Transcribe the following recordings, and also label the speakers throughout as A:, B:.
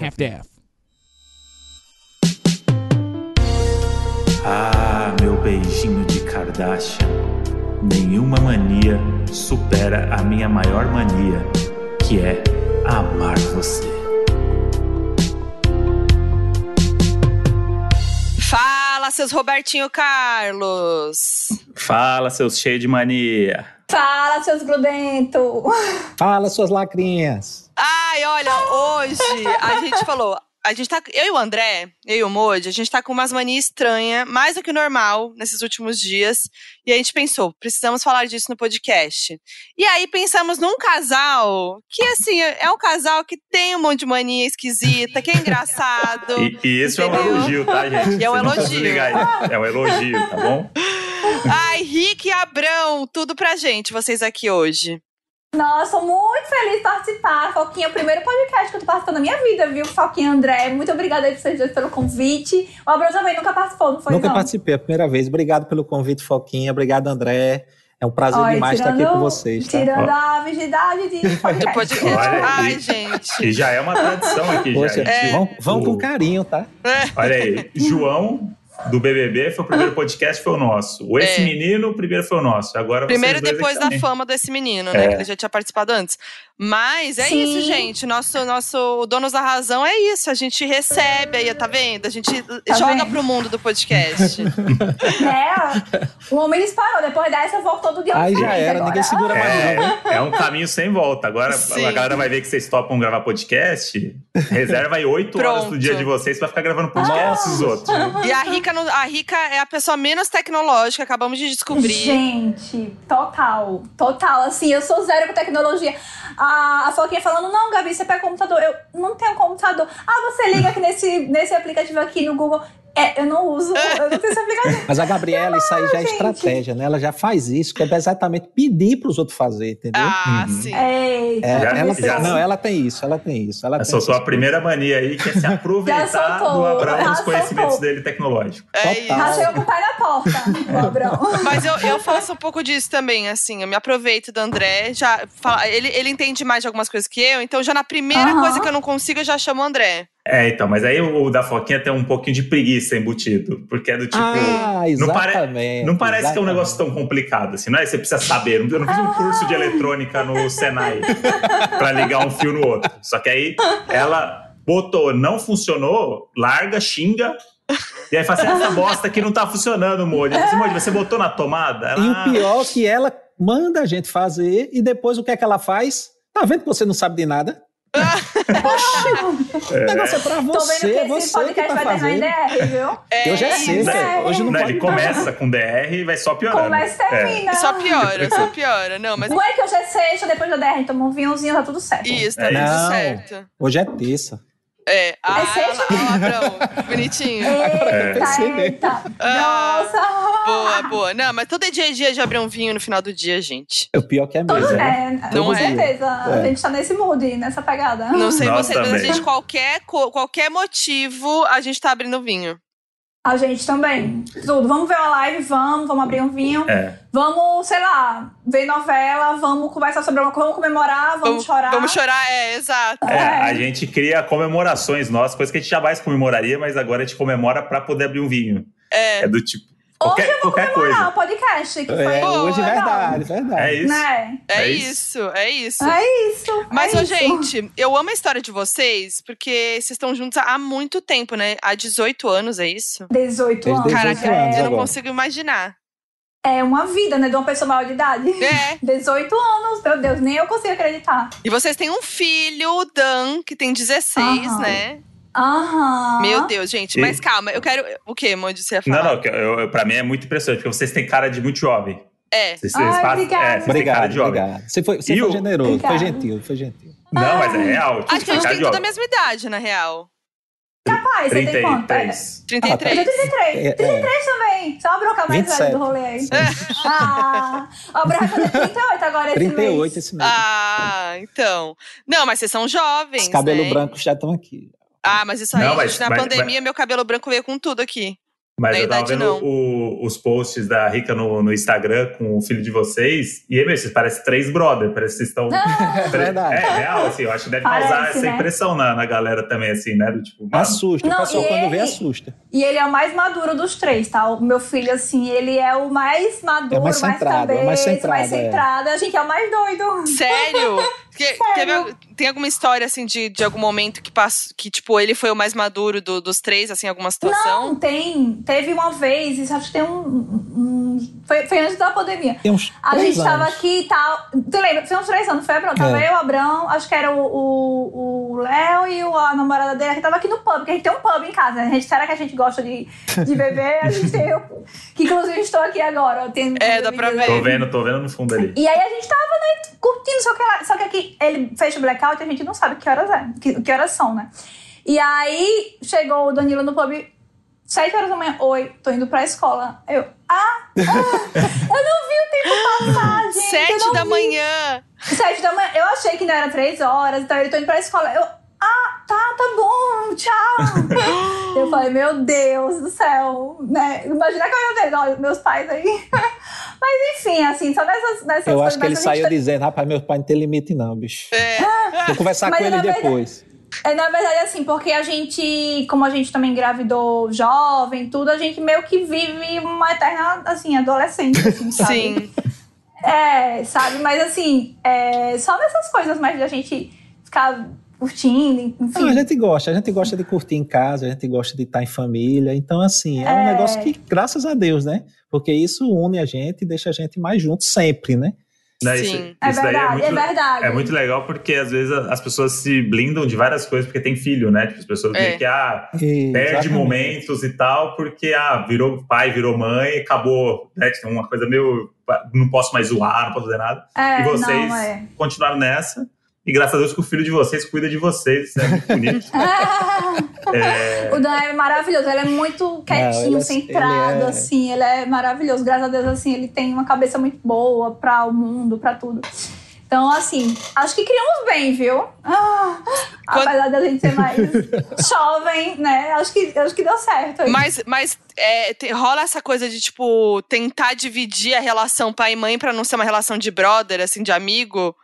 A: half deaf.
B: Ah, meu beijinho de Kardashian. Nenhuma mania supera a minha maior mania, que é amar você.
C: Fala, seus Robertinho Carlos.
B: Fala, seus cheios de mania.
D: Fala, seus grudentos!
E: Fala suas lacrinhas.
C: Ai, olha, hoje a gente falou. A gente tá. Eu e o André, eu e o Moji, a gente tá com umas manias estranhas, mais do que o normal, nesses últimos dias. E a gente pensou, precisamos falar disso no podcast. E aí pensamos num casal que, assim, é um casal que tem um monte de mania esquisita, que é engraçado.
B: E, e esse é um
C: Entendeu?
B: elogio, tá, gente?
C: E é
B: Vocês
C: um
B: não
C: elogio.
B: precisam ligar isso. É um elogio, tá bom?
C: Ai, Rick e Abrão, tudo pra gente, vocês aqui hoje.
D: Nossa, sou muito feliz de participar. Foquinha, é o primeiro podcast que eu tô participando na minha vida, viu? Foquinha e André, muito obrigada aí pra vocês dois pelo convite. O Abrão também nunca participou, não foi
E: Nunca
D: não?
E: participei, é a primeira vez. Obrigado pelo convite, Foquinha. Obrigado, André. É um prazer
D: Olha,
E: demais estar aqui com vocês. Tá?
D: Tirando a virgindade de
C: Do
D: podcast. né?
C: podcast.
B: Olha aí.
C: Ai, gente.
B: E já é uma tradição aqui,
E: Poxa,
B: já. gente.
E: vão, vão com carinho, tá?
B: Olha aí, João do BBB foi o primeiro podcast, foi o nosso. O Esse
C: É.
B: Menino, o primeiro foi o nosso. Agora
C: Primeiro
B: vocês dois
C: depois
B: aqui
C: da
B: também.
C: fama desse menino, né?
B: É.
C: Que ele já tinha participado antes. Mas é
D: Sim.
C: isso, gente. Nosso, nosso o Donos da Razão é isso. A gente recebe aí, tá vendo? A gente joga
D: vendo?
C: pro mundo do podcast.
D: né? O homem disparou, depois dessa eu volto todo dia.
E: Aí
D: na
E: já
D: frente
E: era,
D: agora.
E: ninguém segura mais não.
B: É, é um caminho sem volta. Agora
C: Sim.
B: a galera vai ver que vocês topam gravar podcast. Reserva aí oito horas do
C: Pronto.
B: dia de vocês pra ficar gravando
D: Ah,
B: podcast dos outros.
C: e a Rica, não- a Rica é a pessoa menos tecnológica, acabamos de descobrir.
D: Gente, total, total. Assim, eu sou zero com tecnologia. A, a Foquinha falando, não, Gabi, você pega o computador. Eu não tenho computador. Ah, você liga aqui nesse, nesse aplicativo aqui no Google. É, eu não uso, eu não tenho esse aplicativo.
E: Mas a Gabriela, isso aí já é
D: gente.
E: estratégia, né? Ela já faz isso, que é exatamente pedir para os outros fazer, entendeu?
C: Ah,
B: Uhum.
C: sim.
D: Eita,
E: É,
B: já- É
E: ela
D: pessoal.
B: já-
E: tem, não, ela tem isso, ela tem isso. Ela
B: Ela
E: tem
B: soltou
E: essas
B: a primeira mania aí, que é se aproveitar
D: Já soltou,
B: do Abraão
D: já
B: dos conhecimentos
D: soltou.
B: dele tecnológicos.
C: É
E: total.
C: isso.
D: Já chegou com o pai na porta, o Abrão.
C: Mas eu, eu faço um pouco disso também, assim. Eu me aproveito do André. Já fala- ele, ele entende mais de algumas coisas que eu, então já na primeira
D: Aham.
C: coisa que eu não consigo, eu já chamo o André.
B: É, então, mas aí o da Foquinha tem um pouquinho de preguiça embutido, porque é do tipo.
E: Ah,
B: não pare-
E: exatamente.
B: Não parece que é um
E: exatamente.
B: negócio tão complicado assim, não é? Você precisa saber. Eu não fiz um curso de eletrônica no Senai pra ligar um fio no outro. Só que aí ela botou, não funcionou, larga, xinga. E aí fala assim: essa bosta aqui não tá funcionando, Moody. Eu falei assim, Moody, você botou na tomada? Ela,
E: E o pior é que ela manda a gente fazer e depois o que é que ela faz? Tá vendo que você não sabe de nada?
B: "Ah, é."
E: O negócio é pra
D: Tô vendo que
E: você,
D: esse
E: você que
D: podcast
E: tá
D: vai terminar em
E: fazendo.
D: DR, viu?
C: É,
E: Eu já
C: isso.
E: sei,
D: Né?
E: velho. Hoje não
B: Não,
E: pode
B: "Ah, ele começa com DR e vai só piorando.
D: Começa assim. e
B: é.
D: termina.
C: Só piora, só piora. Não, mas
D: Não é que hoje é sexta, depois da DR, toma um vinhozinho, tá tudo certo.
C: isso, tá
B: É
E: isso.
C: tudo certo.
E: Hoje é terça.
C: É. Ah,
D: sexta.
C: olha lá, ó, Abrão. Bonitinho.
D: Eita,
E: eu pensei nele.
D: eita.
C: Ah.
D: Nossa.
C: Boa, boa. Não, mas todo dia é dia de abrir um vinho no final do dia, gente.
E: É o pior que é mesmo.
D: Todo
B: Pois é.
D: é,
C: Não
D: com
C: é?
D: certeza. A
E: É.
D: gente tá nesse mood, nessa pegada.
C: Não sei
B: Nós
C: vocês, mas a
B: também.
C: gente, qualquer, co- qualquer motivo, a gente tá abrindo vinho.
D: A gente também. Tudo. Vamos ver uma live, vamos, vamos abrir um vinho.
B: É.
D: Vamos, sei lá, ver novela, vamos conversar sobre alguma coisa, vamos comemorar, vamos, chorar.
C: Vamos chorar, é, exato.
B: É, a gente cria comemorações nossas, coisa que a gente jamais comemoraria, mas agora a gente comemora pra poder abrir um vinho. É,
C: É.
B: do tipo.
D: Hoje
B: Qualquer, qualquer
D: comemorar
B: coisa.
D: o podcast, que foi.
E: É, hoje é
C: Boa,
E: verdade, verdade.
B: É isso.
D: Né?
C: É,
B: É
C: isso. é isso.
D: É isso.
C: Mas,
D: é
C: ô,
D: isso.
C: gente, eu amo a história de vocês, porque vocês estão juntos há muito tempo, né? Há 18 anos, é isso?
D: 18
E: Desde
D: anos.
E: 18
C: Caraca,
E: anos
C: eu
D: é,
C: não
E: agora.
C: consigo imaginar.
D: é uma vida, né? De uma pessoa maior de idade.
C: É.
D: 18 anos, meu Deus, nem eu consigo acreditar.
C: E vocês têm um filho, o Dan, que tem 16,
D: Aham.
C: né?
D: Aham.
C: Meu Deus, gente.
B: E-
C: Mas calma, eu quero. O quê, Mondi? Você ia falar?
B: Não, não, que eu, eu- pra mim é muito impressionante, porque vocês têm cara de muito jovem.
C: É.
B: Vocês,
D: Ai, obrigada.
B: é, vocês têm cara
E: Obrigado,
B: de jovem.
E: obrigado. Você foi, você
B: E
E: foi
B: o-
E: generoso, foi
D: Obrigada.
E: gentil, foi gentil.
B: Não, mas é real.
C: Acho que a Ah, gente
B: cara
C: tem
B: de Ah,
C: toda a
B: jovem.
C: mesma idade, na real.
D: Rapaz, você tem quanto? É.
B: 33.
E: Ah,
C: 33.
D: Eu tenho 33.
E: É, é.
D: 33 também. Só a bronca mais velha
E: 27.
D: do rolê aí. Ah, a bronca vai fazer 38 agora esse
E: 38
D: mês.
E: esse mês.
C: Ah, então. Não, mas vocês são jovens.
E: Os cabelos
C: né?
E: brancos já estão aqui.
C: Ah, mas isso aí,
B: Não, mas-
C: gente, na
B: mas-
C: pandemia, meu cabelo branco veio com tudo aqui.
B: Mas
C: Na
B: eu tava
C: idade,
B: vendo
C: não.
B: o- os posts da Rica no, no Instagram com o filho de vocês. E, meu, vocês parecem três brother. Parece que vocês estão.
E: É verdade.
B: É, real, assim. Eu acho que deve causar
D: Parece,
B: essa
D: né?
B: impressão na, na galera também, assim, né? Do tipo, mano,
E: Assusta.
D: Não,
E: o pessoal
D: e
E: quando vê
D: ele-
E: assusta.
D: E ele é o mais maduro dos três, tá? O meu filho, assim, ele é o mais maduro,
E: É mais centrado, é
D: cabeça,
E: mais
D: mais centrado.
E: centrado, é.
D: A gente é o mais doido.
C: Sério? Que- teve al- tem alguma história, assim, de, de algum momento que passou, que, tipo, ele foi o mais maduro do- dos três, assim, alguma situação?
D: Não, tem. Teve uma vez, isso acho que tem um. um- um- foi, foi antes da pandemia.
E: Tem uns
D: A
E: três
D: gente tava
E: anos.
D: aqui e tal. Tu lembra? Foi uns três anos, foi Abrão. Tava
E: É.
D: eu, Abrão, acho que era o- o o Léo e o- a namorada dele, que tava aqui no pub, porque a gente tem um pub em casa, né? A gente, será que a gente gosta de, de beber? A gente tem. o- Que inclusive estou aqui agora. Tem,
C: É, dá pra ver.
B: tô vendo, tô vendo no fundo ali.
D: E aí a gente tava, né, curtindo, só que, ela, só que aqui ele fez o blackout e a gente não sabe que horas é, que, que horas são, né? E aí chegou o Danilo no pub, sete horas da manhã, oi, tô indo pra escola. Eu, ah, ah, eu não vi o tempo passar, gente. eu
C: Sete
D: não
C: da
D: vi.
C: manhã.
D: Sete da manhã, eu achei que não era três horas, então ele tô indo pra escola. Eu, ah, tá, tá bom, tchau. eu falei, meu Deus do céu, né? Imagina que eu ia ter, olha, meus pais aí. Mas enfim, assim, só nessas, nessas
E: Eu acho que ele
D: mas a gente
E: saiu dizendo, rapaz, meu pai não tem limite não, bicho.
C: É.
E: Vou conversar
D: Mas
E: com
D: na
E: ele
D: verdade-
E: depois.
D: É, na verdade, assim, porque a gente, como a gente também engravidou jovem, tudo, a gente meio que vive uma eterna, assim, adolescente, assim, sabe?
C: Sim.
D: É, sabe? Mas, assim, é, só nessas coisas mais da gente ficar curtindo,
E: Não, a
D: enfim.
E: gente gosta, a gente gosta de curtir em casa, a gente gosta de estar em família. Então, assim, é, um
D: É.
E: negócio que, graças a Deus, né? Porque isso une a gente e deixa a gente mais junto sempre, né?
B: Né, isso-
C: Sim.
D: É
B: isso daí
D: verdade, é,
B: muito-
D: verdade.
B: É muito legal porque às vezes a- as pessoas se blindam de várias coisas porque tem filho, né? Tipo, as pessoas
C: É.
B: meio que ah,
E: E,
B: perde
E: exatamente.
B: momentos e tal, porque ah, virou pai, virou mãe, acabou. Né? Tipo, uma coisa meio. Não posso mais zoar, não posso fazer nada.
D: É,
B: e vocês
D: não, é.
B: continuaram nessa. E graças a Deus que o filho de vocês cuida de vocês. Isso é muito bonito.
D: O Dan é maravilhoso, ele é muito quietinho,
E: ele é-
D: centrado,
E: ele é-
D: assim, ele é maravilhoso. Graças a Deus, assim, ele tem uma cabeça muito boa pra o mundo, pra tudo. Então, assim, acho que criamos bem, viu? Ah,
C: Quando-
D: Apesar da gente ser mais jovem, né? Acho que, acho que deu certo. aí.
C: Mas, mas é, te- rola essa coisa de, tipo, tentar dividir a relação pai e mãe pra não ser uma relação de brother, assim, de amigo.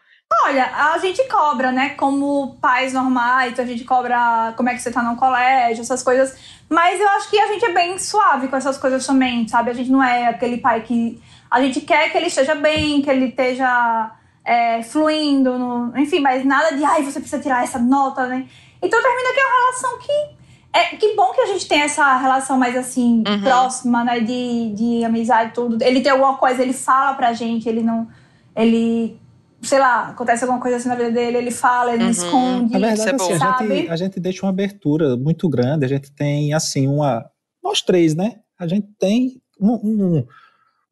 D: Olha, a gente cobra, né? Como pais normais, a gente cobra como é que você tá no colégio, essas coisas. Mas eu acho que a gente é bem suave com essas coisas também, sabe? A gente não é aquele pai que. A gente quer que ele esteja bem, que ele esteja é, fluindo, no- enfim, mas nada de ai, você precisa tirar essa nota, né? Então termina que é uma relação que. É, que bom que a gente tem essa relação mais assim,
C: Uhum.
D: próxima, né? De, de amizade e tudo. Ele tem alguma coisa, ele fala pra gente, ele não. Ele. Sei lá, acontece alguma coisa assim na vida dele, ele fala, ele
C: Uhum.
D: esconde.
E: Na verdade,
C: Isso é
E: assim,
D: bom.
E: a, gente,
D: Sabe?
E: a gente deixa uma abertura muito grande, a gente tem, assim, uma. Nós três, né? A gente tem um, um-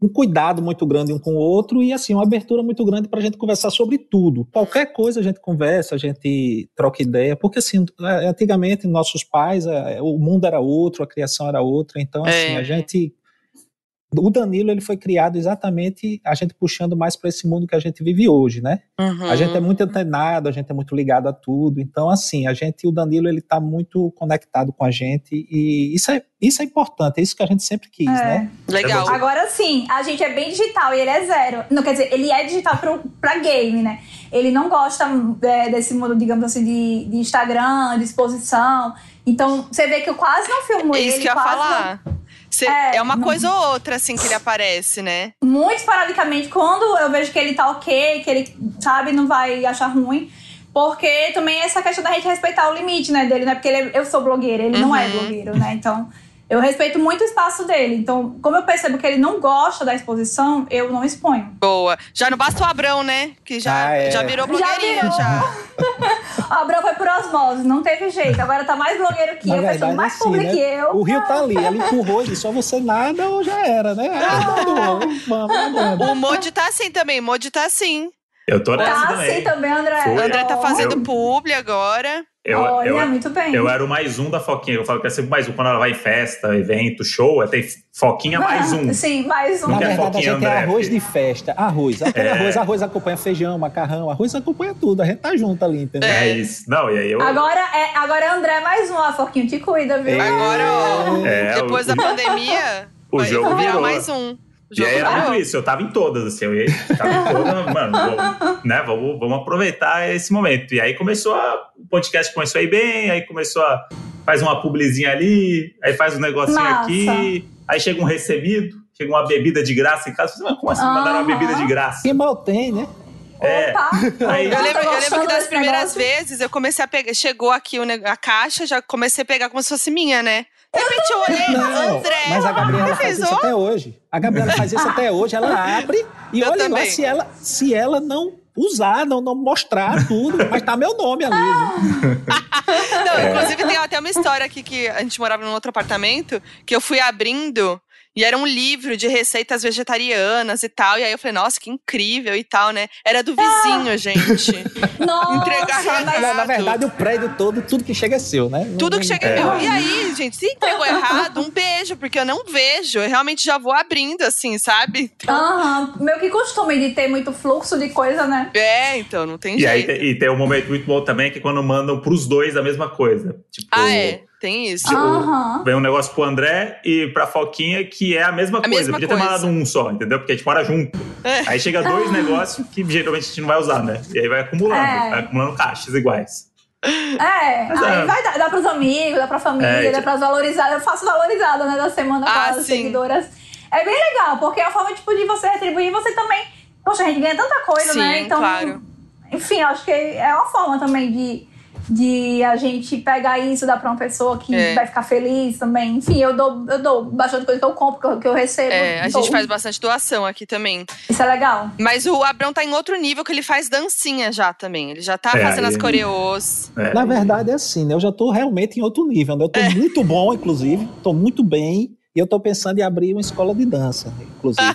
E: um cuidado muito grande um com o outro e, assim, uma abertura muito grande para a gente conversar sobre tudo. Qualquer coisa a gente conversa, a gente troca ideia, porque, assim, a- antigamente nossos pais, a- o mundo era outro, a criação era outra, então,
C: É.
E: assim, a gente. O Danilo ele foi criado exatamente a gente puxando mais para esse mundo que a gente vive hoje, né? A gente é
C: Uhum.
E: muito antenado, a gente é muito ligado a tudo. Então, assim, a gente, o Danilo, ele tá muito conectado com a gente e isso é, isso é importante, é isso que a gente sempre quis,
D: É.
E: né?
C: Legal.
D: Agora sim, a gente é bem digital e ele é zero. Não, quer dizer, ele é digital pro, pra game, né? Ele não gosta é, desse mundo, digamos assim, de, de Instagram, de exposição. Então, você vê que eu quase não filmo
C: É
D: ele.
C: isso que eu ia
D: quase não-
C: falar. Cê- é,
D: É,
C: uma
D: não-
C: coisa ou outra, assim, que ele aparece, né?
D: muito esporadicamente quando eu vejo que ele tá ok, que ele, sabe, não vai achar ruim. Porque também é essa questão da gente respeitar o limite, né, dele, né? Porque ele é- eu sou blogueira, ele não é
C: Uhum.
D: blogueiro, né? Então, eu respeito muito o espaço dele. Então, como eu percebo que ele não gosta da exposição, eu não exponho.
C: Boa. Já não basta o Abrão, né? Que já,
E: Ah, é.
C: já virou
D: Já
C: blogueirinho,
D: virou.
C: já.
D: O Abrão foi por osmose, não teve jeito. Agora tá mais blogueiro que
E: Na
D: eu, faz tudo
E: verdade,
D: mais
E: assim,
D: público
E: né?
D: que eu.
E: O Rio tá ali, ele empurrou e disse, só você nada ou já era, né? Ah, vamos, vamos, vamos.
C: O Modi tá assim também. Modi tá assim.
B: Eu tô nessa
D: Tá
B: também.
D: assim também, André.
B: Foi.
C: O André tá
D: Ó.
C: fazendo
B: Eu-
C: publi agora.
B: Eu,
D: Olha,
B: eu,
D: muito bem.
B: eu era o mais um da Foquinha. Eu falo que é sempre mais um. Quando ela vai em festa, evento, show, é tem Foquinha mais um.
D: Sim, mais um.
B: Não
E: Na
B: quer
E: verdade, a
B: foquinha,
E: gente é
B: André,
E: arroz
B: filho.
E: de festa. Arroz. Aquele arroz, arroz acompanha feijão, macarrão, arroz acompanha tudo. A gente tá junto ali, entendeu?
B: É isso. Não, e aí eu.
D: Agora é, agora é André mais um, ó, Foquinho, te cuida, viu?
C: É. Agora, ó,
B: É,
C: depois
B: o-
C: da pandemia,
B: o
C: vai
B: jogo
C: virar
B: virou.
C: mais um. O
B: E
C: jogo
B: aí era
C: virou.
B: muito isso, eu tava em todas, assim, eu ia, tava em todas, mano, vamos, né, vamos, vamos aproveitar esse momento. E aí começou a, o podcast começou a ir bem, aí começou a, faz uma publizinha ali, aí faz um negocinho
D: Massa.
B: aqui, aí chega um recebido, chega uma bebida de graça em casa, eu falei, mas como assim, mandaram uma
D: Aham.
B: bebida de graça?
E: Que mal tem, né?
B: É,
D: Opa!
B: Aí-
C: Eu lembro,
D: tô
C: eu lembro que
D: gostando
C: das
D: desse
C: primeiras
D: negócio.
C: vezes eu comecei a pegar. Chegou aqui o ne- a caixa, já comecei a pegar como se fosse minha, né? De repente eu olhei,
E: Não,
C: André,
E: mas a Gabriela faz isso
C: revisou?
E: até hoje. A Gabriela faz isso até hoje. Ela abre e
C: Eu
E: olha lá
C: também.
E: se ela, se ela não usar, não, não mostrar tudo. Mas tá meu nome ali.
C: Ah,
E: viu?
C: Não, inclusive tem até uma história aqui que a gente morava num outro apartamento que eu fui abrindo e era um livro de receitas vegetarianas e tal. E aí eu falei, nossa, que incrível e tal, né? Era do
D: Ah.
C: vizinho, gente.
D: Nossa,
C: Entregar
D: mas-
E: Na, na verdade, o prédio todo, tudo que chega é seu, né?
C: Tudo que chega
B: É.
C: E aí, gente, se entregou errado, um beijo, porque eu não vejo. Eu realmente já vou abrindo, assim, sabe?
D: Ah. Aham, meu que costume de ter muito fluxo de coisa, né?
C: É, então, não tem
B: e aí
C: jeito.
B: tem- e tem um momento muito bom também, que é quando mandam pros dois a mesma coisa, tipo...
C: Ah, é, tem isso.
D: Ah,
B: Tipo,
D: Aham.
B: Vem um negócio pro André e pra Foquinha, que é a mesma coisa.
C: mesma
B: Podia ter
C: coisa.
B: mandado um só, entendeu? Porque a gente mora junto.
C: É.
B: Aí chega dois negócios que geralmente a gente não vai usar, né? E aí vai acumulando,
D: É.
B: vai acumulando caixas iguais.
D: É,
B: Mas
D: aí
B: é.
D: vai dar, dá pros amigos, dá pra família,
B: É,
E: tipo
D: dá
B: e-
D: pras valorizadas. Eu faço valorizada, né, da semana
C: Ah,
D: para as
C: sim.
D: seguidoras. É bem legal, porque é uma forma, tipo, de você retribuir, você também... Poxa, a gente ganha tanta coisa,
C: Sim,
D: né? Então,
C: claro.
D: enfim, eu acho que é uma forma também de, de a gente pegar isso, dar pra uma pessoa que
C: É.
D: vai ficar feliz também. Enfim, eu dou, eu dou bastante coisa que eu compro, que eu, que eu recebo.
C: É, a
D: dou.
C: gente faz bastante doação aqui também.
D: Isso é legal.
C: Mas o Abrão tá em outro nível que ele faz dancinha já também. Ele já tá
B: É,
C: fazendo as
B: aí-
C: coreos.
B: É.
E: Na verdade, é assim, né? Eu já tô realmente em outro nível, né? Eu tô
C: É.
E: muito bom, inclusive. Tô muito bem. E eu tô pensando em abrir uma escola de dança, inclusive.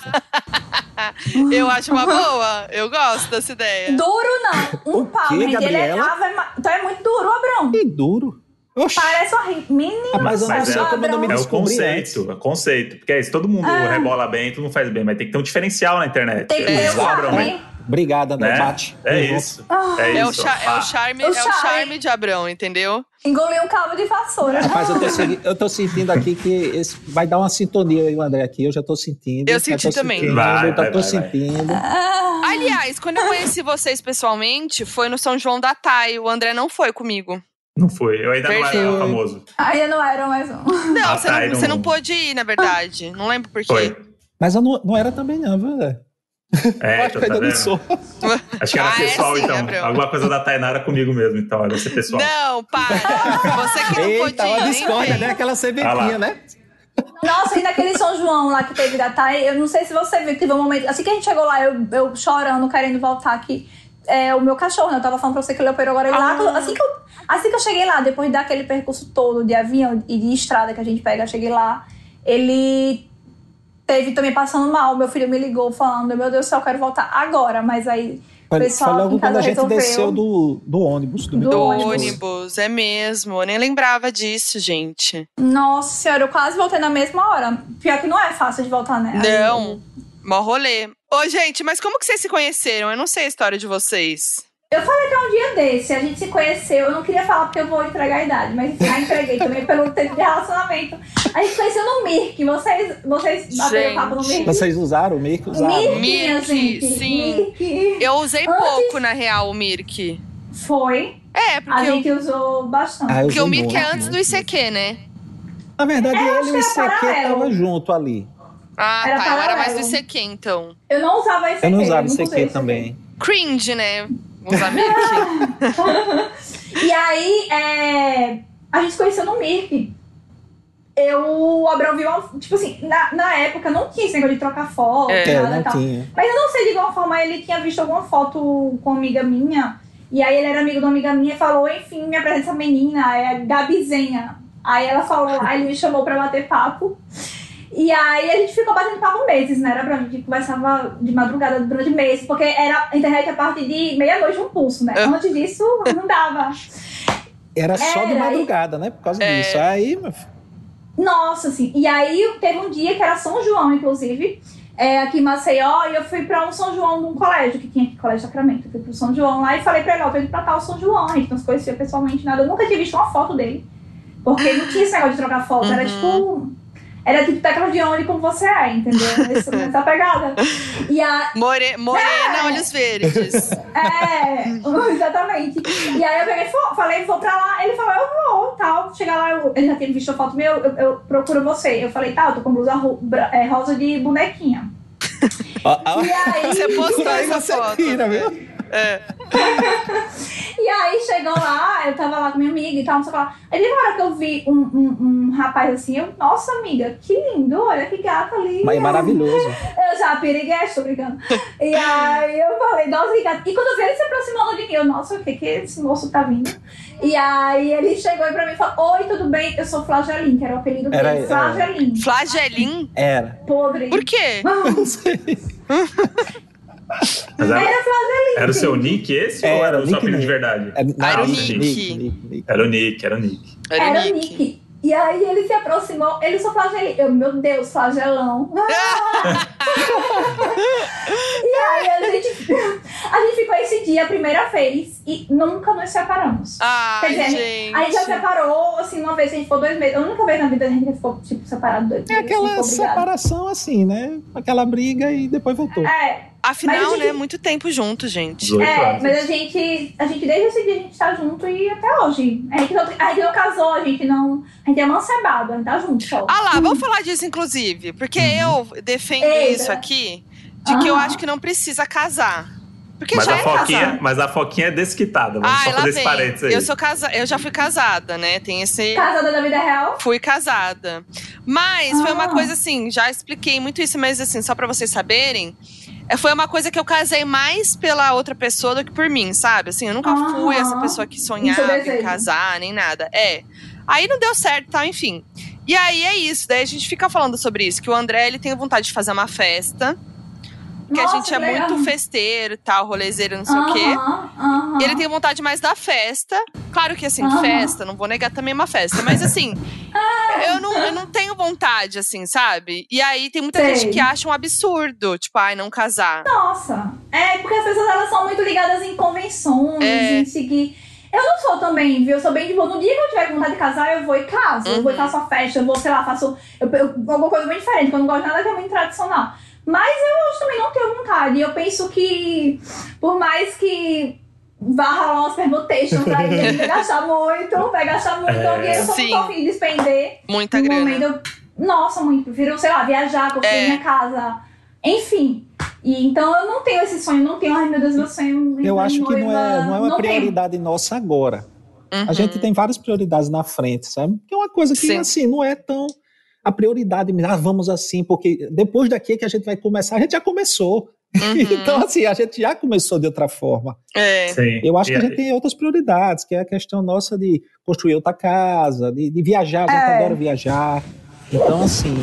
C: Eu acho uma boa. Eu gosto dessa ideia.
D: Duro não, um
E: O
D: pau,
E: quê,
D: gente. Ele é,
E: Gabriela?
D: ave ma- então é muito duro, Abrão.
E: Que duro. Oxi.
D: Parece horrível. Menino.
E: Rapaz, eu não
B: Mas
E: sei
B: é-
E: como eu não me
B: É o
E: descobri
B: conceito, é o conceito. Porque é isso, todo mundo
D: Ah.
B: rebola bem, todo mundo faz bem, mas tem que ter um diferencial na internet.
D: Tem que ter
B: Eles
D: um
B: cobram,
D: charme.
B: né?
E: Obrigado, André.
B: Né?
E: Bate.
B: É
E: Uhum.
B: isso.
D: Ah.
B: É
C: É o,
B: isso.
C: cha- é o
B: Ah,
C: charme,
D: O
C: é o
D: charme.
C: charme de Abrão, entendeu?
D: Engoliu um cabo de vassoura.
E: Rapaz, eu tô, segui-
C: Ah.
E: eu tô sentindo aqui que esse vai dar uma sintonia aí, o André, aqui. Eu já tô sentindo.
C: Eu
E: já
C: senti
E: tô
C: também.
E: sentindo,
B: Vai,
E: eu já
B: vai,
E: tô
B: vai, vai.
E: sentindo.
D: Ah,
C: Aliás, quando eu conheci vocês pessoalmente, foi no São João da Thay. O André não foi comigo.
B: Não foi. Eu ainda não
C: Perdeu.
B: era famoso.
D: ainda não era mais um.
C: Não,
B: A
C: você, não,
B: Thay
C: você
B: não-
C: não pôde ir, na verdade. Não lembro por quê.
B: Foi.
E: Mas eu não, não era também, não, viu, André?
B: É,
E: eu acho
B: então
E: que
B: tá
E: ainda não
B: vendo?
E: sou.
B: Acho que era
C: Ah, é
B: pessoal,
C: assim,
B: então.
C: Gabriel.
B: Alguma coisa da Tainá era comigo mesmo, então. Era você pessoal.
C: Não, para. Você que não
E: Eita,
C: pôde ir.
E: uma
C: hein,
E: discórdia,
C: gente?
E: né? Aquela
B: Ah
E: cervejinha,
B: lá.
E: né?
D: Nossa, e naquele São João lá que teve da Thay, eu não sei se você viu, que teve um momento. Assim que a gente chegou lá, eu, eu chorando, querendo voltar aqui. É, o meu cachorro, né? Eu tava falando pra você que ele operou agora. E lá,
C: Ah.
D: assim, que eu, assim que eu cheguei lá, depois daquele percurso todo de avião e de estrada que a gente pega, eu cheguei lá, ele teve também passando mal. Meu filho me ligou falando: Meu Deus do céu, eu quero voltar agora. Mas aí o
E: Foi,
D: pessoal
E: foi logo
D: em casa
E: quando a gente
D: resolveu.
E: desceu do, do ônibus. Do,
D: Do
C: Do
E: metrô.
D: ônibus.
C: ônibus, é mesmo. Eu nem lembrava disso, gente.
D: Nossa senhora, eu quase voltei na mesma hora. Pior que não é fácil de voltar, né?
C: Não. Mó rolê. Ô, gente, mas como que vocês se conheceram? Eu não sei a história de vocês.
D: Eu falei que é um dia desse, a gente se conheceu. Eu não queria falar porque eu vou entregar a idade, mas já entreguei também pelo tempo de relacionamento. A gente se conheceu no Mirk. Vocês, vocês bateram
C: Gente.
D: papo no Mirk?
E: Vocês usaram o meio que usaram.
D: Mirk,
C: Mirk,
D: gente.
C: sim.
D: Mirk.
C: Eu usei
D: Antes-
C: pouco, na real, o Mirk.
D: Foi.
C: É,
D: A
C: porque, eu-
D: gente usou bastante.
E: Ah, eu
C: porque o
E: usei
C: Mirk é
E: muito,
C: antes do
E: muito.
C: ICQ, né?
E: Na verdade,
D: É,
E: ele
D: acho
E: e
D: que
E: o
D: era
E: ICQ
D: paralelo.
E: estavam junto ali.
C: Ah,
D: Era
C: tá. Eu era mais do
D: paralelo.
C: ICQ, então.
D: Eu não usava esse
E: Eu não usava
D: esse
E: ICQ também.
C: Cringe, né? Usar Mirk.
D: E aí, é, a gente se conheceu no MIRP. Eu, o Abrão viu, uma- tipo assim, na, na época não tinha esse negócio de trocar foto,
C: É,
E: É,
D: nada e
E: não
D: tal.
E: tinha.
D: Mas eu não sei de igual forma, ele tinha visto alguma foto com uma amiga minha. E aí ele era amigo de uma amiga minha e falou, enfim, me apresenta essa menina, é a Gabizinha. Aí ela falou, aí ele me chamou pra bater papo. E aí a gente ficou batendo papo meses, né? Era pra gente conversava de madrugada durante meses, é porque era a internet a partir de meia-noite um pulso, né?
C: Ah.
D: Antes disso, não dava.
E: Era, só de
D: Era,
E: madrugada, né? Por causa
C: É.
E: disso. Aí, meu filho,
D: Nossa, assim. E aí teve um dia que era São João, inclusive, é, aqui em Maceió, e eu fui pra um São João num colégio que tinha aqui, colégio Sacramento. Eu fui pro São João lá e falei pra ele, ó, tô indo pra tal São João, a gente não se conhecia pessoalmente, nada. Eu nunca tinha visto uma foto dele. Porque não tinha esse negócio de trocar foto, era
C: Uhum.
D: tipo. Era tipo tecla de onde como você é, entendeu? Essa, essa pegada. E, a,
C: More- morena, olhos verdes.
D: É, exatamente. E aí eu peguei, e fa- falei, vou pra lá. Ele falou, eu vou, tal. Chegar lá, eu- ele já tinha visto a foto meu, eu, eu procuro você. Eu falei, tá, eu tô com blusa ro- bra- é, rosa de bonequinha.
E: ó, ó,
D: E aí,
C: Você postou
E: aí
C: essa
E: você tá
C: foto.
E: tira, viu?
D: e aí chegou lá, eu tava lá com minha amiga e tal, não sei o que lá. Aí teve uma hora que eu vi um, um- um rapaz assim, eu, nossa amiga, que lindo, olha que gata ali.
E: Mas é maravilhoso.
D: Eu já piriguete, tô brincando. E aí eu falei, nossa, Ricardo. E quando eu vi ele se aproximando de mim, eu, nossa, o que que esse moço tá vindo? E aí ele chegou aí pra mim e falou, oi, tudo bem? Eu sou Flagelim, que era o apelido
E: Era-
D: dele,
E: é.
D: Flagelim.
C: Flagelim?
E: Era.
D: Podre.
C: Por quê?
E: Não sei.
B: Mas
D: Era
B: era,
D: Flagelim.
B: era o seu nick esse ou
E: É, Era,
B: era o seu
E: nick
B: apelido de
E: mesmo.
B: verdade?
E: É, não,
C: Era
B: o Nick.
E: Nick, Nick.
B: Era o nick, era o nick.
D: Era o Nick. E aí ele se aproximou, ele só flagelim. Eu, meu Deus, flagelão. e aí a gente, a gente ficou esse dia a primeira vez e nunca nos separamos.
C: Ah, Ai,
D: Quer dizer,
C: gente.
D: Aí já separou, assim, uma vez a gente ficou dois meses. A única vez na vida a gente ficou, tipo, separado dois
E: É
D: meses.
E: aquela
D: ficou brigado.
E: separação assim, né? Aquela briga e depois voltou.
D: É, Mas
C: Afinal,
D: a gente-
C: né? Muito tempo junto, gente.
B: 18
D: é,
B: anos.
D: mas a gente, a gente desde esse dia a gente tá junto e até hoje. A gente não, a gente não casou, a gente não. A gente é mancebado, a gente tá junto só.
C: Ah lá, vamos falar disso, inclusive. Porque
B: Uhum.
C: eu defendo
D: Eita. Ah.
C: isso aqui de que eu
D: Aham.
C: acho que não precisa casar. Porque
B: Mas
C: já
B: a,
C: é
B: foquinha,
C: casado.
B: mas a foquinha é desquitada. Vamos
D: Ah,
C: Ai,
B: só
C: lá
B: fazer esse parênteses
C: vem.
B: aí.
C: Eu, sou casa... eu já fui casada, né? Tem esse.
D: Casada da vida real?
C: Fui casada. Mas foi uma
D: Ah.
C: coisa assim, já expliquei muito isso, mas assim, só pra vocês saberem, é, foi uma coisa que eu casei mais pela outra pessoa do que por mim, sabe? Assim, eu nunca
D: Aham.
C: fui essa pessoa que
D: é
C: sonhava em
D: desejo.
C: casar, nem nada. É. Aí não deu certo, tal, enfim. E aí é isso, daí a gente fica falando sobre isso, que o André, ele tem vontade de fazer uma festa, porque
D: Nossa,
C: a gente é
D: legal.
C: muito festeiro, e tal, rolezeiro, não sei o quê.
D: Aham, aham.
C: E ele tem vontade mais da festa. Claro que, assim,
D: Aham.
C: festa, não vou negar também é uma festa. Mas, assim,
D: Ah.
C: eu, não, eu não tenho vontade, assim, sabe? E aí tem muita
D: Sei.
C: gente que acha um absurdo, tipo, ai, não casar.
D: Nossa. É, porque as pessoas elas são muito ligadas em convenções,
C: É.
D: em seguir. Eu não sou também, viu? Eu sou bem de boa. No dia que eu tiver com vontade de casar, eu vou e caso. Eu
C: Uhum.
D: vou e faço a festa, eu vou, sei lá, faço eu- eu- alguma coisa bem diferente, porque eu não gosto de nada que é muito tradicional. Mas eu também não tenho vontade. E eu penso que, por mais que vá rolar umas permutations aí, ele vai gastar muito, vai gastar muito.
B: É.
D: E eu só não
C: Sim.
D: tô afim de despender.
C: Muita
D: No
C: Tá grana.
D: Um momento, eu- nossa, muito. Prefiro, sei lá, viajar, construir
C: É.
D: minha casa. Enfim. E, então eu não tenho esse sonho, não tenho, ai meu Deus, meu sonho.
E: Eu
D: minha
E: acho que não é,
D: noiva,
E: não é uma
D: tenho.
E: prioridade nossa agora. A
C: Uhum.
E: gente tem várias prioridades na frente, sabe? Que é uma coisa que,
C: Sim.
E: assim, não é tão a prioridade, ah, vamos assim, porque depois daqui é que a gente vai começar, a gente já começou.
C: Uhum.
E: Então, assim, a gente já começou de outra forma.
C: É.
B: Sim.
E: Eu acho que a
B: E-
E: gente tem outras prioridades, que é a questão nossa de construir outra casa, de, de viajar, a gente
D: É.
E: adora viajar. Então, assim,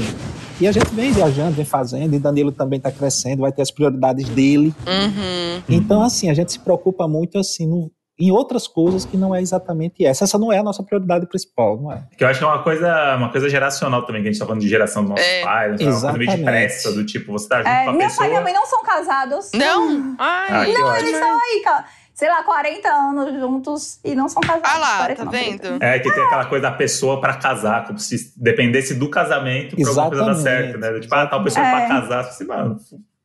E: e a gente vem viajando, vem fazendo, e Danilo também está crescendo, vai ter as prioridades dele.
C: Uhum.
E: Então, assim, a gente se preocupa muito assim no- em outras coisas que não é exatamente essa. Essa não é a nossa prioridade principal, não é?
B: Que eu acho que é uma coisa, uma coisa geracional também, que a gente tá falando de geração dos nossos
C: É.
B: pais, não sei, né, uma coisa meio de
E: Exatamente.
B: pressa, do tipo, você tá junto
D: É,
B: com a
D: meu
B: pessoa.
D: pai e minha mãe não são casados.
C: Não?
B: Ah,
C: Ai.
B: que
D: Não,
B: ótimo.
D: eles estão aí, cara, sei lá, 40 anos juntos e não são casados.
C: Ah lá,
D: 40
C: tá
D: não, 30.
C: vendo?
B: É, que tem aquela coisa da pessoa pra casar, como se dependesse do casamento pra alguma coisa dar
E: Exatamente,
B: certo, né? Tipo, ah, tal pessoa é.
D: É.
B: pra casar, assim, mano,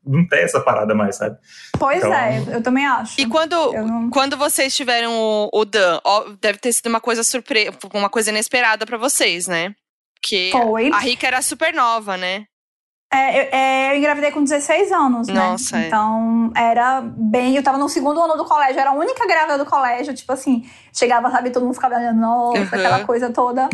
B: não tem essa parada mais, sabe?
D: Pois
B: Então-
D: é, eu- eu também acho.
C: E quando,
D: Eu não-
C: quando vocês tiveram o, o Dan, ó, deve ter sido uma coisa surpresa, uma coisa inesperada pra vocês, né? Porque
D: Foi.
C: a Rica era super nova, né?
D: É, eu, é, eu engravidei com 16 anos, né?
C: Nossa, é.
D: Então, era bem. Eu tava no segundo ano do colégio, eu era a única grávida do colégio, tipo assim, chegava, sabe, todo mundo ficava olhando, nossa,
C: Uhum.
D: aquela coisa toda.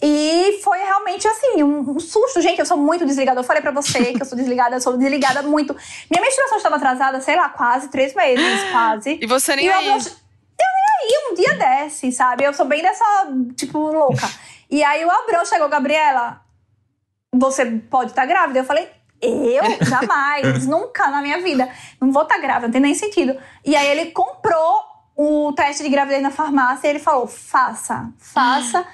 D: E foi realmente assim, um, um susto. Gente, eu sou muito desligada. Eu falei pra você que eu sou desligada, eu sou desligada muito. Minha menstruação estava atrasada, sei lá, quase três meses, quase
C: E você nem é
D: e
C: aí.
D: Eu, abro- eu nem aí, um dia desce, sabe? Eu sou bem dessa, tipo, louca. E aí o Abrão chegou, Gabriela, você pode estar grávida? Eu falei, eu? tá Jamais, nunca na minha vida. Não vou estar grávida, não tem nem sentido. E aí ele comprou o teste de gravidez na farmácia e ele falou: faça, faça.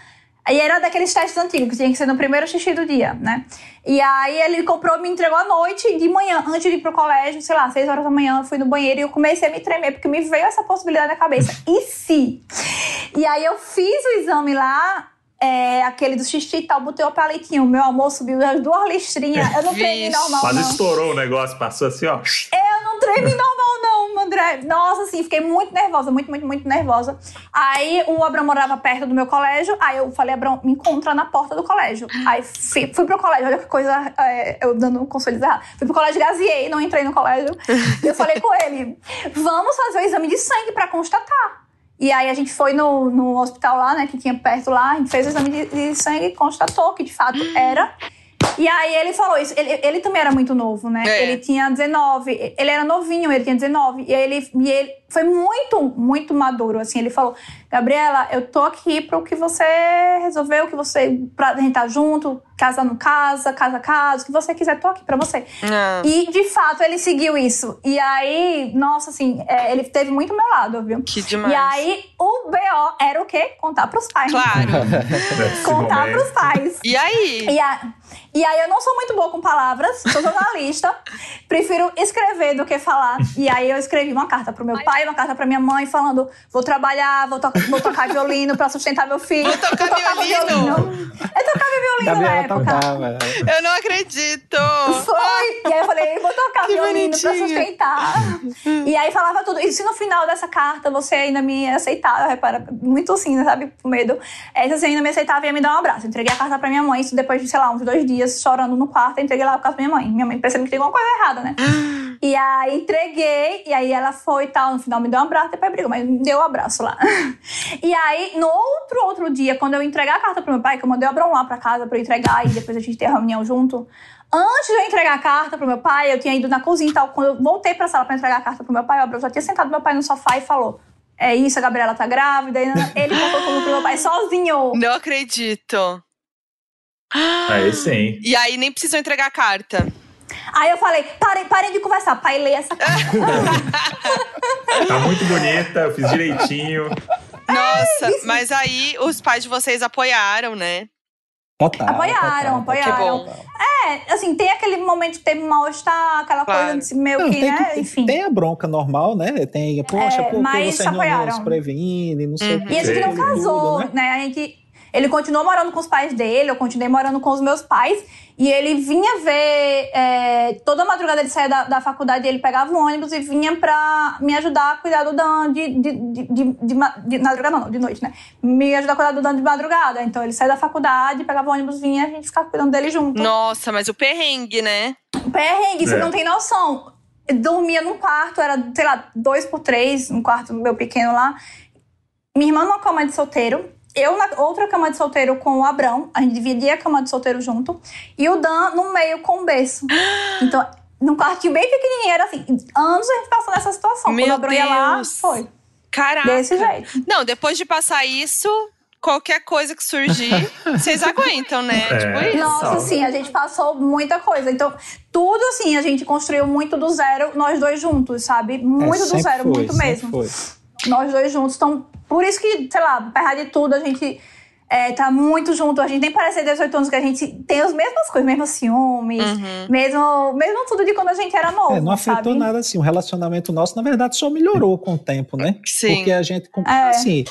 D: E era daqueles testes antigos, que tinha que ser no primeiro xixi do dia, né? E aí ele comprou, me entregou à noite, de manhã, antes de ir pro colégio, sei lá, seis horas da manhã, eu fui no banheiro e eu comecei a me tremer, porque me veio essa possibilidade na cabeça. E se? E aí eu fiz o exame lá, é, aquele do xixi e tal, botei o palitinho, meu amor subiu as duas listrinhas, eu não tremi
C: Vixe.
D: normal,
B: Quase
D: não.
B: estourou o negócio, passou assim, ó.
D: Eu não tremi normal, não, André. Nossa, assim, fiquei muito nervosa, muito, muito, muito nervosa. Aí o Abrão morava perto do meu colégio. Aí eu falei, Abrão, me encontra na porta do colégio. Aí fui, fui pro colégio, olha que coisa. é, eu dando um conselho errado. Fui pro colégio, gaseei, não entrei no colégio. Eu falei com ele: vamos fazer o exame de sangue pra constatar. E aí a gente foi no, no hospital lá, né, que tinha perto lá, a gente fez o exame de, de sangue e constatou que de fato era. E aí ele falou isso. Ele, ele também era muito novo, né?
C: É.
D: Ele tinha 19. Ele era novinho, ele tinha 19. E aí ele, e ele foi muito, muito maduro, assim. Ele falou, Gabriela, eu tô aqui pro que você resolveu, que você... Pra gente tá junto, casa no casa, casa a casa, o que você quiser, tô aqui pra você.
C: Ah.
D: E, de fato, ele seguiu isso. E aí, nossa, assim, é, ele teve muito meu lado, viu?
C: Que demais.
D: E aí, o BO era o quê? Contar pros pais.
C: Claro.
D: é,
B: Nesse
D: Contar
B: momento.
D: pros pais.
C: E aí?
D: E, a- e aí eu não sou muito boa com palavras, sou jornalista, prefiro escrever do que falar. E aí eu escrevi uma carta pro meu pai, uma carta pra minha mãe, falando: vou trabalhar, vou, to vou tocar violino pra sustentar meu filho.
C: Vou tocar
D: Eu tocava
C: violino.
D: Eu tocava violino na
E: Gabriela tá um
D: época.
E: tocava.
C: Eu não acredito.
D: Foi! E aí eu falei, vou tocar
C: Que
D: violino pra
C: bonitinha.
D: sustentar. e aí falava tudo. E se no final dessa carta você ainda me aceitava, repara, muito assim, sabe? Com medo. É, se você ainda me aceitava, ia me dar um abraço. Entreguei a carta pra minha mãe, isso depois de, sei lá, uns dois dias, chorando no quarto, eu entreguei lá por causa da minha mãe. Minha mãe percebeu que tem alguma coisa errada, né? E aí entreguei, e aí ela foi e tal. No final me deu um abraço, depois brigou, mas me deu um abraço lá. e aí, no outro outro dia, quando eu entregar a carta pro meu pai, que eu mandei o Abrão lá pra casa pra eu entregar e depois a gente ter a reunião junto. Antes de eu entregar a carta pro meu pai, eu tinha ido na cozinha e tal. Quando eu voltei pra sala pra entregar a carta pro meu pai, o Abrão já tinha sentado meu pai no sofá e falou: É isso, a Gabriela tá grávida. E ele contou tudo pro meu pai sozinho.
C: Não acredito.
B: Aí sim.
C: E aí nem precisam entregar a carta.
D: Aí eu falei: Parem, parem de conversar, pai, lê essa carta.
B: Tá muito bonita, eu fiz direitinho.
D: É,
C: Nossa, mas aí os pais de vocês apoiaram, né?
E: Total.
D: Apoiaram,
E: total,
D: apoiaram.
E: total, total.
D: É, assim, tem aquele momento que teve um mal-estar, aquela
C: Claro.
D: coisa de meio
E: Não,
D: que,
E: tem,
D: né?
E: que-
D: Enfim.
E: tem a bronca normal, né? Tem, poxa,
D: É,
E: por que
D: mas
E: vocês não- não,
D: apoiaram.
E: se previnem, não sei o
C: Uhum.
D: E a gente não
E: Tudo,
D: casou,
E: né?
D: né? A gente. Ele continuou morando com os pais dele, eu continuei morando com os meus pais. E ele vinha ver. é, toda madrugada ele saía da, da faculdade, ele pegava um ônibus e vinha pra me ajudar a cuidar do Dan de, de, de, de, de ma- de madrugada, não, de noite, né? Me ajudar a cuidar do Dan de madrugada. Então ele saía da faculdade, pegava o ônibus, vinha e a gente ficava cuidando dele junto.
C: Nossa, mas o perrengue, né?
D: Perrengue, você
B: É.
D: não tem noção. Eu Dormia num quarto, era, sei lá, dois por três, um quarto meu pequeno lá. Minha irmã numa cama de solteiro. Eu na outra cama de solteiro com o Abrão. A gente dividia a cama de solteiro junto. E o Dan no meio com o berço. Então, num quartinho bem pequenininho. Era assim, anos a gente passou nessa situação.
C: Meu
D: Quando o Abrão ia lá,
C: Deus.
D: foi.
C: Caraca.
D: Desse jeito.
C: Não, depois de passar isso, qualquer coisa que surgir, vocês aguentam, né?
B: É.
C: Tipo isso.
D: Nossa, assim, a gente passou muita coisa. Então, tudo assim, a gente construiu muito do zero, nós dois juntos, sabe?
E: É,
D: Muito do
E: sempre
D: zero,
E: foi,
D: muito
E: sempre
D: mesmo.
E: foi.
D: nós dois juntos. Então, por isso que, sei lá, apesar de tudo, a gente é, tá muito junto. A gente nem parece ter 18 anos, que a gente tem as mesmas coisas, mesmos ciúmes,
C: Uhum.
D: mesmo, mesmo tudo de quando a gente era novo.
E: É, não afetou
D: sabe?
E: nada assim. O relacionamento nosso, na verdade, só melhorou com o tempo, né?
C: Sim.
E: Porque a gente, com-
D: É.
E: assim,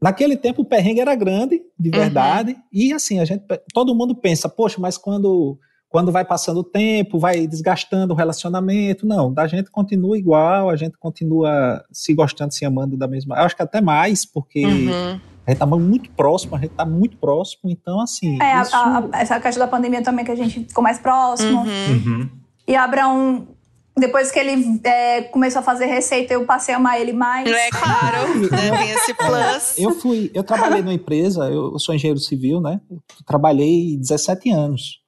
E: naquele tempo o perrengue era grande, de verdade,
C: Uhum.
E: e assim, a gente, todo mundo pensa, poxa, mas quando, quando vai passando o tempo, vai desgastando o relacionamento, não, da gente continua igual, a gente continua se gostando, se amando da mesma, eu acho que até mais, porque
C: Uhum.
E: a gente tá muito próximo, a gente tá muito próximo, então assim,
D: É, a-
E: isso-
D: a- a- essa questão da pandemia também, que a gente ficou mais próximo.
C: Uhum.
B: Uhum.
D: E Abraão, depois que ele é, começou a fazer receita, eu passei a amar ele mais.
C: É claro, né? Tem esse plus.
E: Eu fui, eu trabalhei numa empresa, eu, eu sou engenheiro civil, né? Eu trabalhei 17 anos.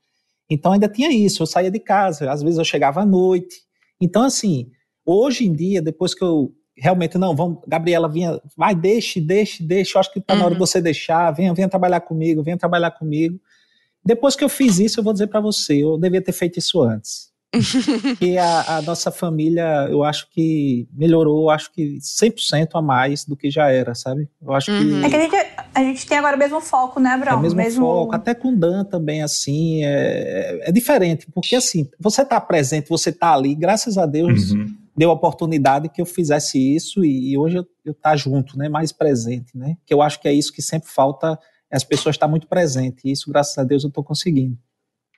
E: Então ainda tinha isso, eu saía de casa, às vezes eu chegava à noite. Então assim, hoje em dia, depois que eu realmente não, vamos, Gabriela vinha, vai, deixe, deixe, deixe, eu acho que tá na hora de você deixar, venha, venha trabalhar comigo, venha trabalhar comigo. Depois que eu fiz isso, eu vou dizer para você, eu devia ter feito isso antes. que a, a nossa família, eu acho que melhorou, eu acho que 100% a mais do que já era, sabe? Eu acho
C: Uhum.
E: que
D: É que a gente, a gente tem agora o mesmo foco, né, Bruno?
E: é o mesmo, foco, até com Dan também, assim, é, é- é diferente, porque assim, você tá presente, você tá ali, graças a Deus,
B: Uhum.
E: deu a oportunidade que eu fizesse isso e, e hoje eu, eu tá junto, né, mais presente, né, que eu acho que é isso que sempre falta, é as pessoas estar muito presentes, e isso, graças a Deus, eu tô conseguindo.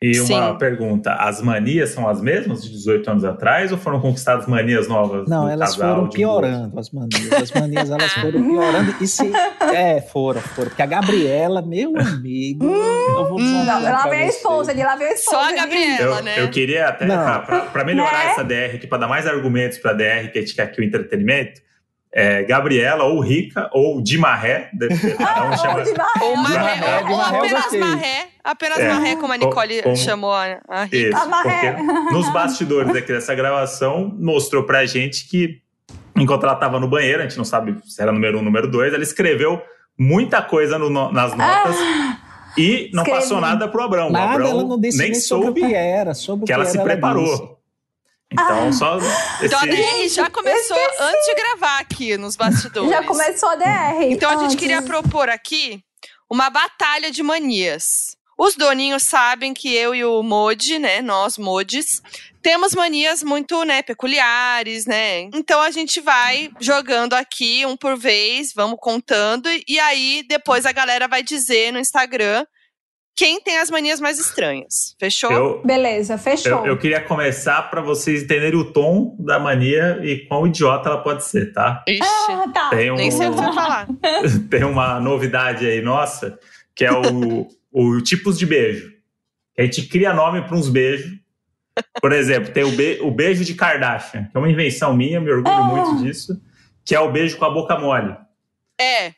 B: E uma
C: Sim.
B: pergunta: as manias são as mesmas de 18 anos atrás ou foram conquistadas manias novas?
E: Não,
B: do
E: elas
B: Um casal,
E: foram
B: de
E: piorando, as manias, as manias, elas foram piorando, e se, é, foram, foram, porque a Gabriela, meu amigo, eu vou dizer uma
D: Hum, Não,
E: coisa
D: lá
E: pra
D: vem a
E: você.
D: esposa, ele lá vem a esposa.
C: Só a
D: ele-
B: Eu,
C: Gabriela, né?
B: eu queria até,
E: Não.
B: pra- pra pra melhorar
D: Né?
B: essa DR aqui, pra dar mais argumentos pra DR, que é de- aqui o entretenimento, é, Gabriela, ou Rica, ou de Marré, de- de- cada um chama-
D: Ou Ah, de barra.
C: Ou, marré,
B: Marré,
C: ou-
E: de
C: ou
E: marré eu
C: apenas
E: gostei.
C: marré, apenas
B: É.
C: marré, como a
B: Como-
C: Nicole
B: como-
C: chamou a, a Rita.
B: Isso,
D: A Marré.
B: porque nos bastidores aqui dessa gravação mostrou pra gente que, enquanto ela tava no banheiro, a gente não sabe se era número um, número dois, ela escreveu muita coisa no- no- nas notas e não
D: Escreveu.
B: passou nada pro Abrão. O
E: Ah! Nada,
B: Abrão
E: ela não disse
B: nem
E: nem sobre o
B: soube
E: que era, sobre o
B: que ela
E: era, Ah!
B: se
E: disse.
B: preparou. Então, só esse,
C: Então a DR já começou antes de gravar aqui nos bastidores.
B: é
D: Já começou a DR.
C: Então a gente
D: antes.
C: queria propor aqui uma batalha de manias. Os doninhos sabem que eu e o Modi, né, nós Modes, temos manias muito, né, peculiares, né? Então a gente vai jogando aqui um por vez, vamos contando e aí depois a galera vai dizer no Instagram quem tem as manias mais estranhas. Fechou?
B: eu,
D: Beleza, fechou.
B: eu, eu queria começar pra vocês entenderem o tom da mania e quão idiota ela pode ser, tá?
C: Ixi,
D: Ah, tá.
B: Tem um,
C: nem sei o que você vai falar.
B: tem uma novidade aí nossa, que é o, o tipos de beijo. A gente cria nome para uns beijos. Por exemplo, tem o, be- o beijo de Kardashian, que é uma invenção minha, me orgulho
C: Oh!
D: Ah.
B: muito disso, que é o beijo com a boca mole.
C: É.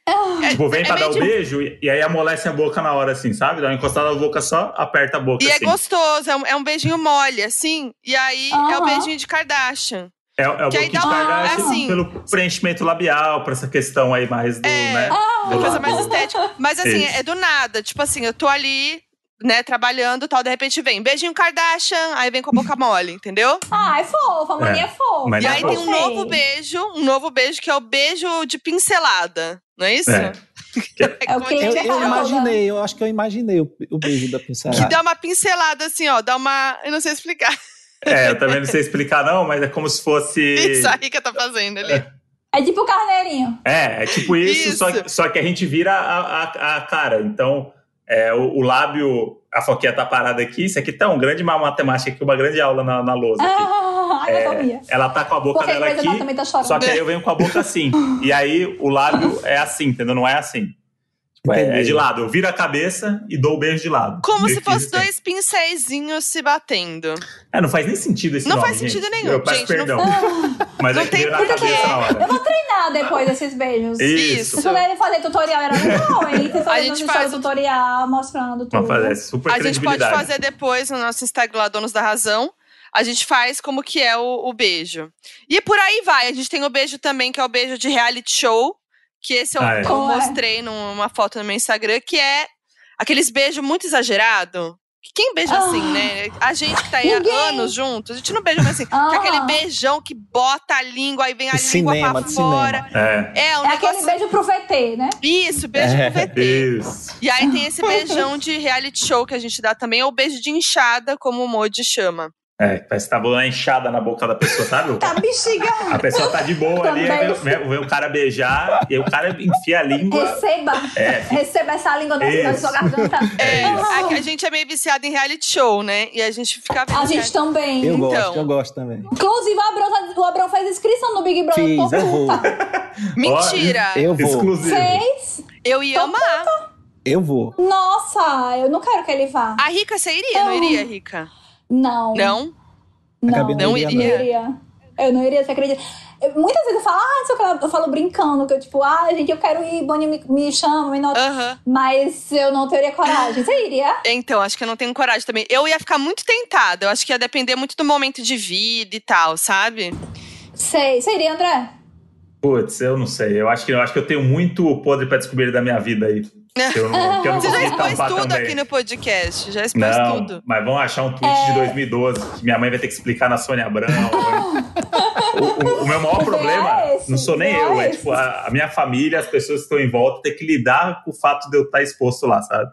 B: Tipo, vem
C: é
B: pra dar o
C: meio
B: beijo e, e aí amolece a boca na hora, assim, sabe? Dá uma encostada na boca só, aperta a boca,
C: E é
B: assim.
C: gostoso, é um, é um beijinho mole, assim. E aí é o
D: Aham.
C: beijinho de Kardashian.
B: É, é o
C: Que
B: boquinho
C: aí
B: de
C: dá uma-
B: Kardashian
C: assim.
B: pelo preenchimento labial, pra essa questão aí mais do,
C: É.
B: né?
C: Uma
B: do
C: coisa
B: lado-
C: mais estética. Mas assim,
B: Isso.
C: é do nada. Tipo assim, eu tô ali, né, trabalhando e tal, de repente vem beijinho Kardashian, aí vem com a boca mole, entendeu?
D: Ah, é fofa, a mania é, fofa.
B: mas
C: E
B: Ele
C: aí
B: é
C: tem um
B: fofo.
C: novo beijo, um novo beijo que é o beijo de pincelada. Não é isso?
B: É.
D: É o que
E: Eu,
D: ele
E: eu
D: Ela-
E: imaginei, eu acho que eu imaginei o, o beijo da
C: Que
E: pincelada.
C: dá uma pincelada assim, ó, dá uma. Eu não sei explicar.
B: É, eu também não sei explicar, não, mas é como se fosse.
C: Isso aí que tá fazendo ali.
D: É tipo o carneirinho.
B: É, é tipo isso,
C: Isso.
B: Só, que- só que a gente vira a, a- a cara. Então, é, o, o lábio, a foquinha tá parada aqui. Isso aqui tá um grande uma matemática aqui, uma grande aula na, na lousa aqui.
D: Ah, anatomia.
B: Ela tá com a boca
D: Porque a
B: dela
D: empresa
B: aqui,
D: não, também tá chorando.
B: só que aí eu venho com a boca assim. E aí o lábio é assim, entendeu? Não é assim. Tipo, é, é de lado. Eu viro a cabeça e dou o beijo de lado.
C: Como
B: Meio
C: se
B: que
C: fossem
B: assim.
C: dois pincéizinhos se batendo.
B: É, não faz nem sentido esse
C: Não
B: nome,
C: faz sentido
B: gente.
C: nenhum,
B: Eu peço
C: gente, não-
B: perdão. Mas
C: Não
B: é que
C: tem
B: veio na
C: porquê.
B: cabeça na hora.
D: Eu vou treinar depois esses beijos.
B: Isso.
D: Vocês puderem fazer tutorial, era muito bom, hein? Vocês
C: A
D: fazendo
C: gente
D: esse
C: faz
D: show
C: um-
D: tutorial, mostrando tudo.
B: Mas parece super
C: A gente pode
B: credibilidade.
C: fazer depois no nosso Instagram lá, Donos da Razão. A gente faz como que é o, o beijo. E por aí vai. A gente tem o beijo também, que é o beijo de reality show. Que esse eu,
B: Ah, é.
C: eu
D: Ué.
C: mostrei numa foto no meu Instagram, que é aqueles beijos muito exagerado. Que Quem beija
D: Ah.
C: assim, né? A gente que tá aí
D: Ninguém. Ah.
C: há anos juntos, a gente não beija mais assim. Que é aquele
D: Aham.
C: beijão que bota a língua, aí vem a
E: De
C: língua
E: cinema,
C: pra
E: de
C: fora.
E: cinema.
B: É.
C: É, um
D: É
C: negócio...
D: aquele beijo pro VT, né?
C: Isso, beijo
E: É.
C: com VT.
B: Isso.
C: E aí tem esse beijão de reality show que a gente dá também, ou beijo de inchada, como o Modi chama.
B: É, parece que tá dando uma enxada na boca da pessoa, sabe?
D: Tá bexiga.
B: A pessoa tá de boa ali, aí vê, vê- vê o cara beijar, e aí o cara enfia a língua.
D: Receba. Receba essa língua na na
B: É. Isso.
D: sua garganta.
B: É isso.
D: Ah,
C: A, a gente é meio viciado em reality show, né? E a gente fica vendo.
D: A gente também.
E: Eu
C: Então.
E: gosto, eu gosto também.
D: Inclusive, o Abrão, tá- o Abrão fez inscrição no Big Brother.
E: Fiz, é
D: por
E: eu vou,
D: culpa. tá-
C: Mentira! eu...
E: eu vou,
B: Exclusivo.
D: Fez?
C: ia amar.
E: eu vou.
D: Nossa, eu não quero que ele vá.
C: A Rica, você iria, não
D: Eu-
C: iria, Rica?
D: Não.
C: Não?
D: Não,
E: Acabei
C: não
D: eu
C: iria.
D: iria. Eu não iria, você acredita? Eu- muitas vezes eu falo, ah, não sei o que lá, eu falo brincando, que eu tipo, ah, gente, eu quero ir, Bonnie me, me chama, me nota.
C: Aham.
D: Mas eu não teria coragem. Você iria?
C: Então, acho que eu não tenho coragem também. Eu ia ficar muito tentada. Eu acho que ia depender muito do momento de vida e tal, sabe?
D: Sei. Você iria, André?
B: Putz, eu não sei. Eu acho que eu acho que eu tenho muito podre pra descobrir da minha vida aí. Que eu não, que eu não
C: Você já
B: consegui
C: expôs
B: tampar
C: tudo
B: também.
C: aqui no podcast. Já expôs
B: não,
C: tudo.
B: mas vão achar um tweet de 2012 que minha mãe vai ter que explicar na Sônia Abrão. né? o, o- o meu maior problema
D: é esse,
B: não sou nem
D: não
B: eu,
D: é
B: é
D: esse.
B: tipo a, a minha família, as pessoas que estão em volta, ter que lidar com o fato de eu estar exposto lá, sabe?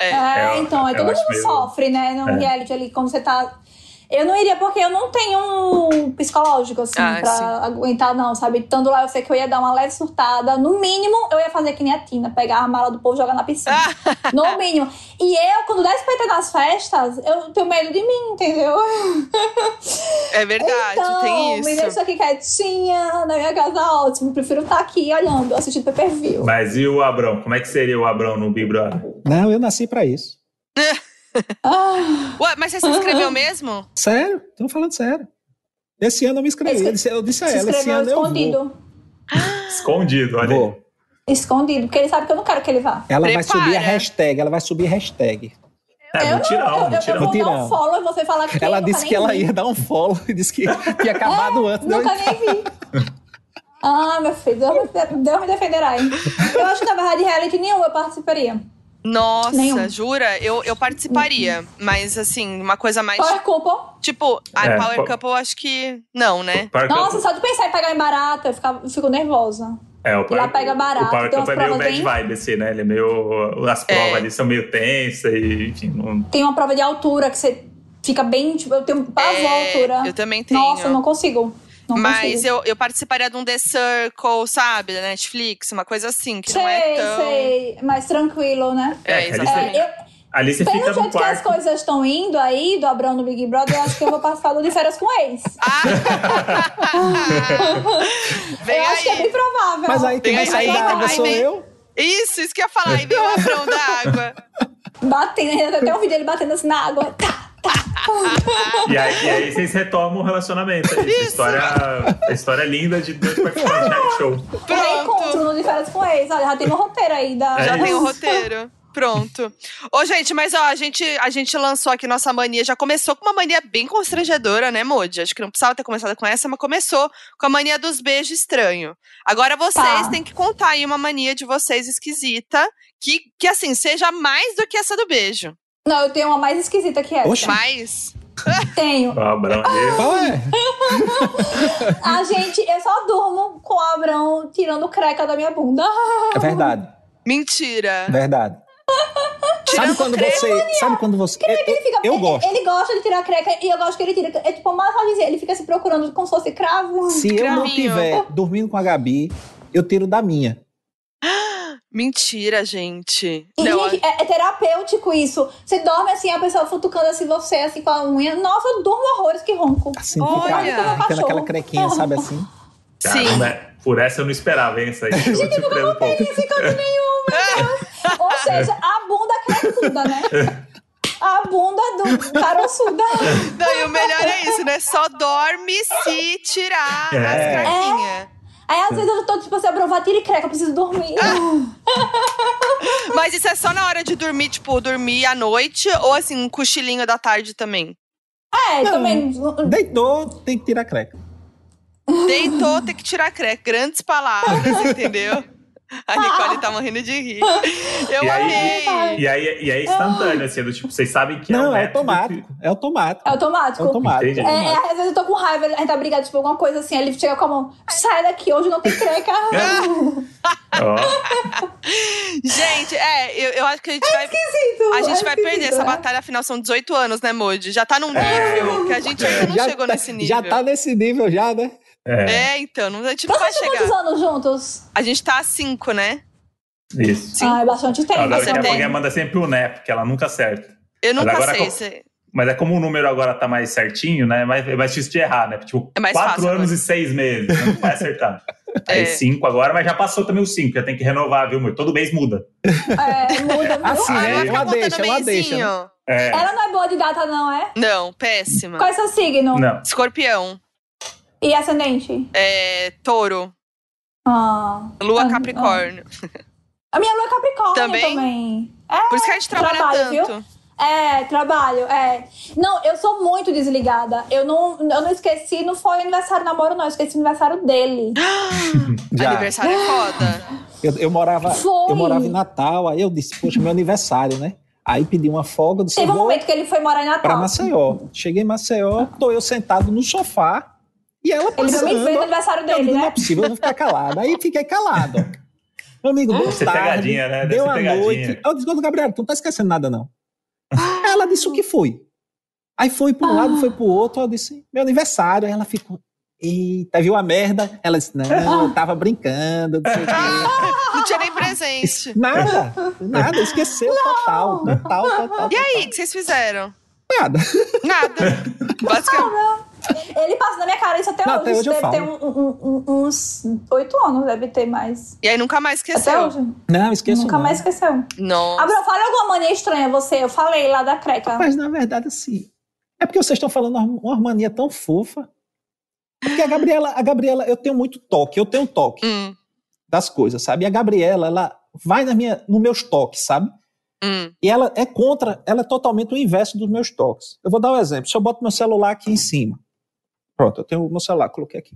D: É,
B: eu-
D: então, aí
B: eu
D: todo
B: acho
D: mundo
B: meio-
D: sofre, né? No
B: É.
D: reality ali, quando você tá. Eu não iria porque eu não tenho um psicológico, assim,
C: Ah,
D: pra
C: sim.
D: aguentar, não, sabe? Estando lá, eu sei que eu ia dar uma leve surtada. No mínimo, eu ia fazer que nem a Tina, pegar a mala do povo e jogar na piscina. no mínimo. E eu, quando dá SPT nas festas, eu tenho medo de mim, entendeu?
C: É verdade,
D: então,
C: tem isso.
D: me deixa aqui quietinha, na minha casa, ótimo. Prefiro estar aqui olhando, assistindo pay per view.
B: Mas e o Abrão? Como é que seria o Abrão no Big Brother?
E: Não, eu nasci pra isso.
D: Ah,
C: Ué, mas você se inscreveu mesmo?
E: Sério, tô falando sério. Esse ano eu me inscrevi.
D: Esse-
E: Eu disse, eu
B: é,
E: disse a
D: se
E: ela, esse
D: inscreveu
E: ano eu vou.
D: escondido.
B: Escondido, olha aí.
E: vou.
D: Escondido, porque ele sabe que eu não quero que ele vá.
E: Ela vai
C: Prepara.
E: subir a hashtag, ela vai subir hashtag.
B: É,
D: eu,
B: mutirão,
D: eu,
B: mutirão.
D: eu vou dar
E: Mutirão.
D: um follow e você falar que
E: Ela
D: nunca
E: disse
D: nem
E: que ela
D: vi.
E: ia dar um follow e disse que tinha acabado antes. de eu
D: Nunca nem vi. Ah, meu filho, Deus me, de- Deus me defenderá, hein? Eu acho que na verdade reality nenhum eu participaria.
C: Nossa,
D: Nenhum.
C: jura? Eu, eu participaria. Mas assim, uma coisa mais.
D: Power Couple.
C: Tipo, a
B: É,
C: Power
B: po-
C: Couple eu acho que. Não, né?
B: Power Couple-
D: Nossa, só de pensar em pegar em barata, eu, ficava- eu fico nervosa.
B: É, o
D: Lá pega barato,
B: O Power
D: tem
B: Camp é
D: umas
B: meio
D: provas
B: bad
D: bem-
B: vibe, assim, né? Ele é meio. As provas
C: É.
B: ali são meio tensas e, enfim, não.
D: Tem uma prova de altura que você fica bem, tipo, eu tenho pavor à
C: É,
D: altura.
C: eu também tenho.
D: Nossa, eu não consigo. Não
C: Mas
D: consigo.
C: eu, eu participaria de um The Circle, sabe? Da Netflix, uma coisa assim, que
D: sei,
C: não é tão.
D: sei, mais tranquilo, né?
C: É,
B: É,
C: exatamente.
D: É, eu,
B: Ali você
D: Pelo
B: fica no
D: jeito que as
B: quarto.
D: coisas estão indo aí, do Abrão do Big Brother, eu acho que eu vou participar do de férias com ex.
C: Ah! Vem
D: eu acho que é bem
C: aí.
D: provável.
E: Mas aí quem
C: Tem
E: vai
C: aí, então.
E: sair
C: aí,
E: da água
C: aí,
E: sou
C: aí.
E: eu.
C: Isso, isso que eu ia falar. Aí vem o abrão da água.
D: Batendo, ainda tem até um vídeo dele batendo assim na água. Tá, tá.
B: E aí, e aí vocês retomam o relacionamento. Aí. Essa
C: Isso.
B: História, a história é linda de dois participantes de reality show.
D: Reencontro
C: Pronto.
D: no de férias com ex. Olha, já tem no roteiro aí da.
B: É
C: Já
B: isso.
C: tem o roteiro. Pronto. Ô, gente, mas ó, a gente, a gente lançou aqui nossa mania. Já começou com uma mania bem constrangedora, né, Modi? Acho que não precisava ter começado com essa, mas começou com a mania dos beijos estranho. Agora vocês
D: Tá.
C: têm que contar aí uma mania de vocês esquisita, que, que assim, seja mais do que essa do beijo.
D: Não, eu tenho uma mais esquisita que essa.
E: Oxe.
C: Mas.
D: Tenho.
B: O Abrão
D: Ah,
B: ali.
E: Qual é?
D: A gente, eu só durmo com o Abrão tirando creca da minha bunda.
E: É verdade,
C: Mentira.
E: verdade. Sabe quando você. Sabe quando você. é,
D: Ele fica-
E: Eu
D: ele-
E: gosto.
D: Ele gosta de tirar creca e eu gosto que ele tira. É tipo uma dizer, ele fica se procurando como se fosse cravo.
E: Se eu não
C: Cravinho.
E: tiver dormindo com a Gabi, eu tiro da minha.
C: Mentira, gente.
D: E,
C: Não,
D: gente, é, é terapêutico isso. Você dorme assim, a pessoa futucando assim você, assim com a unha. Nossa, eu durmo horrores que ronco.
E: Assim,
C: Olha.
E: fica, ficando aquela
D: Cachorro.
E: crequinha, sabe assim?
C: sim.
B: Caramba, é- por essa eu não esperava, hein? Isso aí. Eu vou te um pouco.
D: Ou seja, a bunda crecuda, né? A bunda do caroçuda.
C: Não, e o melhor é isso, né? Só dorme se tirar
B: É.
C: as craquinhas.
D: Aí às vezes eu tô tipo assim, aprovar tira e creca, eu preciso dormir.
C: Mas isso é só na hora de dormir, tipo, dormir à noite ou assim, um cochilinho da tarde também.
D: É,
E: Não.
D: também.
E: Deitou, tem que tirar a creca.
C: Deitou, tem que tirar a creca. Grandes palavras, entendeu? A Nicole tá morrendo de rir. Eu
B: E aí-
C: amei.
B: E aí, e aí é instantâneo, assim, do tipo, vocês sabem que é um
E: Não, é
B: método
E: automático. É automático.
D: É automático.
E: É automático.
B: Entendi.
D: É, é, às vezes eu tô com raiva, a gente tá brigando, tipo, alguma coisa assim, ele chega com a mão, sai daqui, hoje não tem creca.
C: É.
B: que- Ó.
C: Gente, é, eu, eu acho que a gente vai. A gente
D: É
C: vai perder
D: né?
C: essa batalha final, são 18 anos, né, Moody? Já tá num
B: É.
C: nível que a gente ainda não chegou
E: tá,
C: nesse nível.
E: já tá nesse nível, já, né?
B: É,
C: É, então, não- a gente não vai
D: Vocês estão
C: chegar.
D: quantos anos juntos?
C: A gente tá a 5, né?
B: isso.
C: Sim.
D: Ah, é bastante tempo.
B: Agora
C: você
B: daqui a
C: tem.
B: pouco ela manda sempre o né, porque ela nunca acerta.
C: Eu
B: Mas
C: nunca
B: agora
C: sei.
B: com-
C: se-
B: Mas é como o número agora tá mais certinho, né? É mais, é mais difícil de errar, né? Tipo,
C: É mais
B: quatro
C: fácil
B: anos
C: agora.
B: e seis meses, né? não vai acertar.
C: É.
B: Aí cinco agora, mas já passou também os cinco, já tem que renovar, viu? Muito? Todo mês muda.
D: É, muda, viu?
E: Assim,
C: Ah, ela
E: é
C: fica
E: uma
C: botando
E: deixa, é uma deixa.
C: meizinho.
E: né?
B: É,
D: Ela não é boa de data, não, é?
C: Não, péssima.
D: Qual é seu signo?
B: não.
C: Escorpião,
D: E ascendente?
C: é, touro,
D: Ah.
C: lua
D: Ah,
C: Capricórnio.
D: A minha lua é Capricórnio
C: Também?
D: também. É,
C: Por isso que a gente trabalha
D: trabalho, viu?
C: tanto.
D: é, trabalho, é. Não, eu sou muito desligada. Eu não, eu não esqueci, não foi aniversário do namoro, não. Eu esqueci o aniversário dele.
E: Já.
C: Aniversário é foda.
E: Eu, eu morava,
D: Foi.
E: eu morava em Natal, aí eu disse, poxa, meu aniversário, né? Aí pedi uma folga, eu disse,
D: Teve um
E: vou
D: momento que ele foi morar em
E: pra
D: Natal.
E: Maceió. Cheguei em Maceió, tô eu sentado no sofá e ela
D: Ele
E: passando.
D: também fez o aniversário
E: Eu
D: dele,
E: digo, não é
D: né?
E: possível, eu vou ficar calado. Aí fiquei calado. Meu amigo, deu
B: Deve ser
E: tarde,
B: pegadinha, né? Deve
E: deu
B: ser
E: a
B: pegadinha.
E: noite. Aí Eu disse, "Ô, Gabriel, tu não tá esquecendo nada, não. Ela disse, o que foi? Aí foi pra um lado, foi pro outro, eu disse, meu aniversário. Aí ela ficou, eita, viu a merda? Ela disse, não, eu tava brincando, não sei o quê.
C: Não tinha nem presente.
E: Nada, nada, esqueceu total, total, total.
C: E aí, o que vocês fizeram?
E: Nada.
C: Nada. Basicamente.
D: Ele passa na minha cara isso até
E: Não,
D: hoje.
E: até hoje eu
D: isso deve ter
E: falo.
D: um- um- um- uns oito anos, deve ter mais.
C: E aí nunca mais
D: Até
C: esqueceu.
D: hoje.
E: Não, esqueço
D: Nunca
E: não.
D: mais esqueceu.
C: Nossa.
D: Abrão, fala alguma mania estranha você. Eu falei lá da creca.
E: Mas na verdade, assim. É porque vocês estão falando uma uma mania tão fofa. É Porque a Gabriela, a Gabriela, eu tenho muito toque, eu tenho toque
C: Hum,
E: das coisas, sabe? E a Gabriela, ela vai na minha, nos meus toques, sabe?
C: hum.
E: E ela é contra, ela é totalmente o inverso dos meus toques. Eu vou dar um exemplo. Se eu boto meu celular aqui em cima. Pronto, eu tenho o meu celular, coloquei aqui.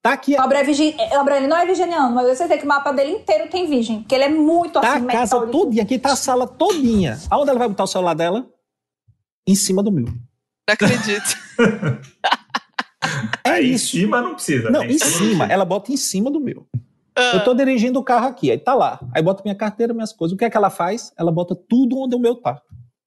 E: Tá aqui,
D: O Abrão, é virgin... é, o Abrão, ele não é virginiano, mas eu sei que o mapa dele inteiro tem virgem. Porque ele é muito
E: tá
D: assim,
E: a casa
D: metódico.
E: todinha, aqui tá a sala todinha. Aonde ela vai botar o celular dela? Em cima do meu.
C: Não acredito.
E: É
B: Aí em
E: isso.
B: cima não precisa.
E: Não,
B: né?
E: em cima. Ela bota em cima do meu. Eu
C: Ah,
E: tô dirigindo o carro aqui, aí tá lá. Aí bota minha carteira, minhas coisas. O que é que ela faz? Ela bota tudo onde o meu tá.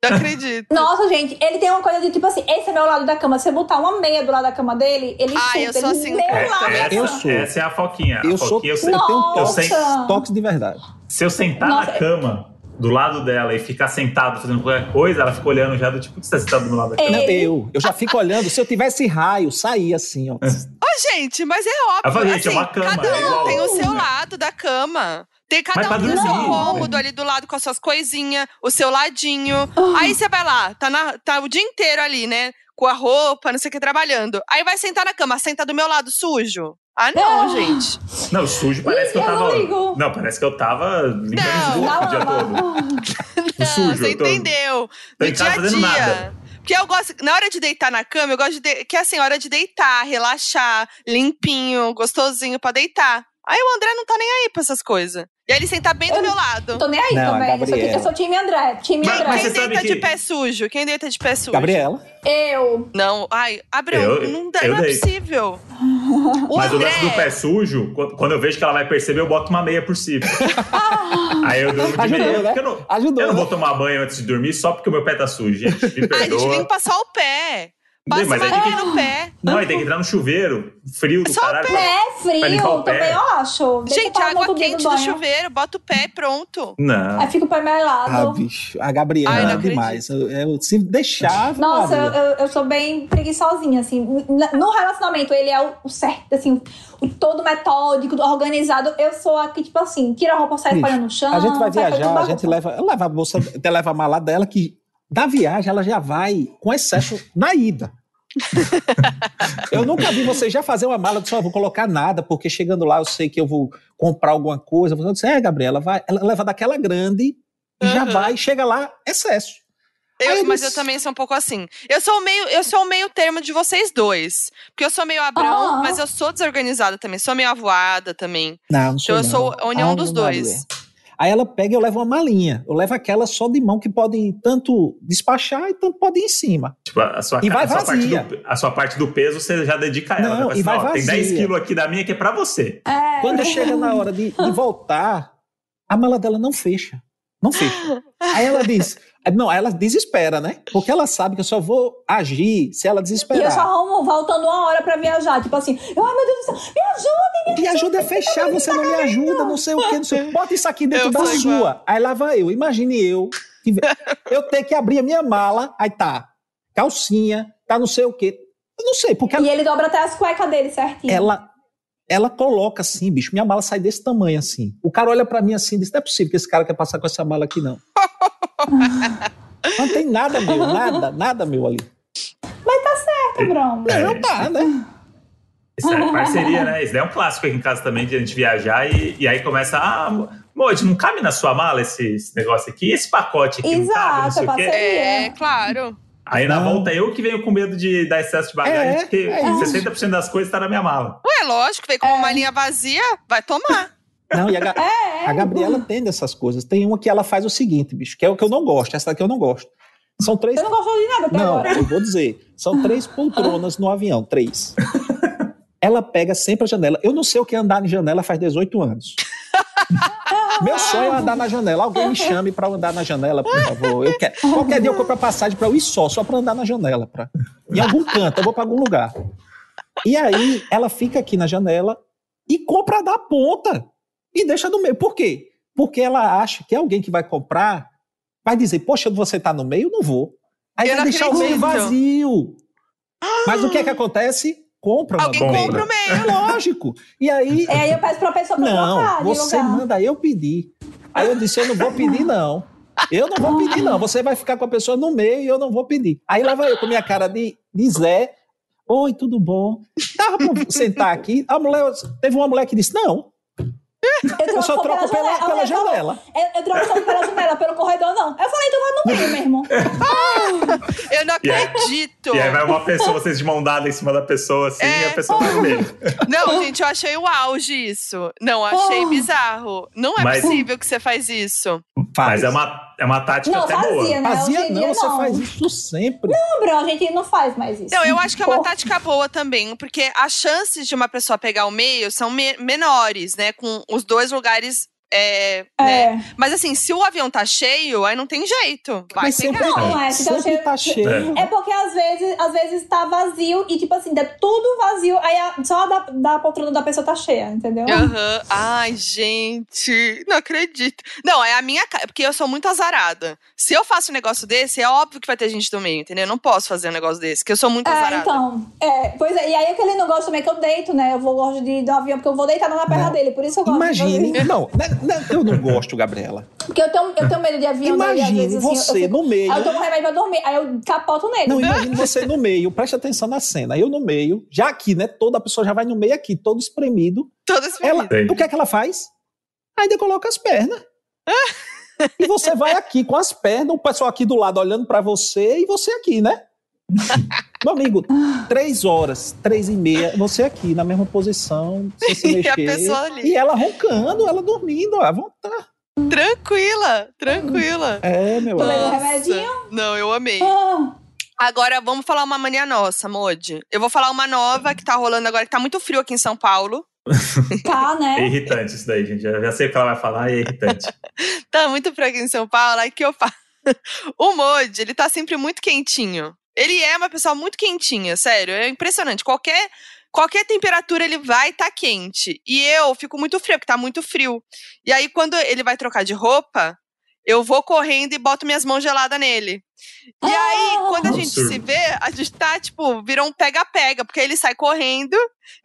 C: Não acredito.
D: Nossa, gente, ele tem uma coisa de tipo assim, esse é meu lado da cama. Se eu botar uma meia do lado da cama dele, ele
C: Ah,
D: chuta.
C: eu sou
D: ele
C: assim,
D: nem
C: cara.
D: lá.
B: essa,
E: Eu sou.
B: essa é a foquinha.
E: Eu
B: a
E: sou,
B: foquinha,
E: eu,
B: eu,
D: Nossa.
E: tenho toques,
D: Nossa.
E: toques de verdade.
B: se eu sentar
D: Nossa.
B: na cama do lado dela e ficar sentado fazendo qualquer coisa, ela fica olhando já do tipo, "Por que você tá sentado do meu lado da
D: Ei.
B: cama?
E: Não, eu, eu já fico olhando. Se eu tivesse raio, saía assim, ó.
C: Ô, gente, mas é óbvio.
B: Eu falei, gente, é
C: assim,
B: uma cama,
C: Cada
B: é
C: um
B: igual.
C: tem o seu lado da cama. Tem cada
B: Mas pra
C: um tem o seu
B: dormir,
C: cômodo
B: né?
C: ali do lado com as suas coisinhas, o seu ladinho. Aí você vai lá, tá, na- tá o dia inteiro ali, né? Com a roupa, não sei o que, trabalhando. Aí vai sentar na cama, senta do meu lado sujo. Ah, não,
D: Ah.
C: gente.
B: Não, sujo parece que eu
D: eu
B: tava.
D: não ligo.
B: Não, parece que eu tava limpando
C: Não,
B: esgoto o dia todo.
C: Não,
B: sujo,
C: você
B: eu tô-
C: entendeu.
B: tô
C: no
B: em
C: dia
B: casa
C: a
B: fazendo
C: dia.
B: nada.
C: Porque eu gosto, na hora de deitar na cama, eu gosto de, de que é assim, hora de deitar, relaxar, limpinho, gostosinho pra deitar. Aí o André não tá nem aí pra essas coisas. E aí ele senta bem do
D: Eu-
C: meu lado.
D: Não tô nem aí
E: Não,
D: também.
E: a
D: Eu sou, ti-
E: Gabriela.
D: eu sou time André. Time
B: Mas-
D: André.
B: mas
C: Quem
B: você sabe
C: deita de
B: que-
C: pé sujo? Quem deita de pé sujo?
E: Gabriela,
D: Eu.
C: Não, ai, Abrão,
B: Eu-
C: não, dá-
B: eu
C: não é
B: deito.
C: possível. O
B: Mas o
C: André,
B: lance do pé sujo, quando- quando eu vejo que ela vai perceber, eu boto uma meia por cima. Aí eu durmo de
E: Ajudou,
B: meia.
E: né?
B: porque Eu não,
E: ajudou.
B: eu não
E: né?
B: vou tomar banho antes de dormir só porque o meu pé tá sujo, gente. Me
C: ai, a gente
B: perdoa.
C: limpa só o pé. Passa
B: Mas aí tem
C: marinha
D: Ah,
C: no pé.
B: Não, aí tem que entrar no chuveiro, frio do
C: Só o
B: caralho.
D: É
B: limpar o
D: frio,
B: pé.
D: também eu acho. Deixa
C: Gente,
D: pra lá no
C: água
D: outro dia
C: quente
D: do
C: do
D: banho.
C: chuveiro, bota o pé e pronto.
B: Não.
D: Aí fica o pé
E: Ah,
D: melado.
E: bicho, a Gabriela
C: Ai, não
E: é demais. Eu, eu- se deixava.
D: Nossa, eu,
E: Maria.
D: eu, eu sou bem preguiçosinha, assim. N- No relacionamento, ele é o, o certo, assim, o todo metódico, organizado. Eu sou a que, tipo assim, tira a roupa, sai
E: Bicho,
D: espalhando Então, no chão.
E: a gente vai
D: sai fazendo
E: viajar, a
D: bagunça.
E: gente leva, ela leva a bolsa, ela leva a mala dela que da viagem ela já vai com excesso na ida. eu nunca vi você já fazer uma mala de só vou colocar nada, porque chegando lá eu sei que eu vou comprar alguma coisa. Você disse, é, Gabriela, vai, ela leva daquela grande e já
C: Uhum.
E: vai, chega lá, excesso.
C: Eu-
E: Aí eu
C: mas eu
E: disse-
C: também sou um pouco assim. Eu sou o meio, eu sou o meio termo de vocês dois. Porque eu sou meio abrão,
D: Ah.
C: mas eu sou desorganizada também. Sou meio avoada também.
E: Não, não sou
C: Então eu
E: não.
C: sou a união
E: Ave
C: dos dois.
E: Maria. Aí ela pega e eu levo uma malinha. Eu levo aquela só de mão que pode tanto despachar e tanto pode ir em cima.
B: Tipo, a sua,
E: E vai
B: a, sua parte
E: vazia.
B: do, a sua parte do peso você já dedica a ela.
E: Não, e
B: né? Fala assim,
E: vai
B: ó, tem
E: vazia.
B: 10 quilos aqui da minha que é pra você.
E: Quando chega na hora de, de voltar, a mala dela não fecha. Não fecha. Aí ela diz. Não, aí ela desespera, né? Porque ela sabe que eu só vou agir se ela
D: E eu só
E: desesperar.
D: arrumo voltando uma hora pra viajar. Tipo assim, ai meu Deus do céu, me ajuda!
E: Me ajuda a fechar, você
D: Tá
E: não me ajuda, não sei o que, não sei o quê. Bota isso aqui dentro
C: Eu
E: da
C: sou igual.
E: sua. Aí lá vai eu. Imagine eu. que- Eu ter que abrir a minha mala, aí tá. Calcinha, tá não sei o quê. Eu não sei, porque ela
D: E ele dobra até as cuecas dele certinho.
E: ela ela coloca assim, bicho, minha mala sai desse tamanho assim. O cara olha pra mim assim, e diz: "Não é possível que esse cara quer passar com essa mala aqui não". não tem nada meu, nada, nada meu ali.
D: Certo, Brão.
B: É.
E: Não tá, né?
B: Isso é parceria, né? Isso daí é um clássico aqui em casa também, de a gente viajar e, e aí começa. Ah, Moji, não cabe na sua mala esse, esse negócio aqui? Esse pacote aqui não cabe, não
D: Exato,
B: sei
D: é
B: o quê.
D: parceria.
C: É, claro.
B: Aí na
E: Não.
B: volta eu que venho com medo de dar excesso de bagagem,
E: Ah. É,
B: porque
E: é isso.
B: 60% das coisas tá na minha mala.
C: Ué, lógico, veio com
D: É.
C: uma linha vazia, vai tomar.
E: Não, e a, Ga-
D: É, é.
E: a Gabriela tem dessas coisas. Tem uma que ela faz o seguinte, bicho, que é o que eu não gosto, essa daqui eu não gosto. São três.
D: Eu não gosto de nada até
E: Não,
D: agora.
E: eu vou dizer. São três poltronas no avião, três. Ela pega sempre a janela. Eu não sei o que é andar em janela faz 18 anos. Meu sonho é andar na janela. Alguém me chame pra eu andar na janela, por favor. Eu quero. Qualquer dia eu compro a passagem pra eu ir só, só pra andar na janela. Pra... Em algum canto, eu vou pra algum lugar. E aí ela fica aqui na janela e compra da ponta e deixa no meio. Por quê? Porque ela acha que alguém que vai comprar vai dizer, poxa, você tá no meio? Eu não vou. Aí
C: Eu
E: vai
C: não
E: deixar o meio
C: acredito. Ah!
E: vazio. Mas o que é que acontece? Compra na
C: Alguém
E: bomba.
C: compra o meio.
E: É lógico. E aí,
D: É, aí eu peço pra pessoa pra trocar
E: não,
D: de
E: você
D: lugar.
E: manda eu pedir. Aí eu disse, eu não vou pedir não. Eu não vou pedir não, você vai ficar com a pessoa no meio e eu não vou pedir. Aí lá vai eu com minha cara de, de Zé, oi, tudo bom? Dava pra eu sentar aqui? A mulher, teve uma mulher que disse, não, eu só troco pela, pela
D: Eu falei,
E: janela.
D: Eu, eu troco só pela janela, pelo corredor não. Eu falei, tu vai no meio, meu irmão.
C: Eu não
B: E aí-
C: acredito.
B: E aí vai uma pessoa, vocês de mão dada em cima da pessoa, assim,
C: É.
B: e a pessoa tá no meio.
C: Não, gente, eu achei o auge isso. Não, achei
D: Oh.
C: bizarro. Não é
B: Mas-
C: possível que você faz isso.
B: Mas é uma, é uma tática
D: Não,
B: até boa.
D: fazia, né? Hoje
E: Fazia
D: em
E: não,
D: dia,
E: você
D: não.
E: faz isso sempre.
D: Não, Bruno, a gente não faz mais isso.
C: Não, eu acho que é uma
D: Pô.
C: tática boa também, porque as chances de uma pessoa pegar o meio são me- menores, né? Com os dois lugares. é, né?
D: É.
C: Mas assim, se o avião tá cheio, aí não tem jeito. Vai
E: Mas
C: pegar.
E: sempre,
D: Não, é, se
E: sempre
D: você-
E: tá cheio.
D: É porque às vezes, às vezes tá vazio e, tipo assim, é tudo vazio, aí a- só a da, da poltrona da pessoa tá cheia, entendeu?
C: Aham. Ai, gente, não acredito. Não, é a minha cara, porque eu sou muito azarada. Se eu faço um negócio desse, é óbvio que vai ter gente do meio, entendeu? Eu não posso fazer um negócio desse, porque eu sou muito
D: É,
C: azarada.
D: então. É, pois é, e aí o que ele não gosta também é que eu deito, né? Eu vou gosto de do avião, porque eu vou deitar na perna
E: Não.
D: dele, por isso que eu gosto de
E: É. Imagine, não, né, né, eu não gosto, Gabriela.
D: fazer. Porque eu tenho, eu tenho medo de avião, né? E às
E: Imagine
D: vezes, assim, eu-
E: você
D: eu, fico-
E: no meio.
D: Aí eu tomo remédio pra dormir, aí eu capoto nele.
E: Não, imagina você no meio, preste atenção na cena. Eu no meio, já aqui, né? Toda a pessoa já vai no meio aqui, todo espremido.
C: Todas
E: Ela,
B: Sim.
E: o que é que ela faz? Ainda coloca as pernas.
C: Ah!
E: E você vai aqui com as pernas, o pessoal aqui do lado olhando pra você e você aqui, né? Meu amigo, três horas, três e meia, você aqui na mesma posição, sem se
C: E
E: mexer.
C: a pessoa ali.
E: E ela roncando, ela dormindo, ó, à vontade.
C: Tranquila, tranquila.
E: É, meu
D: Tomei
E: amigo.
D: um
C: Nossa.
D: remedinho.
C: Não, eu amei.
D: Ah,
C: Agora vamos falar uma mania nossa, Modi. Eu vou falar uma nova que tá rolando agora, que tá muito frio aqui em São Paulo.
D: tá,
B: É
D: né?
B: irritante isso daí, gente. Eu já sei o que ela vai falar e é irritante.
C: Tá muito frio aqui em São Paulo, aí que eu falo. O Modi, ele tá sempre muito quentinho. Ele é uma pessoa muito quentinha, sério. É impressionante. Qualquer, qualquer temperatura ele vai tá quente. E eu fico muito frio, porque tá muito frio. E aí, quando ele vai trocar de roupa, eu vou correndo e boto minhas mãos geladas nele. E aí, quando a gente se
B: Absurdo.
C: vê, a gente tá, tipo, virou um pega-pega, porque ele sai correndo,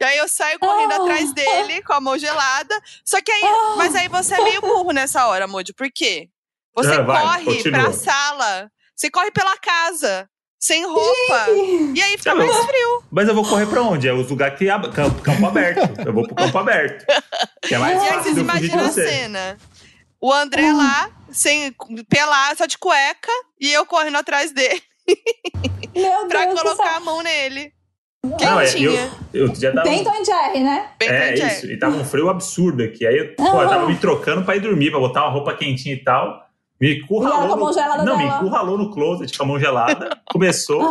C: e aí eu saio correndo
D: Ah.
C: atrás dele com a mão gelada. Só que aí.
D: Oh!
C: Mas aí você é meio burro nessa hora, Moody. Por quê? Você
B: Ah, vai,
C: corre
B: continua.
C: pra sala, você corre pela casa, sem roupa. E aí fica
B: Tá
C: mais
B: bom.
C: frio.
B: Mas eu vou correr pra onde? É os lugares que ab... campo, campo aberto. Eu vou pro campo aberto. Que é mais
C: E aí
B: fácil
C: vocês
B: de eu fugir de
C: imaginam a
B: você.
C: cena. O André lá, sem pelado, só de cueca, e eu correndo atrás dele
D: Meu
C: pra
D: Deus do céu.
C: colocar a mão nele.
B: Não, é,
C: Quentinha.
B: eu, eu já tava. um-
D: Tem Tom e Jerry, né?
C: Bem
B: é,
C: quentinha.
B: isso. E tava um frio absurdo aqui. Aí eu, pô, eu tava me trocando pra ir dormir, pra botar uma roupa quentinha e tal. Me
D: E ela com a
B: encurralou.
D: mão gelada
B: No... Não, me
D: dela. Ah,
B: encurralou no closet com a mão gelada. Começou.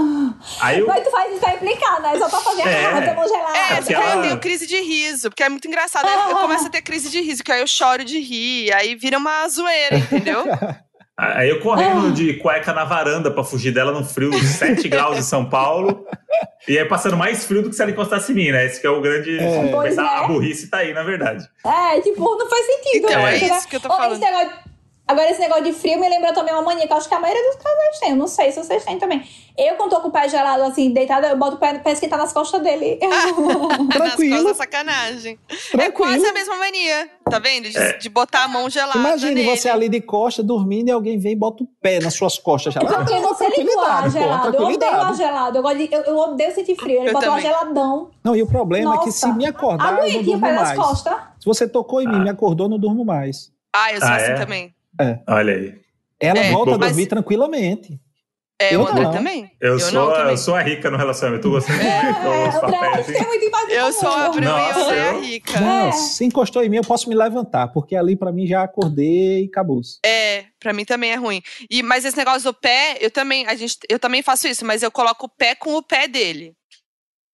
B: Aí eu.
D: Mas tu faz isso pra implicar, né? Só pra fazer
B: É.
D: errado, tomou gelada.
C: É,
B: Porque
C: porque aí eu
B: ela-
C: tenho crise de riso, porque é muito engraçado. Aí eu
D: Ah.
C: começo a ter crise de riso, que aí eu choro de rir, aí vira uma zoeira, entendeu?
B: Aí eu
D: Ah.
B: correndo de cueca na varanda pra fugir dela num frio de 7 graus em São Paulo. E aí passando mais frio do que se ela encostasse em mim, né? Esse que é o grande.
E: É.
D: Pois
B: Mas a-
D: é.
B: A burrice tá aí, na verdade.
D: É, tipo, não faz sentido.
C: Então,
D: né?
C: é isso que eu tô
D: Ou
C: falando.
D: esse negócio- Agora, esse negócio de frio me lembrou também uma mania que eu acho que a maioria dos casais tem. Eu não sei se vocês têm também. Eu, quando tô com o pé gelado, assim, deitada, eu boto o pé pra esquentar nas costas dele.
C: Nas
E: Tranquilo.
C: costas, sacanagem. É
E: Tranquilo.
C: quase a mesma mania, tá vendo? De,
B: É.
C: de botar a mão gelada
E: Imagine
C: nele.
E: você ali de costa dormindo e alguém vem e bota o pé nas suas costas. Já.
D: Só que você ligou o
E: Tranquilidade, pô,
D: ar gelado. Eu odeio o ar
E: tranquilidade.
D: gelado. Eu, gosto de- eu, eu odeio sentir frio. Ele
C: Eu
D: botou o ar
C: também.
D: geladão.
E: Não, e o problema é que
D: Nossa.
E: se me acordar, eu não
D: Aguentinho o
E: durmo
D: pé nas
E: mais.
D: costas.
E: Se você tocou em mim,
B: Ah.
E: me acordou, eu não durmo mais.
C: Ah, eu sou
B: Ah,
C: assim
B: é?
C: também.
B: Olha aí.
E: Ela
C: É,
E: volta a
C: mas-
E: dormir tranquilamente.
C: É,
E: Eu
C: o André
E: não.
C: também.
B: Eu, sou,
C: não
B: a-
C: também.
B: eu sou a rica no relacionamento. Eu gosto de
D: É,
B: os
D: André, a
B: papéis.
D: gente tem muito empate
C: Eu
D: com
C: sou a
D: o
C: Bruna e
B: Nossa,
C: o André é a
B: eu-
C: rica.
E: Não,
D: É.
E: se encostou em mim, eu posso me levantar, porque ali pra mim já acordei e acabou.
C: É, pra mim também é ruim. E, mas esse negócio do pé, eu também, a gente, eu também faço isso, mas eu coloco o pé com o pé dele.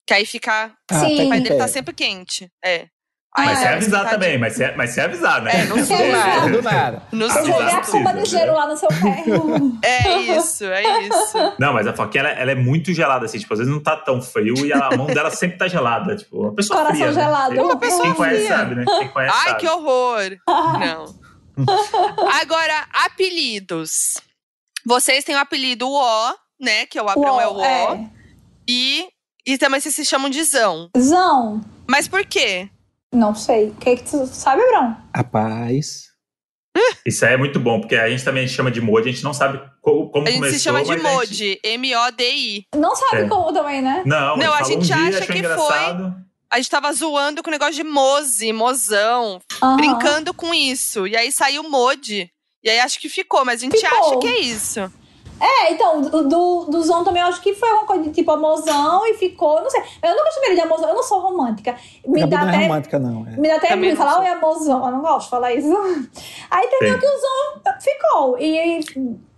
C: Que aí fica.
D: Sim.
C: O
D: Sim.
C: pai dele tá sempre quente. É. Aí
B: Mas se
C: dá uma
B: avisar
C: esquentadinha.
B: também, mas se, mas se avisar, né?
C: É, não sou
B: É,
C: lá.
E: Do nada.
C: No
B: Ah,
D: Joguei
C: sul.
B: mas-
D: a cuba de gelo lá no seu pé.
C: É isso, é isso.
B: Não, mas a Foquinha, ela, ela é muito gelada, assim. Tipo, às vezes não tá tão frio e ela- a mão dela sempre tá gelada. Tipo, uma pessoa
D: Coração
B: fria,
D: gelado.
B: Né?
D: Uma
C: pessoa
B: Quem conhece
C: fria.
B: sabe, né? Quem conhece
C: Ai,
B: sabe.
C: que horror! Não. Agora, apelidos. Vocês têm o apelido O, né? Que é o Abrão é o O.
D: é.
C: E, e também vocês se chamam de Zão.
D: Zão,
C: Mas por quê?
D: não sei. O que que tu sabe, Brão?
E: Rapaz.
B: Isso aí é muito bom, porque a gente também chama de Modi, a gente não sabe co- como
C: A gente
B: começou.
C: se chama de
B: mas a gente-
C: Modi. M-O-D-I.
D: Não sabe
B: É.
D: como também, né?
B: Não,
C: Não, a
B: falou
C: gente
B: um dia,
C: acha
B: achou
C: que
B: engraçado.
C: A gente tava zoando com o negócio de Mose, Mozão.
D: Aham.
C: Brincando com isso. E aí saiu Modi. E aí acho que ficou, mas a gente
D: Ficou.
C: acha que é isso.
D: É, então, do, do, do Zon também eu acho que foi uma coisa de tipo amozão e ficou, não sei. Eu nunca chamei ele de amozão, eu não sou romântica. Me
E: Gabi
D: dá
E: não é
D: até.
E: romântica, não. É.
D: Me dá até
C: Também
D: medo
C: não
D: de falar,
C: sou.
D: oi, amozão. Eu não gosto de falar isso. Aí entendeu
B: Sim.
D: que o Zon ficou e,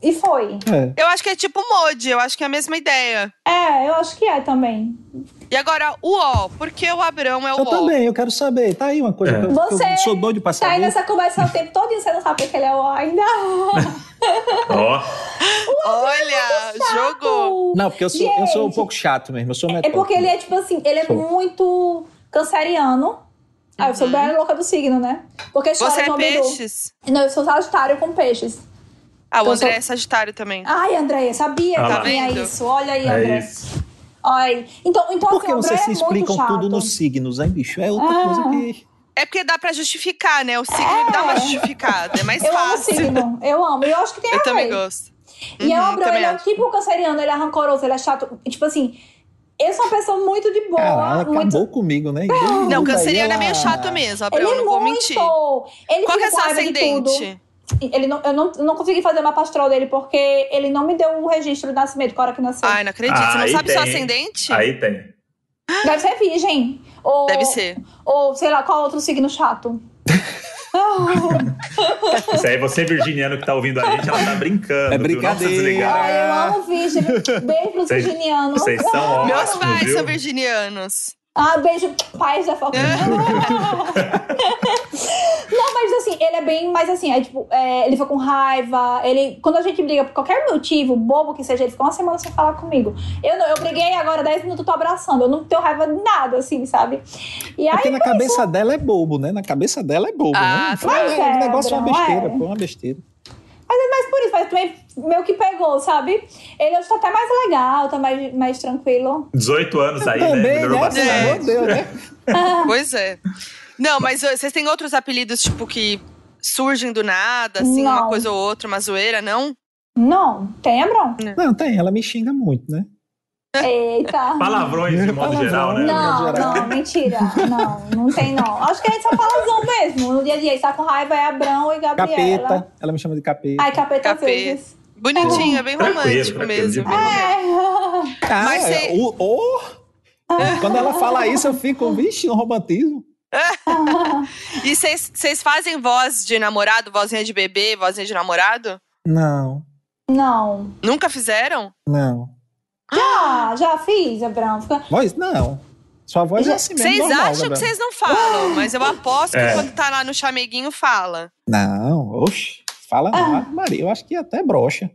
D: e foi.
E: É.
C: Eu acho que é tipo Modi. Eu acho que é a mesma ideia.
D: É, eu acho que é também.
C: E agora, o O. Por que o Abrão é o
E: Eu
C: O?
E: também, eu quero saber. Tá aí uma coisa
B: É.
E: que, eu, que
D: Você
E: eu sou doido pra
D: Tá aí
E: saber.
D: nessa conversa o tempo todo e você não sabe porque ele é o ainda.
B: Ó,
D: é
C: Olha, jogou.
E: Não, porque eu sou, eu sou um
D: Gente.
E: pouco chato mesmo. Eu sou
D: É
E: metódico.
D: porque ele é tipo assim, ele é
E: Sou.
D: muito canceriano. Ah, eu sou bem louca do signo, né? Porque chora
C: Uhum. Você é
D: João Bidu.
C: peixes?
D: Não, eu sou sagitário com peixes.
C: Ah, o
D: Então,
C: André
D: sou-
C: é Sagitário também.
D: Ai, Andréia, sabia
B: Ah
D: que
B: lá.
D: tinha
C: Tá Vendo?
D: isso. Olha aí,
B: é
D: André.
B: isso.
D: Olha aí. Então, então
E: Por que
D: assim, o André
E: vocês se
D: é muito
E: explicam
D: chato.
E: tudo nos signos, hein, bicho? É outra
D: Ah.
E: coisa que.
C: É porque dá pra justificar, né? O signo dá uma justificada. É mais
D: Eu amo
C: fácil.
D: signo. Eu amo. E Eu acho que tem a
C: Eu também
D: ver.
C: gosto.
D: E é o
C: Uhum,
D: Abrão,
C: também
D: ele é um
C: acho.
D: tipo canceriano, ele é rancoroso, ele é chato. E, Tipo assim, eu sou uma pessoa muito de boa.
E: Caralho, acabou
D: muito...
E: comigo, né?
C: Não, canceriano é meio chato mesmo,
D: Ele
C: Abrão.
D: é
C: não vou mentir.
D: muito. Ele
C: Qual que
D: fica
C: é
D: com
C: seu
D: raiva de tudo.
C: ascendente?
D: Ele não, eu não, não consegui fazer uma pastoral dele porque ele não me deu o registro do nascimento, que hora que nasceu.
C: Ai, não acredito. Você não
B: Aí
C: sabe seu
B: tem, hein?
C: ascendente?
B: Aí tem.
D: Deve ser virgem. Ou,
C: Deve ser.
D: Ou sei lá, qual outro signo chato.
B: Isso aí, é você virginiano que tá ouvindo a gente, ela tá brincando.
E: É
B: viu? Não precisa
E: brincadeira.
B: desligar.
D: Ai, eu amo virgem. Beijo pros
B: Vocês-
D: virginianos.
B: vocês são
D: Ah,
B: ótimos.
C: Meus
B: Ótimo,
C: pais
B: viu?
C: são virginianos.
D: Ah, beijo, pais da Falcão.
B: É.
D: Não, mas assim, ele é bem mais assim, é tipo, é, ele fica com raiva, ele. Quando a gente briga por qualquer motivo, bobo que seja, ele fica uma semana sem falar comigo. Eu não, eu briguei agora 10 minutos, tô abraçando. Eu não tenho raiva de nada, assim, sabe? E aí.
E: Porque na cabeça dela é bobo, né? Na cabeça dela é bobo,
C: Ah,
E: né?
C: claro.
E: É, o negócio é uma
D: Não é?
E: besteira, pô, é uma besteira.
D: Mas por isso, mas também meio que pegou, sabe? Ele hoje tá até mais legal, tá mais, mais tranquilo.
B: 18 anos aí, né?
E: Também,
B: Melhorou
E: né?
B: bastante.
E: Pelo amor
C: É.
E: de Deus, né?
D: Ah.
C: Pois é. Não, mas ô, vocês têm outros apelidos, tipo, que surgem do nada, assim, uma
D: Não.
C: coisa ou outra, uma zoeira, não?
D: Não, tem Abrão.
C: É.
E: Não, tem, ela me xinga muito, né?
D: Eita.
B: Palavrões, de modo
E: Palavrão,
B: geral, né?
E: né?
D: Não,
E: Geral.
D: não, mentira. Não, não tem não. Acho que a gente só fala zão mesmo. No dia a dia, ele tá com raiva, é Abrão e Gabriela.
E: Capeta, ela me chama de capeta.
D: Ai, capeta, às
C: Capeta.
D: vezes.
C: Bonitinho, é bem
B: Tranquilo,
C: romântico
B: tranquilo,
C: mesmo.
B: de
C: bem
B: boa.
C: romântico.
D: É.
E: Ah,
C: Mas
E: é,
C: você-
E: o- o- Quando ela fala isso, eu fico, vixe, no romantismo.
C: E vocês vocês fazem voz de namorado, vozinha de bebê, vozinha de namorado?
E: Não,
D: Não.
C: Nunca fizeram?
E: não.
D: Já, já fiz, Abrão. Fica-
E: Voz, não. Sua voz é assim mesmo.
C: Vocês
E: normal,
C: acham que
E: Gabriela.
C: vocês não falam, mas eu aposto que
B: É.
C: quando tá lá no chameguinho fala.
E: Não, oxe. Fala
D: Ah.
E: não, Ave Maria, eu acho que é até brocha.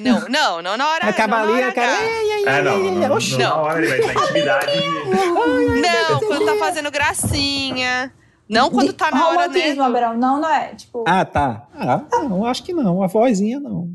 C: não, não, não na hora.
E: Acaba
C: não na
E: ali,
C: hora
E: acaba...
C: H.
E: Ei, ei, ei,
B: É, não.
E: ei,
B: não,
E: ei,
B: não,
E: oxe.
B: Na hora ele vai na intimidade.
C: Ah, Não, quando tá fazendo gracinha. Não quando tá na hora, né?
D: Romantismo, Abrão. Não, não é. Tipo,
E: Ah, tá. Ah, não, acho que não. A vozinha, não.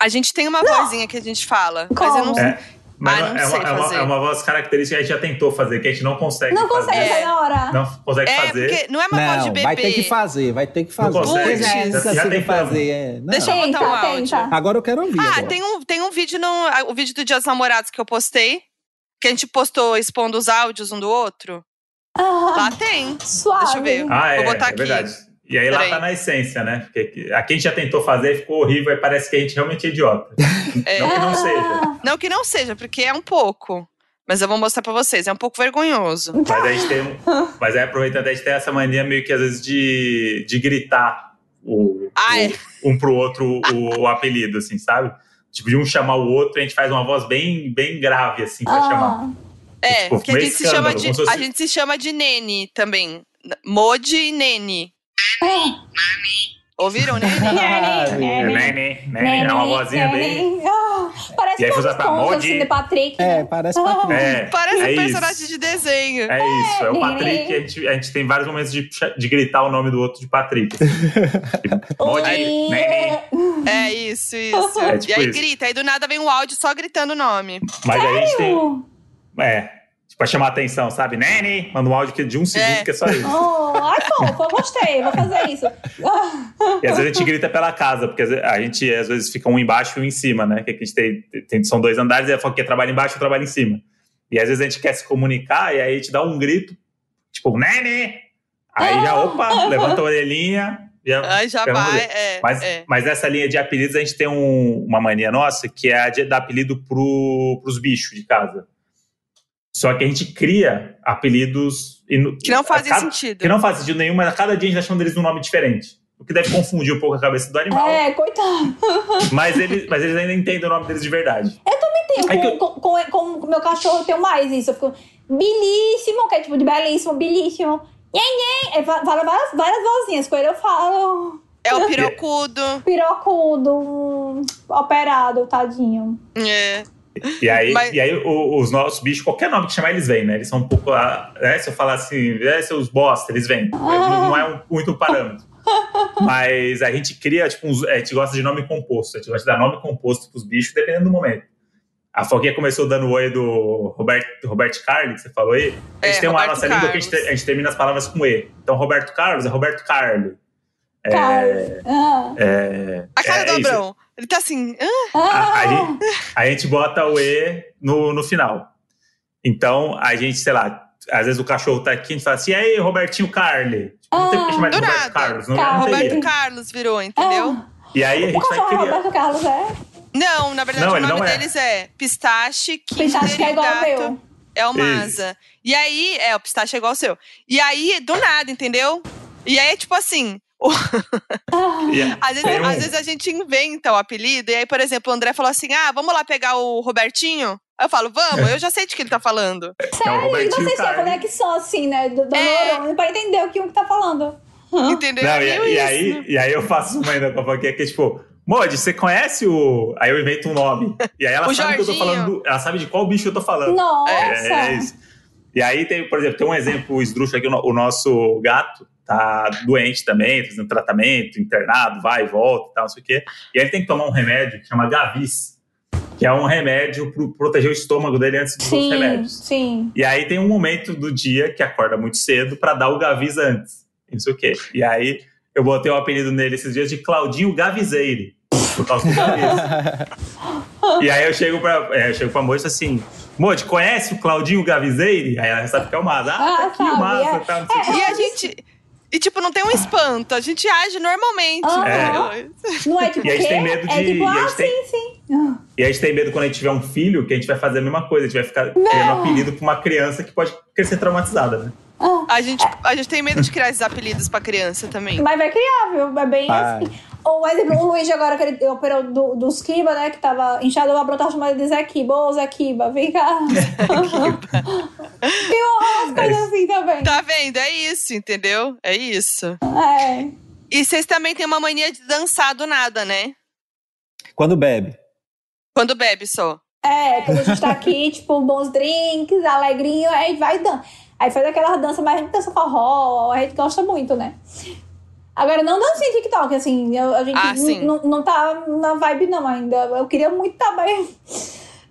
C: A gente tem uma vozinha que a gente fala. Mas eu
D: Como?
C: não sei.
B: É, mas
C: Ah, não
B: é,
C: sei
B: uma, é, uma,
C: fazer.
B: é uma voz característica que a gente já tentou fazer, que a gente não consegue
D: não
B: fazer.
D: consegue
C: É.
D: sair na hora.
B: Não consegue
C: É,
B: fazer.
C: porque não é uma voz de
E: Não,
C: bebê.
E: vai ter que fazer, vai ter que
B: Não
E: fazer.
B: consegue.
E: Pois é,
C: Putz,
E: não
B: já
E: consigo
B: tem como.
E: fazer. É. Não.
C: Deixa eu-
D: Tenta,
C: botar um áudio.
D: tenta.
E: Agora eu quero ouvir.
C: Ah,
E: agora.
C: tem um, tem um vídeo no. O vídeo do Dia dos Namorados que eu postei. Que a gente postou expondo os áudios um do outro.
D: Ah,
C: Lá tem.
D: suave.
C: Deixa eu ver.
B: Ah, é,
C: Vou botar
B: é
C: aqui.
B: verdade. E aí lá
C: Peraí.
B: tá na essência, né? Porque a quem já tentou fazer ficou horrível e parece que a gente realmente é idiota.
C: É.
B: Não que não seja.
C: Não que não seja, porque é um pouco. Mas eu vou mostrar pra vocês, é um pouco vergonhoso.
B: Mas a gente tem um- Mas aí aproveitando, a gente tem essa mania meio que às vezes de, de gritar o,
C: Ah, é.
B: o, um pro outro o, o apelido, assim, sabe? Tipo, de um chamar o outro, a gente faz uma voz bem, bem grave, assim, pra chamar.
D: Ah,
C: É,
B: Tipo,
C: porque a
B: meio
C: gente se
B: escândalo,
C: chama de.
B: como se fosse-
C: A gente se chama de Nene também. Modi e Nene. Ouviram, né?
D: Nene,
B: É,
D: nene,
B: né, né, né, é uma vozinha bem.
D: nene. Ah, Parece
B: E aí
D: que
B: usa pra mod.
D: assim, do Patrick.
E: É,
C: um-
E: parece Patrick.
B: É,
C: Parece
B: é
C: um personagem
B: isso.
C: de desenho.
B: É isso, é o
D: É,
B: Patrick. A gente, a gente tem vários momentos de, puxa- de gritar o nome do outro de Patrick. assim. Tipo, Modi,
D: Oi.
B: né, né.
C: É isso, isso.
B: É tipo
C: e aí
B: isso.
C: grita, aí do nada vem um áudio só gritando o nome.
B: Mas aí a gente tem.
D: Oh,
B: É. Pra chamar a atenção, sabe? Nene, manda um áudio que é de um segundo, que é só isso.
D: Oh, ai, fofo, eu gostei, vou fazer isso. Ah,
B: E às vezes a gente grita pela casa, porque a gente às vezes fica um embaixo e um em cima, né? Que a gente tem, tem- são dois andares, e a fala que trabalha embaixo e trabalha em cima. E às vezes a gente quer se comunicar, e aí a gente dá um grito, tipo, nene! Aí já,
C: Ah!
B: opa, levanta a orelhinha. Já...
C: Aí já
B: Pelo amor de
C: vai.
B: Deus.
C: É,
B: Mas,
C: é.
B: mas nessa linha de apelidos, a gente tem um- uma mania nossa, que é a de dar apelido pro, pros bichos de casa. Só que a gente cria apelidos... inu-
C: Que não fazem
B: a cada-
C: sentido.
B: Que não faz sentido nenhum, mas a cada dia a gente tá chamando eles num nome diferente. O que deve confundir um pouco a cabeça do animal.
D: É, coitado.
B: Mas, eles, mas eles ainda entendem o nome deles de verdade.
D: Tem,
B: É que eu-
D: com, com, com, com o meu cachorro eu tenho mais isso. Eu fico belíssimo, que é tipo de belíssimo, belíssimo. Nhen, nhen. É, va- va- várias, várias vozinhas. Com ele eu falo
C: É o pirocudo.
D: pirocudo, hum, operado, tadinho.
C: É.
B: E aí,
C: Mas-
B: e aí o- os nossos bichos, qualquer nome que chamar, eles vêm, né? Eles são um pouco. ah, né? Se eu falar assim, é, seus bosta, eles vêm. Não, não é um- muito um parâmetro. Mas a gente cria, tipo, uns- a gente gosta de nome composto. A gente gosta de dar nome composto pros bichos, dependendo do momento. A Foquinha começou dando o oi do Roberto, Roberto Carlos, que você falou aí. A gente
C: É,
B: tem uma
C: Roberto
B: nossa língua que a gente,
C: Carlos.
B: te- a gente termina as palavras com E. Então, Roberto Carlos é Roberto Carlos.
D: Cara. Ah,
B: É,
C: A cara
B: é
C: do
B: isso.
C: Abrão. Ele tá assim. "Hã?"
D: ah,
B: A, a gente, a gente bota o E no, no final. Então, a gente, sei lá, às vezes o cachorro tá aqui, a gente fala assim, e aí, Robertinho Carli? Tipo, não tem porque chamar de
C: Ah, do
B: Roberto
C: nada.
B: Carlos, não,
D: Tá,
B: não teria.
C: Roberto Carlos virou, entendeu?
B: E aí a
D: ah. O
B: gente vai
D: cachorro
B: criando.
D: Roberto Carlos é?
C: Não, na verdade
B: Não,
C: o
B: ele
C: nome
B: não é.
C: deles é Pistache Kinder
D: Pistache que é igual ao
C: Gato.
D: meu.
C: É o
B: Isso.
C: Maza. E aí, é, o pistache é igual ao seu. E aí, do nada, entendeu? E aí é tipo assim. o-
D: Ah.
B: E a-
C: às, vezes,
B: tem um-
C: às vezes a gente inventa o apelido, e aí, por exemplo, o André falou assim: ah, vamos lá pegar o Robertinho? Aí eu falo, vamos, eu já sei de que ele tá falando.
B: Não, o
D: Sério, e
B: Robertinho
D: vocês têm a
B: Carli.
D: conexão assim, né? Do, do
C: É.
D: neurônio, pra entender o que um tá falando.
C: Entendeu?
B: Não,
C: É meio
B: e, e
C: isso.
B: aí, e aí eu faço uma ainda com a Foquinha que é tipo, Modi, você conhece o. Aí eu invento um nome. E aí ela
C: O
B: sabe que eu tô
C: Jorginho.
B: falando. do- Ela sabe de qual bicho eu tô falando.
D: Nossa!
B: É, é isso. E aí tem, por exemplo, tem um exemplo esdrúxulo aqui, o no- o nosso gato tá doente também, tá fazendo tratamento, internado, vai e volta e tal, não sei o quê. E aí ele tem que tomar um remédio que chama Gavis, que é um remédio para proteger o estômago dele antes dos outros
D: Sim,
B: remédios.
D: sim.
B: E aí tem um momento do dia que acorda muito cedo para dar o Gavis antes, não sei o quê. E aí eu botei o apelido nele esses dias de Claudinho Gaviseire, por causa do Gavis. E aí eu chego pra, é, eu chego pra moça assim, Moji, conhece o Claudinho Gaviseire? Aí ela sabe que é o Maza. Ah, tá
D: Ah,
B: aqui o
D: sabe,
B: Maza,
D: é.
B: tá, não sei o quê.
C: E a gente. E, tipo, não tem um espanto, a gente age normalmente.
D: Aham.
C: entendeu?
D: Não é tipo
B: E a gente
D: quê?
B: tem medo
D: É
B: de-
D: tipo,
B: e a
D: ah,
B: gente tem-
D: sim, sim. Ah.
B: E a gente tem medo quando a gente tiver um filho, que a gente vai fazer a mesma coisa, a gente vai ficar criando apelido pra uma criança que pode crescer traumatizada, né?
C: A gente, a gente tem medo de criar esses apelidos pra criança também.
D: Mas vai criar, viu? É bem
E: Vai.
D: assim. Ou, por exemplo, o Luigi agora, que ele operou do, dos Kiba, né? Que tava inchado, o Abrão tava chamando de Zé "É Kiba. Ô, Zé Kiba, vem cá.
B: É
D: Tem horror as coisas assim também.
C: Tá vendo? É isso, entendeu? É isso.
D: É.
C: E vocês também têm uma mania de dançar do nada, né?
E: Quando bebe.
C: Quando bebe só.
D: É, quando a gente tá aqui, tipo, bons drinks, alegrinho, aí vai dan. Aí faz aquela dança, mas a gente dança forró, a gente gosta muito, né? Agora, não dança em TikTok, assim, eu- a gente
C: Ah,
D: n-
C: sim.
D: n- não tá na vibe não ainda. Eu queria muito também.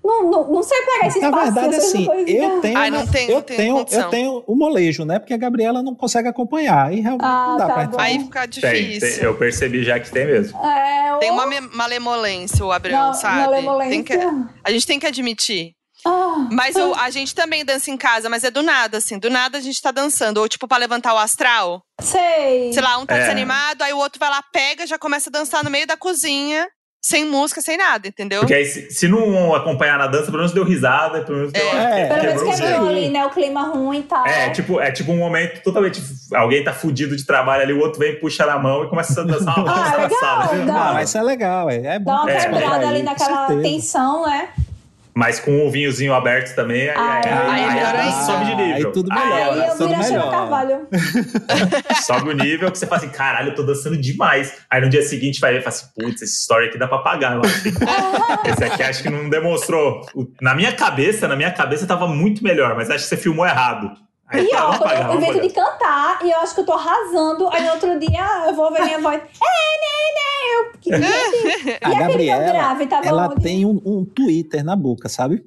D: não, não, não sei pegar É, esse
E: Na
D: espaço.
E: verdade,
D: essas
E: assim,
D: coisas. né?
E: eu tenho,
C: Ai, não tem-
E: eu,
C: não tem
E: tenho,
C: condição.
E: eu tenho o molejo, né? Porque a Gabriela não consegue acompanhar. E realmente
D: Ah,
E: não dá
D: tá
E: pra
D: bom.
C: Aí fica
B: Tem,
C: difícil.
B: tem,
C: Tem,
B: eu percebi já que tem mesmo.
D: É, ou-
C: uma me- malemolência, o Abrão,
D: Não,
C: sabe?
D: malemolência.
C: Tem que- a gente tem que admitir.
D: Ah,
C: Mas eu- a gente também dança em casa, mas é do nada, assim. Do nada a gente tá dançando. Ou tipo, pra levantar o astral.
D: sei.
C: Sei lá, um tá
B: É.
C: desanimado, aí o outro vai lá, pega, já começa a dançar no meio da cozinha. Sem música, sem nada, entendeu?
B: Porque aí, se, se não acompanhar na dança, pelo menos deu risada, pelo menos deu.
E: É.
D: Pelo menos
B: quebrou o gelo.
D: quebrou ali, né? O clima ruim e tal.
B: É tipo, é tipo um momento totalmente. Alguém tá fudido de trabalho ali, o outro vem, puxa na mão e começa a dançar uma
D: Ah,
B: dança na
D: legal,
B: sala.
D: dá.
B: Mano,
E: Ah, mas isso é legal, é, é bom.
D: Dá uma
E: pra
D: quebrada
E: descontrair,
D: ali
E: com
D: naquela
E: certeza.
D: tensão, né?
B: Mas com o vinhozinho aberto também, aí,
D: Ah,
B: aí,
C: aí
B: aí, aí,
C: melhora
B: a dança
C: ainda.
B: sobe de nível.
E: Aí tudo melhor.
D: Aí
E: Melhora,
D: eu
E: tudo
D: viro a Sheila
E: melhor.
D: Carvalho.
B: Sobe o nível que você fala assim, caralho, eu tô dançando demais. Aí no dia seguinte vai ver e fala assim, putz, esse story aqui dá pra pagar. Eu acho que- esse aqui acho que não demonstrou. O- Na minha cabeça, na minha cabeça tava muito melhor, mas acho que você filmou errado.
E: É.
B: Aí
D: E
B: fala,
D: ó,
B: vamos
D: quando
B: pagar,
D: eu
B: vamos
D: invento
B: pagar.
D: de cantar e eu acho que eu tô arrasando, aí no outro dia eu vou ver minha voz. É, né, né, eu. Que
E: A Gabriela,
D: grave, tá bom?
E: ela tem um, um Twitter na boca, sabe?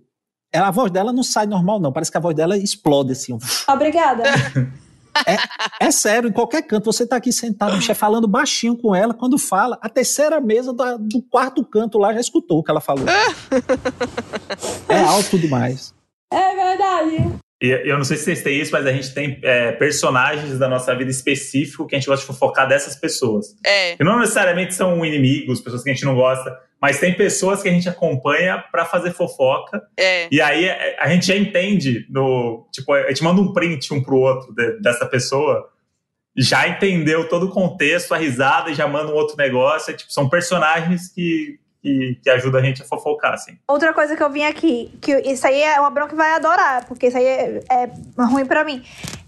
E: Ela, a voz dela não sai normal, não. Parece que a voz dela explode, assim. um-
D: Obrigada.
E: É sério, em qualquer canto. Você tá aqui sentado, bicho, é falando baixinho com ela. Quando fala, a terceira mesa da- do quarto canto lá já escutou o que ela falou. é alto demais.
D: É verdade.
B: E eu não sei se vocês têm isso, mas a gente tem é, personagens da nossa vida específico que a gente gosta de fofocar dessas pessoas.
C: É.
B: Que não necessariamente são inimigos, pessoas que a gente não gosta, mas tem pessoas que a gente acompanha pra fazer fofoca.
C: É.
B: E aí é, a gente já entende no. Tipo, a gente manda um print um pro outro de- dessa pessoa. Já entendeu todo o contexto, a risada, e já manda um outro negócio. É, tipo, são personagens que, que, que ajudam a gente a fofocar, assim.
D: Outra coisa que eu vim aqui, que isso aí é uma bronca que vai adorar, porque isso aí é, é ruim pra mim.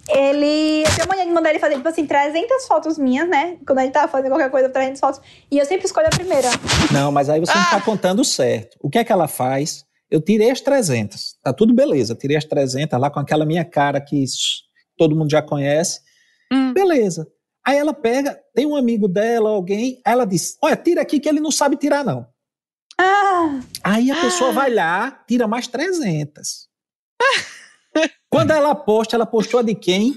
D: Ele. Eu tenho mania de mandar ele fazer, tipo assim, 300 fotos minhas, né? Quando a gente tá fazendo qualquer coisa, 300 fotos. E eu sempre escolho a primeira.
E: Não, mas aí você não tá contando certo. O que é que ela faz? Eu tirei as 300. Tá tudo beleza. Tirei as 300 lá com aquela minha cara que s- todo mundo já conhece.
C: Hum.
E: Beleza. Aí ela pega, tem um amigo dela, alguém, aí ela diz: Olha, tira aqui que ele não sabe tirar, não.
D: Ah!
E: Aí a pessoa vai lá, tira mais 300. Quando ela posta, ela postou a de quem?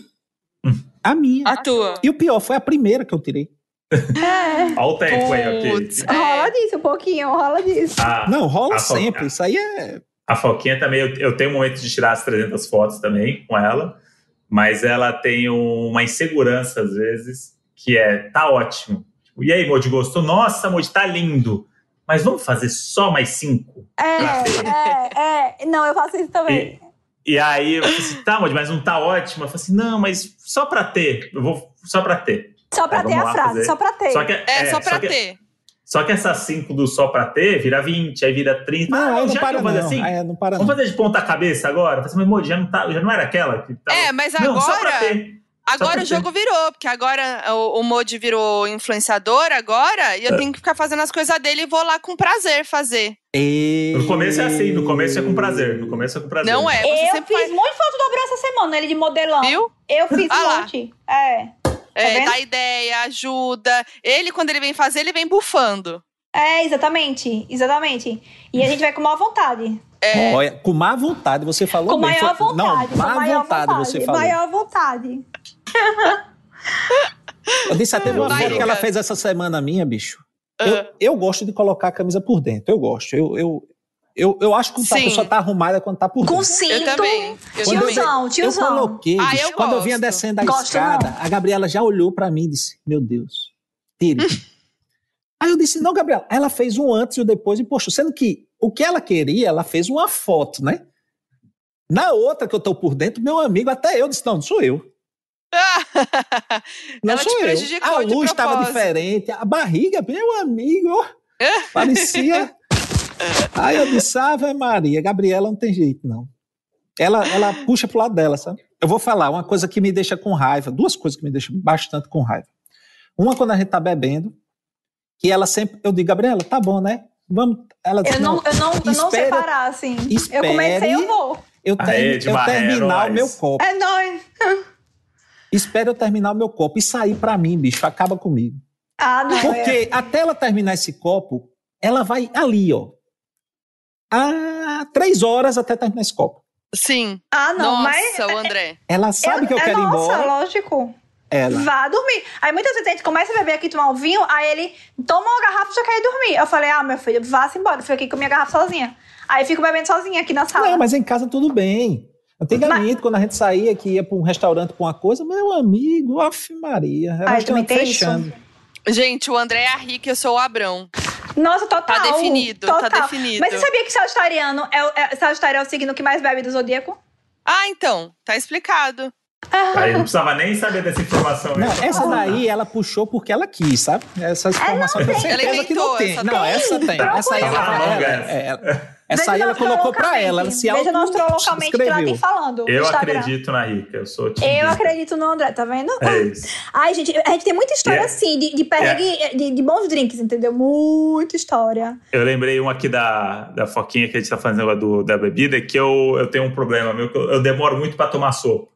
B: Hum.
E: A minha.
C: A tua.
E: E o pior, foi a primeira que eu tirei.
D: É.
B: Olha o tempo aí, ok.
C: Putz.
D: Rola disso um pouquinho, rola disso.
B: Ah,
E: Não, rola
B: Ah, foi-
E: sempre. Isso aí é.
B: A Foquinha também, eu, eu tenho um momento de tirar as 300 fotos também com ela, mas ela tem um- uma insegurança às vezes, que é, tá ótimo. Tipo, e aí, Moody, gostou? Nossa, Moody, tá lindo. Mas vamos fazer só mais cinco?
D: Ah, É, é, é. Não, eu faço isso também.
B: E, e aí, eu falei assim, tá, Moody, mas não tá ótimo? Eu falei assim, não, mas só pra ter, eu vou só pra ter.
D: Só pra
B: É,
D: ter
B: vamos
D: a
B: lá
D: frase,
B: fazer.
D: só pra ter.
B: Só que,
C: É, só pra
B: que-
C: ter.
B: Só que essas cinco do só pra ter vira 20, aí vira 30.
E: Não,
B: Ah,
E: aí não
B: já que
E: para
B: eu vou
E: não.
B: fazer assim,
E: É, não para não.
B: vamos fazer de ponta cabeça agora? Eu falei assim, mas Moody, já não, tá, já não era aquela? Que tava...
C: É, mas
B: Não, só pra
C: agora.
B: ter.
C: Agora
B: pra
C: o
B: ter.
C: jogo virou, porque agora o, o Modi virou influenciador agora
E: É.
C: e eu tenho que ficar fazendo as coisas dele e vou lá com prazer fazer.
E: E-
B: No começo é assim, no começo é com prazer. No começo é com prazer.
C: Não é, você
D: Eu
C: sempre
D: fiz
C: faz,
D: muito foto do Abreu essa semana, ele de modelão.
C: viu?
D: Eu fiz
C: Ah lá.
D: um monte. É.
C: É,
D: vendo?
C: dá ideia, ajuda. Ele, quando ele vem fazer, ele vem bufando.
D: É, exatamente, exatamente. E a gente vai com maior vontade.
E: É.
C: É,
E: Olha, com má vontade você falou
D: É. Com
E: bem.
D: maior
E: Foi-
D: vontade.
E: Não, má
D: com maior
E: vontade, você falou.
D: Maior vontade.
E: Eu disse até uma
B: Vai,
E: foto que ela
C: Lucas.
E: fez essa semana minha, bicho.
C: Ah.
E: Eu, eu gosto de colocar a camisa por dentro. Eu gosto. Eu, eu, eu, eu acho que a
C: Sim.
E: pessoa tá arrumada quando tá por
D: Com
E: dentro.
D: cinto.
C: Eu também. Eu
E: Quando
C: também.
D: Tiozão,
E: Eu
D: tiozão.
E: coloquei.
C: Ah,
E: bicho.
C: eu
E: Quando eu
C: gosto.
E: vinha descendo a
D: Gosto,
E: escada, a Gabriela já olhou pra mim e disse: Meu Deus, tire. Aí eu disse: Não, Gabriela. Ela fez um antes e o depois, e poxa, sendo que o que ela queria, ela fez uma foto, né? Na outra que eu tô por dentro, meu amigo, até eu disse: Não, não sou eu. Não
C: Ela
E: sou
C: te
E: eu.
C: prejudicou
E: A
C: de
E: luz estava
C: propósito. É.
E: diferente, a barriga, meu amigo, ó, parecia. Aí eu disse, Ave Maria, Gabriela não tem jeito, não. Ela, ela puxa pro lado dela, sabe? Eu vou falar uma coisa que me deixa com raiva, duas coisas que me deixam bastante com raiva. Uma, quando a gente tá bebendo, que ela sempre. Eu digo, Gabriela, tá bom, né? Vamos. Ela diz,
D: Eu não, eu não, eu não sei
E: Espera-
D: parar, assim.
E: espere.
D: Eu comecei, eu vou.
E: eu,
B: Aê,
E: tenho-
B: de
E: eu
B: barreiro,
E: terminar o
B: mas-
E: meu copo.
D: É nóis.
E: Espera eu terminar o meu copo. E sair pra mim, bicho, acaba comigo.
D: Ah, não. é.
E: Porque até ela terminar esse copo, ela vai ali, ó. Há três horas até terminar esse copo.
C: Sim.
D: Ah, não,
C: Nossa,
D: mas.
C: o André.
E: Ela sabe
D: é-
E: que eu
D: é
E: quero ir
D: nossa,
E: embora.
D: lógico.
E: Ela.
D: Vá dormir. Aí muitas vezes a gente começa a beber aqui, tomar um vinho, aí ele toma uma garrafa e já quer ir dormir. Eu falei, ah, meu filho, vá-se embora. Eu fico aqui com minha garrafa sozinha. Aí eu fico bebendo sozinha aqui na sala.
E: Não, mas em casa tudo bem. Antigamente, quando a gente saía, que ia para um restaurante com uma coisa, meu amigo, af Maria. Era um
D: Ah, eu também
E: restaurante
D: tenho isso.
E: fechando.
C: Gente, o André é a Rick, eu sou o Abrão.
D: Nossa, total.
C: Tá definido, tá
D: total.
C: definido.
D: Mas você sabia que Sagitariano é, o- é, Sagitário é o signo que mais bebe do zodíaco?
C: Ah, então, tá explicado.
B: Aí eu não precisava nem saber dessa informação. né?
E: Não,
B: aí, só
E: essa
B: pra
D: Ah.
B: falar.
E: daí ela puxou porque ela quis, sabe? Essa informação eu tenho
C: Ela
E: certeza que não
C: inventou,
E: tem.
C: essa
E: Não,
C: tem.
E: essa tem. Essa aí ela,
B: Procura.
E: ela-
B: Longa
E: é, é, ela- essa
D: Veja
E: aí
D: no
E: ela colocou pra
D: astrolocamente.
E: ela. Ela se
D: Veja no astrolocamente que ela
E: auto-escreveu.
D: tem falando. no
B: Eu
D: Instagram.
B: acredito na Rica, eu sou time.
D: Eu
B: Rica.
D: acredito no André, tá vendo?
B: É isso.
D: Ai, gente, a gente tem muita história
B: Yeah.
D: assim, de, de perrengue,
B: É.
D: de, de bons drinks, entendeu? Muita história.
B: Eu lembrei um aqui da, da Foquinha que a gente tá fazendo agora do, da bebida, que eu, eu tenho um problema meu, que eu, eu demoro muito pra tomar sopa.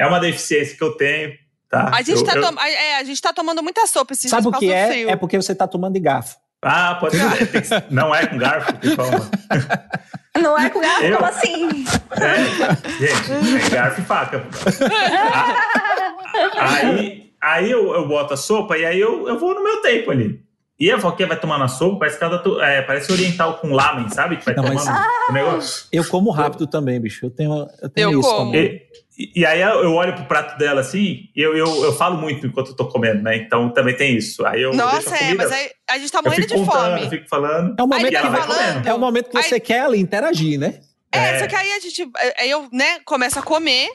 B: É uma deficiência que eu tenho, tá?
C: A gente,
B: Eu-
C: tá,
B: eu-
C: tom- é, a gente tá tomando muita sopa esses
E: Ah, Sabe
C: dias
E: o
C: por
E: que
C: causa do
E: é?
C: frio.
E: É porque você tá tomando de garfo.
B: Ah, pode ser. Tem que ser- Não é com garfo, que toma.
D: Não é com garfo,
B: Eu?
D: como assim?
B: É, gente, é garfo e faca. A- aí aí eu, eu boto a sopa e aí eu, eu vou no meu tempo ali. E a Foquinha vai tomando a sopa, parece, que ela tá to- é, parece oriental com lamen, sabe? Que vai
E: Não,
B: tomando
E: mas-
B: o negócio.
E: Eu como rápido também, bicho. Eu tenho, eu tenho
C: Eu
E: isso
C: como.
E: também.
B: E, e aí eu olho pro prato dela assim, e eu, eu, eu falo muito enquanto eu tô comendo, né? Então também tem isso. Aí eu deixo
C: Nossa,
B: a
C: é,
B: comida,
C: mas aí a gente tá
B: eu
C: morrendo
B: fico
C: de
B: contando, eu
C: fome.
B: fico falando.
E: É o
C: Aí
E: momento
C: tá
B: ela vai
C: falando.
E: É o momento que você
C: Aí-
E: quer ali interagir, né?
C: É,
B: É.
C: só que aí a gente. Aí eu, né, começo a comer,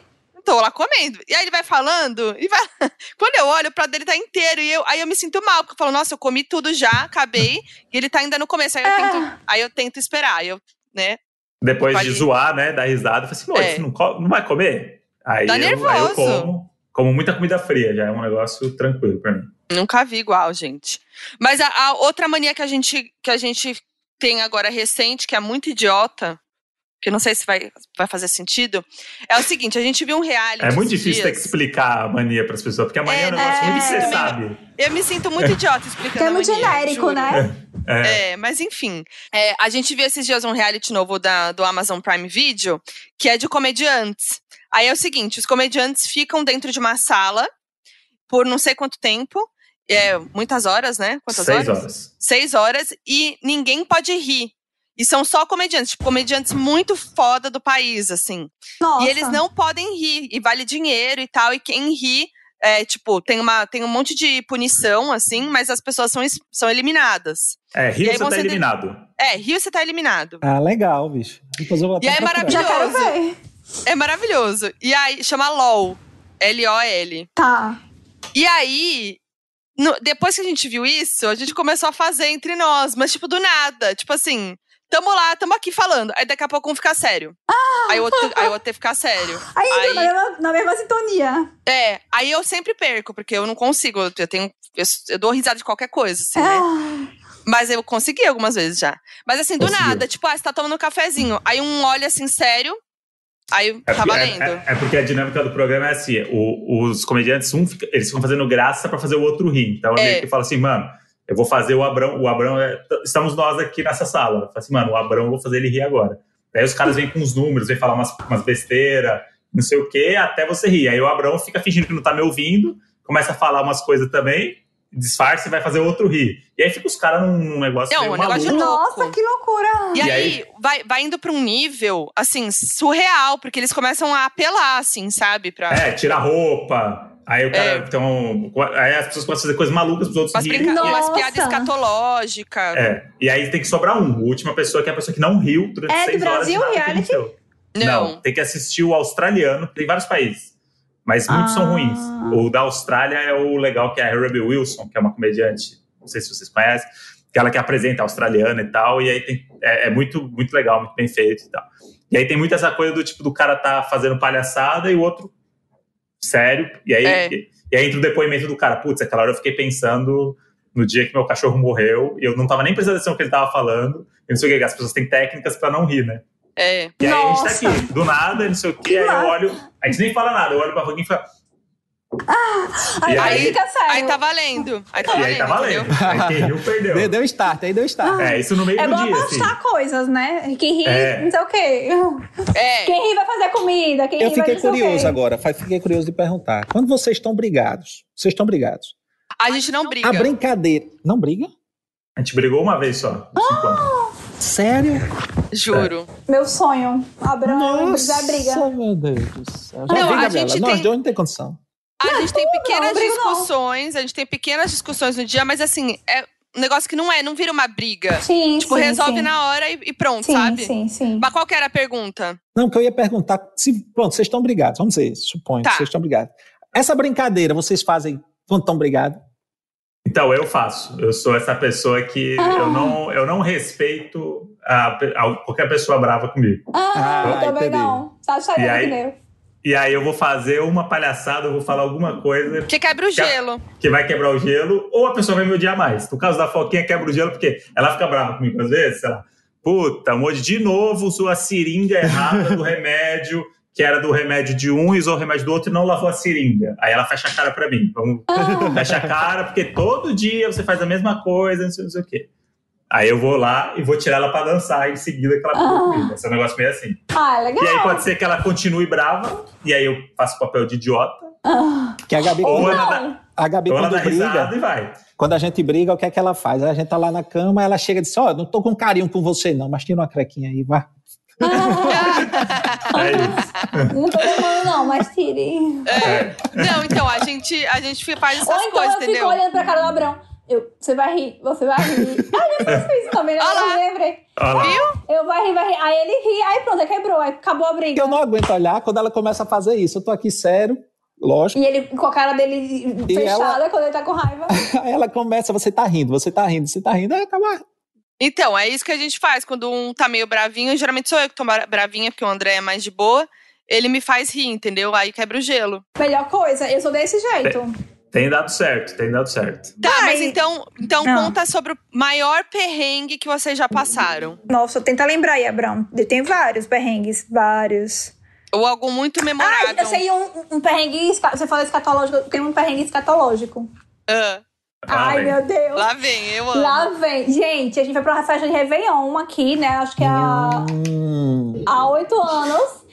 C: tô lá comendo. E aí ele vai falando, e vai. Quando eu olho, o prato dele tá inteiro. E eu, aí eu me sinto mal, porque eu falo, nossa, eu comi tudo já, acabei, e ele tá ainda no começo. Aí eu
D: Ah.
C: tento, aí eu tento esperar. Aí eu, né?
B: Depois
C: Pode
B: de
C: ir.
B: zoar, né? Dar risada, eu falo assim, "Mô,
C: É.
B: você não, co- não vai comer? Aí,
C: Tá
B: eu, aí eu
C: nervoso.
B: como. Como muita comida fria, já é um negócio tranquilo pra mim.
C: Nunca vi igual, gente. Mas a, a outra mania que a, gente, que a gente tem agora recente, que é muito idiota, que eu não sei se vai, vai fazer sentido, é o seguinte: a gente viu um reality.
B: É muito
C: esses
B: difícil ter que
C: dias.
B: explicar a mania pras pessoas, porque a mania é,
C: É,
B: um negócio
D: é.
B: muito que você
D: É.
B: sabe.
C: Eu me sinto é muito idiota explicando. a
D: Termo
C: mania,
D: genérico,
C: juro.
D: né?
B: É.
C: É, mas enfim. É, a gente viu esses dias um reality novo da, do Amazon Prime Video, que é de comediantes. Aí é o seguinte: os comediantes ficam dentro de uma sala por não sei quanto tempo. É, muitas horas, né? Quantas
B: Seis
C: horas?
B: horas.
C: Seis horas. E ninguém pode rir. E são só comediantes, tipo, comediantes muito foda do país, assim.
D: Nossa.
C: E eles não podem rir, e vale dinheiro e tal, e quem ri, é, tipo, tem, uma, tem um monte de punição, assim, mas as pessoas são, es- são eliminadas.
B: É,
C: E
B: Rio
C: aí
B: você tá
C: você tem-
B: eliminado.
C: É, rio você tá eliminado.
E: Ah, legal, bicho. Depois eu vou até
C: E é
E: procurar.
D: Já quero ver.
C: É maravilhoso. E aí, chama LOL. L-O-L.
D: Tá.
C: E aí, no- depois que a gente viu isso, a gente começou a fazer entre nós, mas tipo, do nada. Tipo assim, tamo lá, tamo aqui falando. Aí daqui a pouco um fica sério. Aí o outro, aí o outro fica sério.
D: Aí, entrou
C: Aí-
D: Na, mesma, na mesma sintonia.
C: É, aí eu sempre perco, porque eu não consigo. Eu eu tenho. Eu, eu dou risada de qualquer coisa, assim, né?
D: Ah,
C: Mas eu consegui algumas vezes já. Mas assim, do
B: Conseguiu.
C: nada, tipo, ah, você tá tomando um cafezinho. Aí um olha assim, sério. Aí
B: É
C: tá
B: porque- é-
C: valendo.
B: É, é porque a dinâmica do programa é assim: o- os comediantes, um fica- eles ficam fazendo graça pra fazer o outro rir. Então,
C: É.
B: ele que fala assim, mano, eu vou fazer o Abrão. O Abrão, é- t- estamos nós aqui nessa sala. Fala assim, mano, o Abrão, eu vou fazer ele rir agora. Aí os caras vêm com os números, vêm falar umas, umas besteiras, não sei o quê, até você rir. Aí o Abrão fica fingindo que não tá me ouvindo, começa a falar umas coisas também, disfarça e vai fazer o outro rir. E aí fica os caras num, num negócio.
C: Não,
B: meio
C: um negócio de
B: maluco.
D: nossa,
C: louco.
D: que loucura.
C: E,
B: E
C: aí,
B: aí-
C: vai, vai indo pra um nível, assim, surreal, porque eles começam a apelar, assim, sabe? Pra,
B: É, tira a roupa. Aí o cara.
C: É.
B: Então, aí as pessoas começam a fazer coisas malucas pros outros
C: umas,
B: rirem.
C: brinca- umas
D: Nossa!
C: piadas escatológicas.
B: É, e aí tem que sobrar um. A última pessoa que é a pessoa que não riu durante
D: É do
B: seis horas. de
D: Brasil,
B: nada que
D: reality?
B: aconteceu.
C: Não.
B: tem que assistir o australiano. Tem vários países, mas muitos
D: Ah.
B: são ruins. O da Austrália é o legal, que é a Ruby Wilson, que é uma comediante, não sei se vocês conhecem, que ela que apresenta a australiana e tal, e aí tem- é, é muito, muito legal, muito bem feito e tal. E aí tem muito essa coisa do tipo, do cara tá fazendo palhaçada e o outro sério, e aí,
C: É.
B: e, e aí entra o depoimento do cara. Putz, aquela hora eu fiquei pensando no dia que meu cachorro morreu, e eu não tava nem prestando atenção no que ele tava falando, e não sei o que, as pessoas têm técnicas pra não rir, né?
C: É.
B: E aí a gente
D: Nossa.
B: tá aqui, do nada, não sei o quê, aí eu
D: massa.
B: olho. A gente nem fala nada, eu olho pra Foguinho e falo.
D: Aí,
B: E aí-
D: fica sério.
C: Aí tá valendo. Aí tá
B: E
C: valendo.
B: aí tá valendo.
C: entendeu?
B: Aí quem riu, perdeu.
E: Deu, deu start, aí deu start.
B: É, isso no meio
D: É
B: do
D: bom
B: dia, assim.
D: apostar coisas, né? Quem ri,
B: É.
D: não sei o quê.
C: É.
D: Quem ri vai fazer comida, quem
E: Eu
D: ri vai
E: fiquei
D: não sei o quê.
E: curioso agora, fa- fiquei curioso de perguntar. Quando vocês estão brigados, vocês estão brigados.
C: A gente não briga.
E: A brincadeira. Não briga?
B: A gente brigou uma vez só. nos cinco anos.
E: Sério?
C: Juro.
D: Meu sonho. Abraão, briga, briga.
E: meu Deus do céu.
C: Não,
E: Vem,
C: a
E: Gabriela,
C: gente
E: Nós
C: tem-
E: dois não tem condição.
C: A gente tem pequenas
D: não brigo não.
C: discussões, a gente tem pequenas discussões no dia, mas assim, é um negócio que não é, não vira uma briga.
D: Sim,
C: Tipo,
D: sim,
C: resolve
D: sim.
C: na hora e, e pronto,
D: Sim,
C: sabe?
D: sim, sim.
C: Mas qual que era a pergunta?
E: Não, que eu ia perguntar. Se, pronto, vocês estão brigados, vamos dizer, suponho
C: Tá.
E: que vocês estão brigados. Essa brincadeira vocês fazem quando estão brigados?
B: Então, eu faço. Eu sou essa pessoa que
D: Ah.
B: eu, não, eu não respeito a- a- qualquer pessoa brava comigo.
D: Ah,
E: Ah,
D: eu também
E: entendi.
D: não. Tá
B: E
D: chegando
B: aí-
D: que deu.
B: E aí eu vou fazer uma palhaçada, eu vou falar alguma coisa
C: Porque quebra o gelo.
B: que vai quebrar o gelo, ou a pessoa vai me odiar mais. No caso da Foquinha, quebra o gelo, porque ela fica brava comigo às vezes, sei lá. Puta, um de novo sua seringa errada do remédio, que era do remédio de um, usou o remédio do outro e não lavou a seringa. Aí ela fecha a cara pra mim. Vamos
D: Ah,
B: fecha a cara, porque todo dia você faz a mesma coisa, não sei, não sei o quê. Aí eu vou lá e vou tirar ela pra dançar em seguida que ela brigou comigo. Esse é um negócio meio assim.
D: Ah, legal.
B: E aí pode ser que ela continue brava, e aí eu faço papel de idiota.
D: Ah,
E: Que a Gabi,
B: Ou ela dá-
E: a Gabi
B: ou ela
E: quando
B: dá
E: briga,
B: risada e vai.
E: quando a gente briga, o que é que ela faz? A gente tá lá na cama, ela chega e diz: Ó, não tô com carinho com você, não, mas tira uma crequinha aí, vai.
B: É isso.
D: Ah, não tô lembrando, não, mas tire.
B: É.
C: Não, então, a gente, a gente fi- faz essas
D: Ou então
C: coisas,
D: eu fico
C: entendeu?
D: olhando pra cara do Abrão. Eu, você vai rir, você vai rir. Ai, eu fiz isso também, né?
C: Olha
D: Eu
C: lá.
D: lembrei.
B: Olha lá.
D: Eu vai rir, vai rir. Aí ele ri, aí pronto, aí quebrou, aí acabou a briga.
E: Eu não aguento olhar quando ela começa a fazer isso. Eu tô aqui sério, lógico.
D: E ele com a cara dele
E: E
D: fechada quando ele tá com raiva.
E: Aí ela começa, você tá rindo, você tá rindo, você tá rindo, aí acaba.
C: Então, é isso que a gente faz. Quando um tá meio bravinho, geralmente sou eu que tô bra- bravinha, porque o André é mais de boa. Ele me faz rir, entendeu? Aí quebra o gelo.
D: Melhor coisa, eu sou desse jeito.
B: Tem dado certo, tem dado certo.
C: Tá,
D: Vai.
C: mas então, então
D: Ah.
C: conta sobre o maior perrengue que vocês já passaram.
D: Nossa, tenta lembrar aí, Abrão. Tem vários perrengues, vários.
C: Ou algo muito
D: Ah,
C: memorável.
D: eu sei um, um perrengue. esca- Você falou escatológico, tem um perrengue escatológico.
C: Ah,
B: Ah,
D: Ai,
B: vem.
D: meu Deus.
C: lá vem, eu amo.
D: Lá vem. Gente, a gente foi pra uma festa de Réveillon aqui, né? Acho que é a.
E: Hum,
D: há oito anos,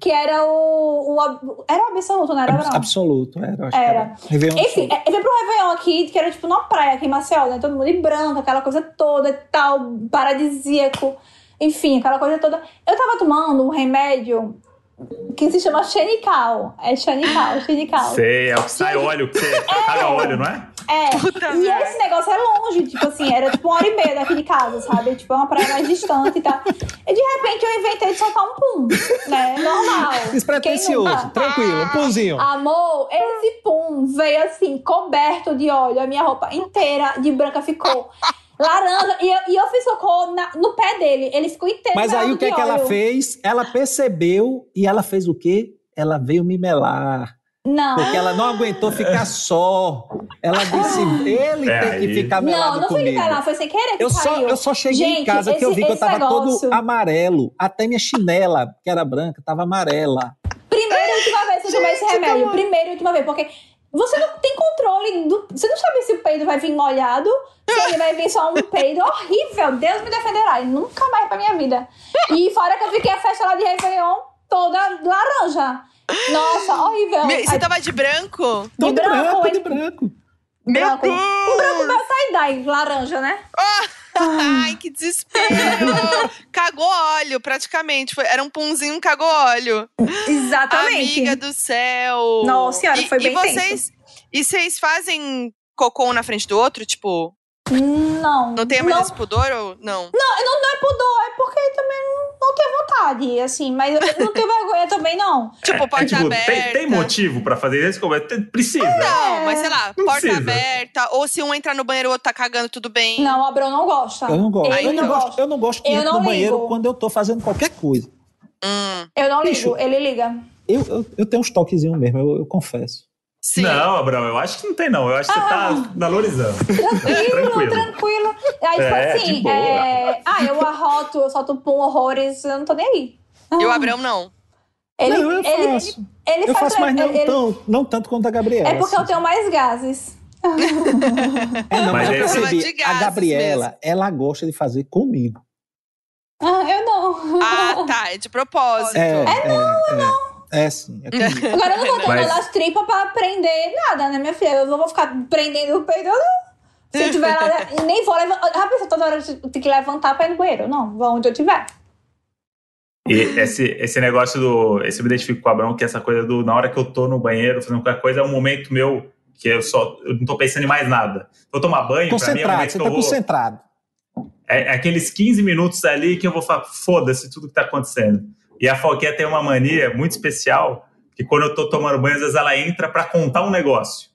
D: que era o, o ab- Era o absoluto, não era,
E: abs-
D: Abraão?
E: absoluto, era, um eu acho
D: Era.
E: que era. Réveillon
D: Enfim, é, ele veio pro Réveillon aqui, que era tipo numa praia aqui em Maceió, né? Todo mundo em branco, aquela coisa toda e tal, paradisíaco. Enfim, aquela coisa toda. Eu tava tomando um remédio que se chama Xenical. É Xenical, Xenical.
B: Sei, é o que sai óleo, que você paga óleo, não é?
D: É,
C: Puta
D: e
C: merda.
D: esse negócio é longe, tipo assim, era tipo uma hora e meia daqui de casa, sabe? Tipo, é uma praia mais distante e tal. E de repente eu inventei de soltar um pum, né? Normal. Quem tá-
E: Despretensioso,
D: nunca?
E: tranquilo, um punzinho.
D: Amor, esse pum veio assim, coberto de óleo. A minha roupa inteira de branca ficou laranja. E eu, e eu fiz socorro na- no pé dele. Ele ficou inteiro.
E: Mas aí
D: melado
E: o que é
D: de
E: que ela
D: óleo.
E: fez? Ela percebeu e ela fez o quê? Ela veio me melar.
D: Não.
E: Porque ela não
D: Ah.
E: aguentou ficar só. Ela disse, ele
B: É,
E: tem que
B: aí-
E: ficar melado
D: Não, não foi
E: comigo.
D: ligar lá, foi sem querer que
E: Eu só,
D: caiu.
E: eu só cheguei em
D: Gente,
E: casa que eu
D: esse-
E: vi que eu
D: esse
E: tava
D: negócio-
E: todo amarelo. Até minha chinela, que era branca, tava amarela.
D: Primeira e última vez que eu tomei esse remédio. Primeira e última vez, porque você não tem controle. Do... Você não sabe se o peido vai vir molhado, se ele vai vir só um peido horrível. Deus me defenderá. E nunca mais pra minha vida. E fora que eu fiquei a festa lá de Réveillon toda laranja. Nossa, horrível.
C: Me- Você
D: Aí,
C: tava de branco?
E: Todo
D: branco,
E: branco,
D: hein?
E: de branco.
C: Meu
D: branco.
C: Deus!
D: O branco meu tie-dye, laranja, né?
C: Ai, que desespero! cagou óleo, praticamente. Foi- era um punzinho, cagou óleo. Amiga do céu!
D: Nossa senhora,
C: E-
D: foi bem
C: E vocês, e vocês fazem cocô um na frente do outro? Tipo,
D: Não.
C: não tem mais
D: não
C: esse pudor ou não?
D: Não, não é pudor, é porque também não, não tenho vontade, assim, mas eu não tenho vergonha também, não.
C: Tipo, porta
B: É, tipo,
C: aberta.
B: tem, tem motivo pra fazer isso? Como é? Tem- Precisa.
D: É.
C: Não, mas sei lá,
B: Não
C: porta
B: precisa.
C: aberta. Ou se um entrar no banheiro, o outro tá cagando, tudo bem.
D: Não, o Abrão não gosta.
E: Eu não gosto.
D: Ele
E: eu, não
D: não
E: gosto.
D: gosta.
E: eu não gosto que
D: Eu
E: entre
D: não
E: no banheiro
D: ligo.
E: quando eu tô fazendo qualquer coisa.
C: Hum,
D: Eu não
E: Bicho.
D: ligo, ele liga.
E: Eu, eu, eu tenho uns toquezinhos mesmo, eu, eu confesso.
C: sim. Ah.
B: Não, Abraão, eu acho que não tem, não. Eu acho que você tá valorizando.
D: Tranquilo, tranquilo. Aí, tipo
B: É, de
D: assim,
B: boa.
D: é, ah, eu arroto, eu solto pum horrores, eu não tô nem aí.
C: E o Abrão não.
D: Ele,
E: não, eu
D: ele,
E: faço.
D: ele, Ele
E: Eu
D: faz
E: faço, mas não,
D: ele-
E: tão- não tanto quanto a Gabriela.
D: É porque
E: assim.
D: eu tenho mais gases.
E: É, não, mas
B: Mas
E: eu
B: é-
C: Problema de
E: percebi, a
C: gases
E: Gabriela, ela gosta de fazer comigo.
D: Ah, eu não.
C: Ah, tá. É de propósito.
E: É, não, é, não. É, sim. É comigo.
D: Agora eu não vou ter
B: Mas-
D: nas tripas pra prender nada, né, minha filha? Eu não vou ficar prendendo o peito, não. Se eu tiver lá, né, e nem vou levantar. Ah, pensa, toda hora eu tenho que levantar pra ir no banheiro. Não, vou onde eu tiver.
B: E esse, esse negócio do. Esse eu me identifico com o Abrão, que é essa coisa do. Na hora que eu tô no banheiro fazendo qualquer coisa, é um momento meu que eu só. Eu não tô pensando em mais nada. Vou tomar banho, pra mim é um
E: Concentrado,
B: momento
E: você
B: que
E: tá
B: eu vou.
E: concentrado.
B: É, é aqueles 15 minutos ali que eu vou falar, foda-se tudo que tá acontecendo. E a Falquinha tem uma mania muito especial, que quando eu tô tomando banho, às vezes ela entra pra contar um negócio.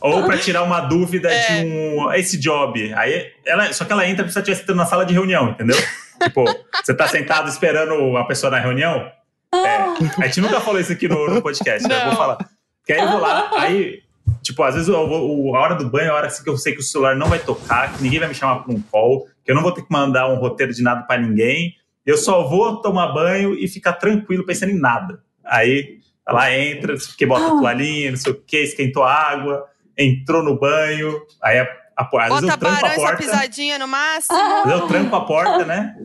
B: Ou pra tirar uma dúvida
C: É.
B: de um. Esse job. Aí ela, só que ela entra como se ela estivesse na sala de reunião, entendeu? tipo, você tá sentado esperando a pessoa na reunião? É. A gente nunca falou isso aqui no, no podcast, né? Eu
C: Ah. Não.
B: vou falar. Porque aí eu vou lá, aí Tipo, às vezes eu vou- o- a hora do banho é a hora assim que eu sei que o celular não vai tocar, que ninguém vai me chamar pra um call, que eu não vou ter que mandar um roteiro de nada pra ninguém. Eu só vou tomar banho e ficar tranquilo, pensando em nada. Aí ela entra, não sei o que bota
C: Ah.
B: a toalhinha, não sei o que, esquentou a água, entrou no banho, aí a, a, às vezes
C: Bota
B: eu tranco a
C: barão essa
B: porta. Às
C: pisadinha no máximo.
B: vezes eu tranco a porta, né?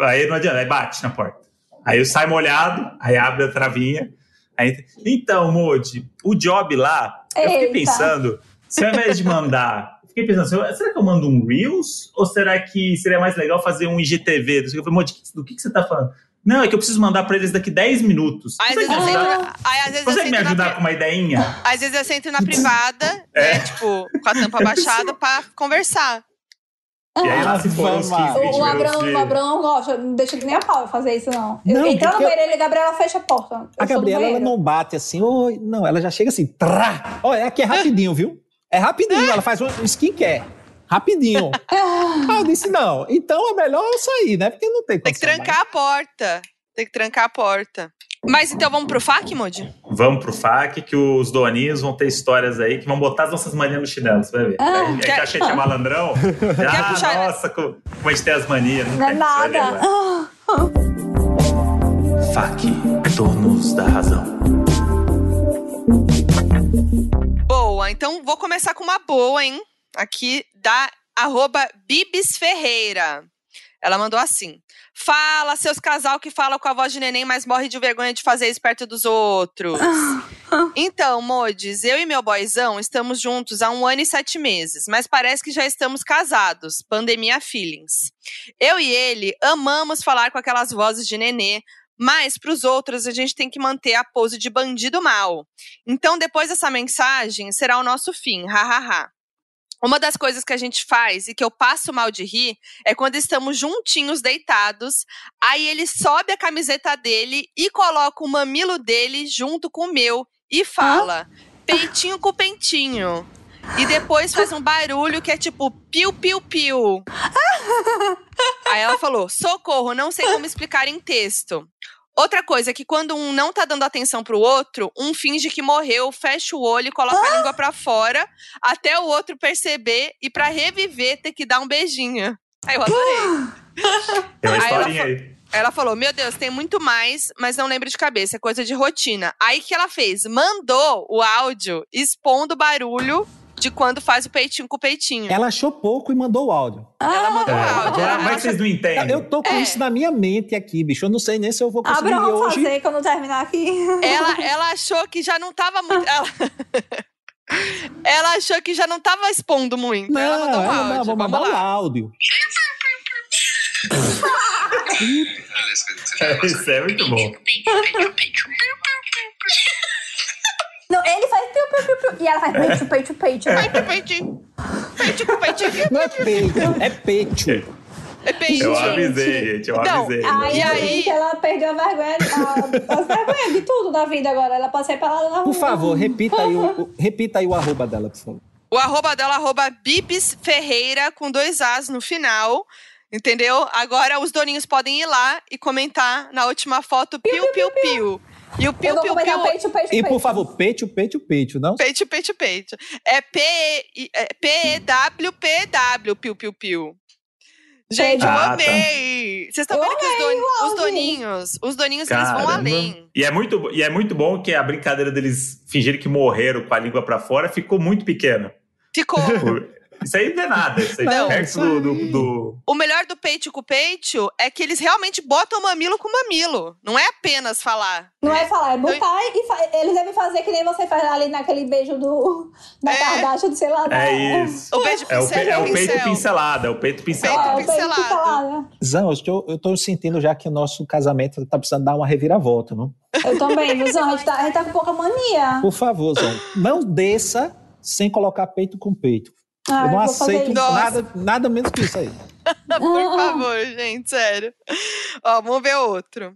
B: Aí não adianta, aí bate na porta. Aí eu saio molhado, aí abre a travinha. Aí, entra. então, Modi, o job lá, eu fiquei
D: Eita.
B: pensando, se ao invés de mandar. eu Fiquei pensando, se eu- será que eu mando um Reels? Ou será que seria mais legal fazer um IGTV? Eu falei, Modi, do que, que você tá falando? Não, é que eu preciso mandar pra eles daqui 10 minutos.
C: Aí, às
B: Consegue
C: vezes, eu
B: me ajudar?
C: sento, aí, às vezes eu
B: Consegue me
C: sento na,
B: ajudar com
C: pri-
B: uma ideinha?
C: às vezes eu sento na privada,
B: É.
C: né? Tipo, com a tampa baixada pra conversar.
B: E aí lá se foram
E: Vamos
B: uns
E: lá.
B: 15
D: O, o Abrão,
B: minutos.
D: o Abrão não gosta, não deixa nem a pau eu fazer isso, não. Eu
E: Não,
D: entrar no
E: porque-
D: banheiro, ele, Gabriela, fecha a porta. Eu
E: A
D: sou do
E: Gabriela, ela
D: banheiro.
E: não bate assim, oi, não, ela já chega assim, trá. Olha, aqui é rapidinho, viu? É rapidinho, ela faz um skincare. Rapidinho. Aí eu disse, não, então é melhor eu sair, né? Porque não tem
C: Tem que
E: condição
C: trancar a porta. Tem que trancar a porta. Mas então vamos pro FAC, Moody?
B: Vamos pro FAC, que os doninhos vão ter histórias aí que vão botar as nossas manias no chinelo, você vai ver.
D: Ah,
B: aí,
C: quer-
B: aí que é malandrão. ah,
C: puxar-
B: nossa, como, como a gente tem as manias.
D: Não é
B: tem, você vai ver
D: nada.
B: agora. FAC, donos da razão.
C: Boa, então vou começar com uma boa, hein? Aqui da arroba Bibis Ferreira. Ela mandou assim: Fala, seus casal que fala com a voz de neném, mas morre de vergonha de fazer isso perto dos outros. então, Modes, eu e meu boyzão estamos juntos há um ano e sete meses, mas parece que já estamos casados. Pandemia feelings. Eu e ele amamos falar com aquelas vozes de nenê, mas pros outros a gente tem que manter a pose de bandido mal. Então, depois dessa mensagem, será o nosso fim, hahaha. Uma das coisas que a gente faz e que eu passo mal de rir é quando estamos juntinhos deitados, aí ele sobe a camiseta dele e coloca o mamilo dele junto com o meu e fala: peitinho com peitinho. E depois faz um barulho que é tipo piu piu piu. Aí ela falou: "Socorro, não sei como explicar em texto". Outra coisa é que quando um não tá dando atenção pro outro, um finge que morreu, fecha o olho e coloca
E: Ah!
C: a língua pra fora, até o outro perceber e pra reviver ter que dar um beijinho. Aí eu adorei.
B: Tem uma
C: Aí ela
B: historinha
C: fa-
B: aí.
C: Ela falou: Meu Deus, tem muito mais, mas não lembro de cabeça, é coisa de rotina. Aí que ela fez? Mandou o áudio expondo o barulho de quando faz o peitinho com o peitinho.
E: Ela achou pouco e mandou o áudio.
D: Ah.
C: Ela mandou o áudio.
B: Agora,
C: Ela,
B: como é que vocês não entendem?
E: Eu tô com
C: É.
E: isso na minha mente aqui, bicho. Eu não sei nem se eu vou conseguir
D: Abrão, vamos
E: hoje.
D: fazer quando terminar aqui.
C: ela, ela achou que já não tava muito.
E: Ah.
C: Ela, ela achou que já não tava expondo muito.
E: Não,
C: ela mandou um
E: ela não, é
C: áudio.
E: vou
C: Vamos
E: mandar o
C: lá.
E: áudio.
B: Isso é muito bom.
D: Não, ele faz piu, piu, piu, piu. E ela faz peito, peito, peito.
C: Peitinho, peitinho. Peitinho com peitinho.
E: Não é peito, é peito.
C: É peitinho.
B: Eu
D: Gente.
B: avisei, gente. Eu
C: Não,
B: avisei. né?
D: Aí,
C: E
D: a
C: Então, aí?
D: gente, ela perdeu a vergonha, a, as vergonhas de tudo da vida agora. Ela passei pra lá na rua.
E: Por favor, repita aí o, o- repita aí o arroba dela, por favor.
C: O arroba dela, arroba Bibis Ferreira, com dois As no final. Entendeu? Agora os doninhos podem ir lá e comentar na última foto piu, piu, piu. E o
D: Eu
C: piu,
D: vou
C: piu,
D: comentar
C: piu.
D: peito, peito,
E: E
D: peito.
E: por favor, peito, peito, peito, não?
C: Peito, peito, peito. É P-E-W-P-W, piu, piu, piu. Gente, eu
B: Ah, tá.
C: amei! Vocês estão
D: Eu
C: vendo que os, don-
D: o
C: os
D: áudio.
C: doninhos, os doninhos, eles vão
B: Caramba.
C: além.
B: E é, muito, e é muito bom que a brincadeira deles fingirem que morreram com a língua pra fora ficou muito pequena.
C: Ficou.
B: Isso aí não é nada. Isso aí
C: Não.
B: perto do, do, do-
C: o melhor do peito com peito é que eles realmente botam mamilo com mamilo. Não é apenas falar.
D: Não é falar, é
C: Então-
D: botar e fa- eles devem fazer que nem você faz ali naquele beijo do da
C: É.
D: Kardashian, do sei lá. da-
B: É isso.
C: O beijo
B: É o, pe-
C: pincel.
B: é o peito
C: pincel.
B: pincelado, é o peito
D: É, o
B: pincelado.
D: beijo
C: pincelado.
D: pincelado.
E: Zan, eu estou- eu estou sentindo já que o nosso casamento tá precisando dar uma reviravolta, não?
D: Eu também, viu, Zão? A gente tá, a gente tá com pouca mania.
E: Por favor, Zan, não desça sem colocar peito com peito.
D: Ah,
E: eu não
D: vou fazer
E: aceito
D: isso. Ah,
C: Nossa.
E: nada, nada menos que isso aí.
D: Uhum.
C: Por favor, gente, sério. Ó, vamos ver outro.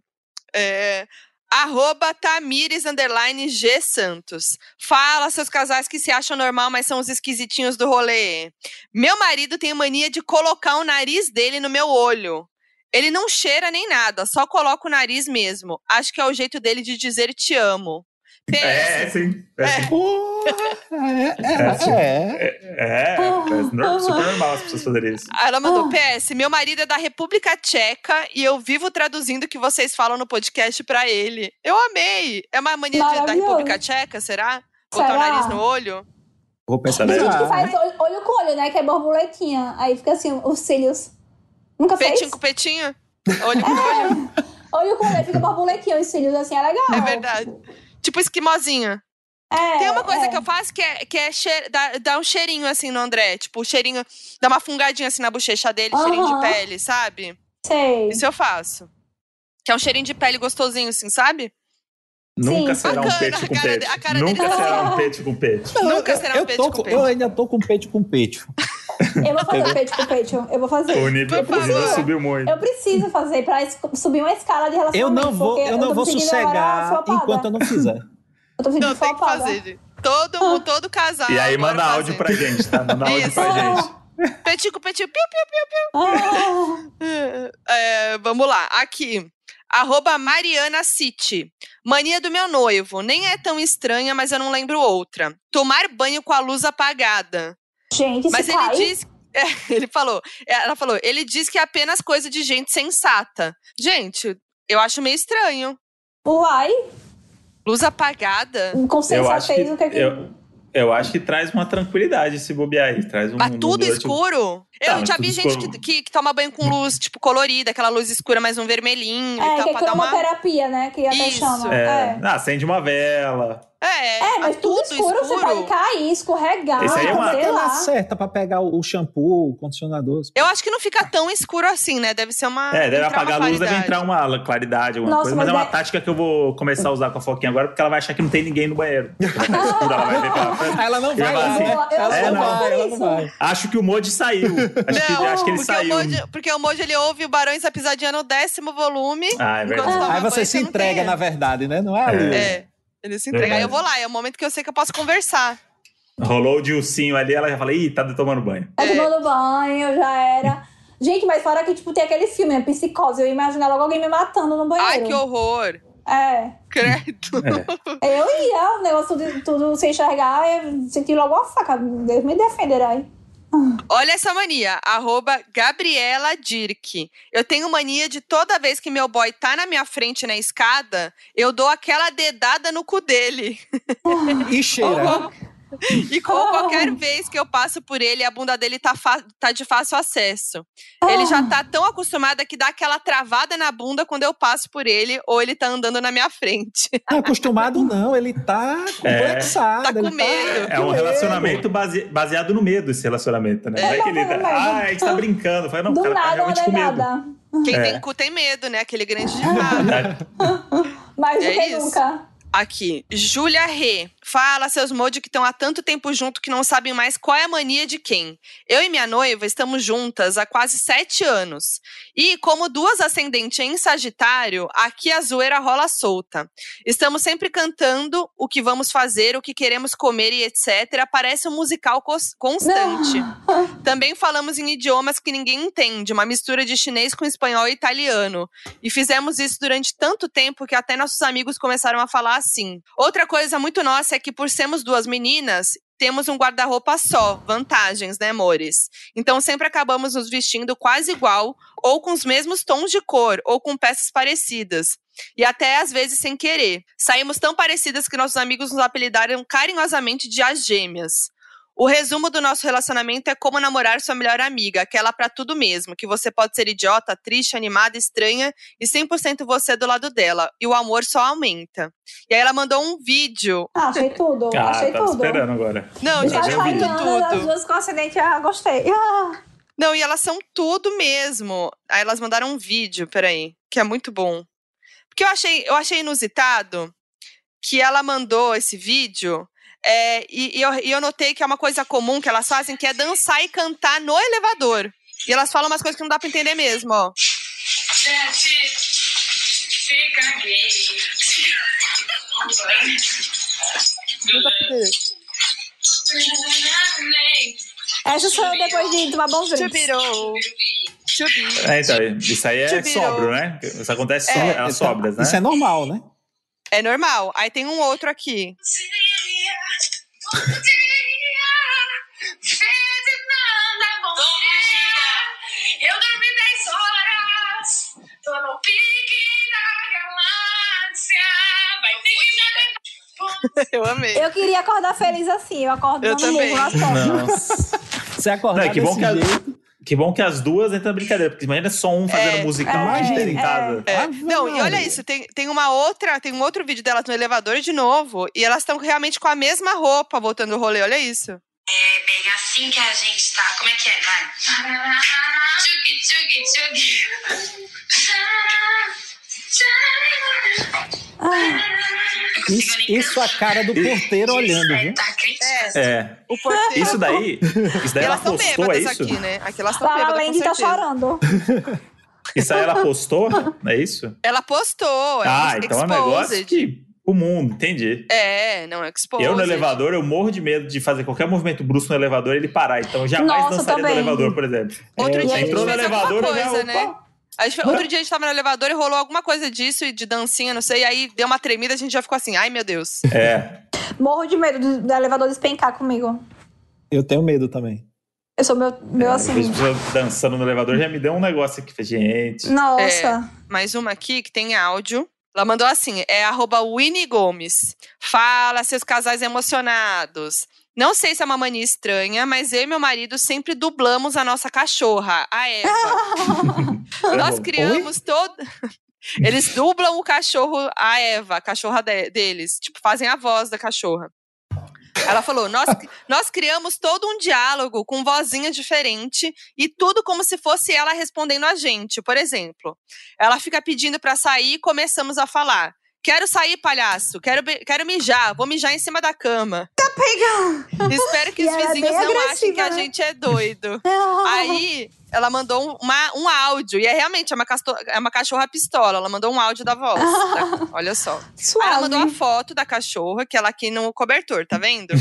C: É, Arroba Tamires underline G Santos. Fala, seus casais que se acham normal, mas são os esquisitinhos do rolê. Meu marido tem mania de colocar o nariz dele no meu olho. Ele não cheira nem nada, só coloca o nariz mesmo. Acho que é o jeito dele de dizer te amo. PS,
B: É, sim. É, sim.
E: Porra, é, é, é.
B: é, é nor- super normal as pessoas fazerem isso.
C: Aí Ela
D: Ah.
C: mandou, PS, meu marido é da República Tcheca e eu vivo traduzindo o que vocês falam no podcast pra ele. Eu amei! É uma mania de- da
D: Maravilhoso.
C: República Tcheca, será? Botar o
D: Será?
C: nariz no olho?
E: Vou pensar
D: Tem gente ah. que
E: nisso.
D: faz
C: assim.
D: olho, olho com olho, né? Que é borboletinha. Aí fica assim, os cílios. Nunca fez? É.
C: Petinho com petinho? Olho com olho?
D: Olho com olho, aí fica borboletinha os cílios, assim, é legal.
C: É verdade. Tipo esquimozinho.
D: É,
C: Tem uma coisa
D: é.
C: que eu faço que é, que é cheir- dar, dar um cheirinho assim no André. Tipo, o cheirinho. Dá uma fungadinha assim na bochecha dele, cheirinho de
D: Aham.
C: pele, sabe?
D: Sei.
C: Isso eu faço. Que é um cheirinho de pele gostosinho, assim, sabe?
B: Nunca
D: Sim.
B: será
C: Bacana,
B: um peixe
C: a
B: com
C: cara de-
B: peixe.
C: a cara
B: Nunca
C: dele tá
B: será
D: assim.
B: um peixe com peixe.
C: Nunca
E: Eu-
C: será um
E: eu,
C: peito
E: tô,
C: com peito.
E: eu ainda tô com peito com peito. um
D: Eu vou fazer peito com peito. Eu vou fazer.
B: O nível,
C: Por
B: o nível
C: favor.
B: subiu muito.
D: Eu preciso fazer pra es- subir uma escala de relacionamento.
E: Eu não vou,
D: porque
E: eu não
D: tô
E: vou
D: me sentindo agora
E: sossegar
D: flopada.
E: enquanto eu não fizer.
D: Eu tô sentindo
C: Não, tem que
D: flopada.
C: fazer. gente. Todo mundo, todo casal.
B: E aí
C: agora
B: manda áudio
C: fazendo.
B: pra gente, tá? Manda áudio
C: Isso.
B: pra gente.
C: Petico, petico, piu, piu, piu.
D: Ah,
C: É, vamos lá, aqui. Arroba Mariana City. Mania do meu noivo. Nem é tão estranha, mas eu não lembro outra. Tomar banho com a luz apagada.
D: gente,
C: mas
D: isso
C: ele
D: cai.
C: diz. É, ele falou. Ela falou, ele diz que é apenas coisa de gente sensata. Gente, eu acho meio estranho.
D: Uai,
C: Luz apagada.
D: com
B: Eu acho,
D: sensatez, o que é
B: que,
D: que...
B: eu, eu acho que traz uma tranquilidade esse bobear aí. Traz um,
C: Mas
B: um
C: tudo
B: durante-
C: escuro?
B: Tá,
C: eu
B: mas
C: já
B: tudo
C: vi gente
B: escuro. Hum.
C: que, que, que toma banho com luz, tipo, colorida, aquela luz escura, mais um vermelhinho e
D: É,
C: tal,
D: que é
C: pra dar uma.
D: cromoterapia, né? Que até
C: Isso.
D: chama.
B: É,
D: É.
B: Ah, acende uma vela.
C: É,
D: É, mas
C: a
D: tudo, escuro, você pode cair, escorregar,
B: Esse aí é uma-
D: Ah, então sei
E: Aquela
D: lá.
E: certa pra pegar o o shampoo, o condicionador.
C: Eu acho que não fica tão escuro assim, né? Deve ser uma.
B: É, deve
C: entrar uma
B: apagar a luz, deve
C: claridade.
B: entrar uma claridade, alguma
D: Nossa,
B: coisa. Mas,
D: mas
B: é uma
D: é-
B: tática que eu vou começar a usar com a Foquinha agora, porque ela vai achar que não tem ninguém no banheiro. Ela tá escura, ela vai ver pela frente.
E: Ela não vai
B: Eu
E: lá.
B: vou-
D: eu
E: Ela
B: vou
E: não vai, ela não
D: isso.
E: vai.
B: Acho que o Moji saiu. Acho, que,
C: Não,
B: acho que ele
C: porque
B: saiu.
C: O Mojo, porque o Mojo, ele ouve o Barões da Pisadinha no décimo volume.
B: Ah, é
C: enquanto
B: verdade.
C: toma
E: Aí você
C: banho,
E: se
C: não tem
E: entrega,
C: ele.
E: na verdade, né? Não é a luz.
C: É. Ele se entrega. Aí eu
B: Verdade.
C: vou lá, é o momento que eu sei que eu posso conversar.
B: Rolou o Dilcinho ali, ela já fala, ih, tá tomando banho.
D: Tá tomando banho, já era. Gente, mas fora que, tipo, tem aquele filme, né? Psicose. Eu ia imaginar logo alguém me matando no banheiro.
C: Ai, que horror.
D: É.
C: Credo.
D: Eu ia, o negócio de tudo sem enxergar, eu senti logo uma faca. Deus me defenderá aí.
C: Olha essa mania, arroba Gabriela Dirk. Eu tenho mania de toda vez que meu boy tá na minha frente na escada, eu dou aquela dedada no cu dele.
E: E cheira.
C: E como qualquer vez que eu passo por ele, a bunda dele tá, fa- tá de fácil acesso. Ele já tá tão acostumado que dá aquela travada na bunda quando eu passo por ele, ou ele tá andando na minha frente.
E: Não, Tá acostumado não, ele tá complexado.
C: Tá com
E: ele tá
C: medo.
B: É um
E: com
B: relacionamento base- baseado no medo, esse relacionamento, né? Não é que ele
D: não, não,
B: ah,
D: não.
B: a gente tá brincando. Fala, não, o
D: Do
B: cara tá
D: nada,
B: realmente
D: não
B: com
D: é
B: medo.
D: nada.
C: Quem
B: É.
C: tem cu tem medo, né? Aquele grande ditado.
B: Tá
D: Mais do
C: É
D: que
C: isso.
D: nunca.
C: Aqui, Júlia Rê. Fala, seus modi que estão há tanto tempo junto que não sabem mais qual é a mania de quem. Eu e minha noiva estamos juntas há quase sete anos. E, como duas ascendentes em Sagitário, aqui a zoeira rola solta. Estamos sempre cantando o que vamos fazer, o que queremos comer e etc. Parece um musical cos- constante. Também falamos em idiomas que ninguém entende, uma mistura de chinês com espanhol e italiano. E fizemos isso durante tanto tempo que até nossos amigos começaram a falar assim. Outra coisa muito nossa é que, por sermos duas meninas, temos um guarda-roupa só. Vantagens, né, amores? Então sempre acabamos nos vestindo quase igual, ou com os mesmos tons de cor, ou com peças parecidas. E até às vezes sem querer. Saímos tão parecidas que nossos amigos nos apelidaram carinhosamente de as gêmeas. O resumo do nosso relacionamento é como namorar sua melhor amiga, aquela pra tudo mesmo, que você pode ser idiota, triste, animada, estranha e 100% você do lado dela. E o amor só aumenta. E aí ela mandou um vídeo.
D: Ah, achei tudo.
B: Ah,
D: achei
B: tava
D: tudo.
B: esperando agora.
C: Não,
B: Eu
D: E
C: gente,
B: já
D: as
B: vi o
C: achei
B: vídeo.
C: muito
D: baianas, as
C: tudo.
D: duas com acidente, ah, gostei. Ah.
C: Não, e elas são tudo mesmo. Aí elas mandaram um vídeo, peraí, que é muito bom. Porque eu achei, eu achei inusitado que ela mandou esse vídeo. é, e, e eu, e eu notei que é uma coisa comum que elas fazem, que é dançar e cantar no elevador. E elas falam umas coisas que não dá pra entender mesmo, ó.
A: Gente, fica gay.
C: Não dá pra entender.
D: Essa sou eu depois de tomar bons drinks.
C: Chubirou, chubi.
B: É, então, isso aí é
C: Chubirou.
B: sóbrio, né? Isso acontece só,
C: É,
B: é, as sóbrias, né?
E: Isso é normal, né?
C: É normal. Aí tem um outro aqui.
A: Eu dormi 10 horas, tô no pique da galáxia. Vai ter que dar
C: Eu amei.
D: Eu queria acordar feliz assim, eu acordo
C: Eu
D: dando
C: também.
D: murro nas costas.
B: Nossa.
E: Você acordar
B: Não, que bom
E: desse
B: que a-
E: jeito,
B: que bom que as duas entram na brincadeira, porque imagina só um fazendo
C: É,
B: musicão
E: é,
B: a gente ter em
E: é.
B: casa.
C: É,
E: Ave
C: Não, e olha
E: Maria.
C: isso, tem, tem uma outra, tem um outro vídeo delas no elevador de novo, e elas estão realmente com a mesma roupa voltando do rolê, olha isso.
A: É bem assim que a gente tá. Como é que é, vai? Tchuki, tchuki, tchuki.
E: Isso, isso a cara do porteiro olhando, viu?
A: Tá crítico?
B: É.
C: O porteiro.
B: Isso daí, isso
C: E
B: daí ela
C: elas estão
B: postou, é
C: bêbadas
B: isso?
C: aqui, né? Aqui elas estão
D: Lá
C: bêbadas, com
D: além de tá
C: certeza.
D: chorando.
B: Isso aí ela postou, é isso?
C: Ela postou, ela
B: ah, então é um negócio que o mundo, entendi.
C: É, não, é exposed.
B: Eu no elevador, eu morro de medo de fazer qualquer movimento brusco no elevador e ele parar. Então eu jamais
D: Nossa,
B: dançaria no
D: também.
B: elevador, por exemplo.
C: Outro
D: É,
C: dia a gente
B: Entrou no
C: fez
B: elevador,
C: alguma
B: eu já,
C: coisa,
B: opa.
C: né? A gente- outro dia a gente tava no elevador e rolou alguma coisa disso, e de dancinha, não sei, e aí deu uma tremida, a gente já ficou assim, ai meu Deus.
B: É.
D: Morro de medo do, do elevador despencar comigo.
E: Eu tenho medo também.
D: Eu sou meu, meu
B: Eu
D: assim.
B: vejo pessoas dançando no elevador, já me deu um negócio aqui. falei, Gente,
D: Nossa.
C: mais uma aqui que tem áudio. Ela mandou assim: é arroba Winnie Gomes. Fala, seus casais emocionados. Não sei se é uma mania estranha, mas eu e meu marido sempre dublamos a nossa cachorra, a Eva. Nós criamos todo. Eles dublam o cachorro, a Eva, a cachorra de- deles. Tipo, fazem a voz da cachorra. Ela falou: nós, nós criamos todo um diálogo com vozinha diferente e tudo como se fosse ela respondendo a gente. Por exemplo, ela fica pedindo pra sair e começamos a falar. Quero sair, palhaço. Quero, be- quero mijar. Vou mijar em cima da cama. Tá pegando. Espero que
D: E
C: os
D: ela é
C: vizinhos
D: bem
C: não achem que a
D: agressiva, né?
C: gente é doido. Aí ela mandou um- uma- um áudio. E é realmente é uma, casto- é uma cachorra pistola. Ela mandou um áudio da voz. tá? Olha só. Aí ela mandou a
D: Suave.
C: foto da cachorra, que ela aqui no cobertor, tá vendo?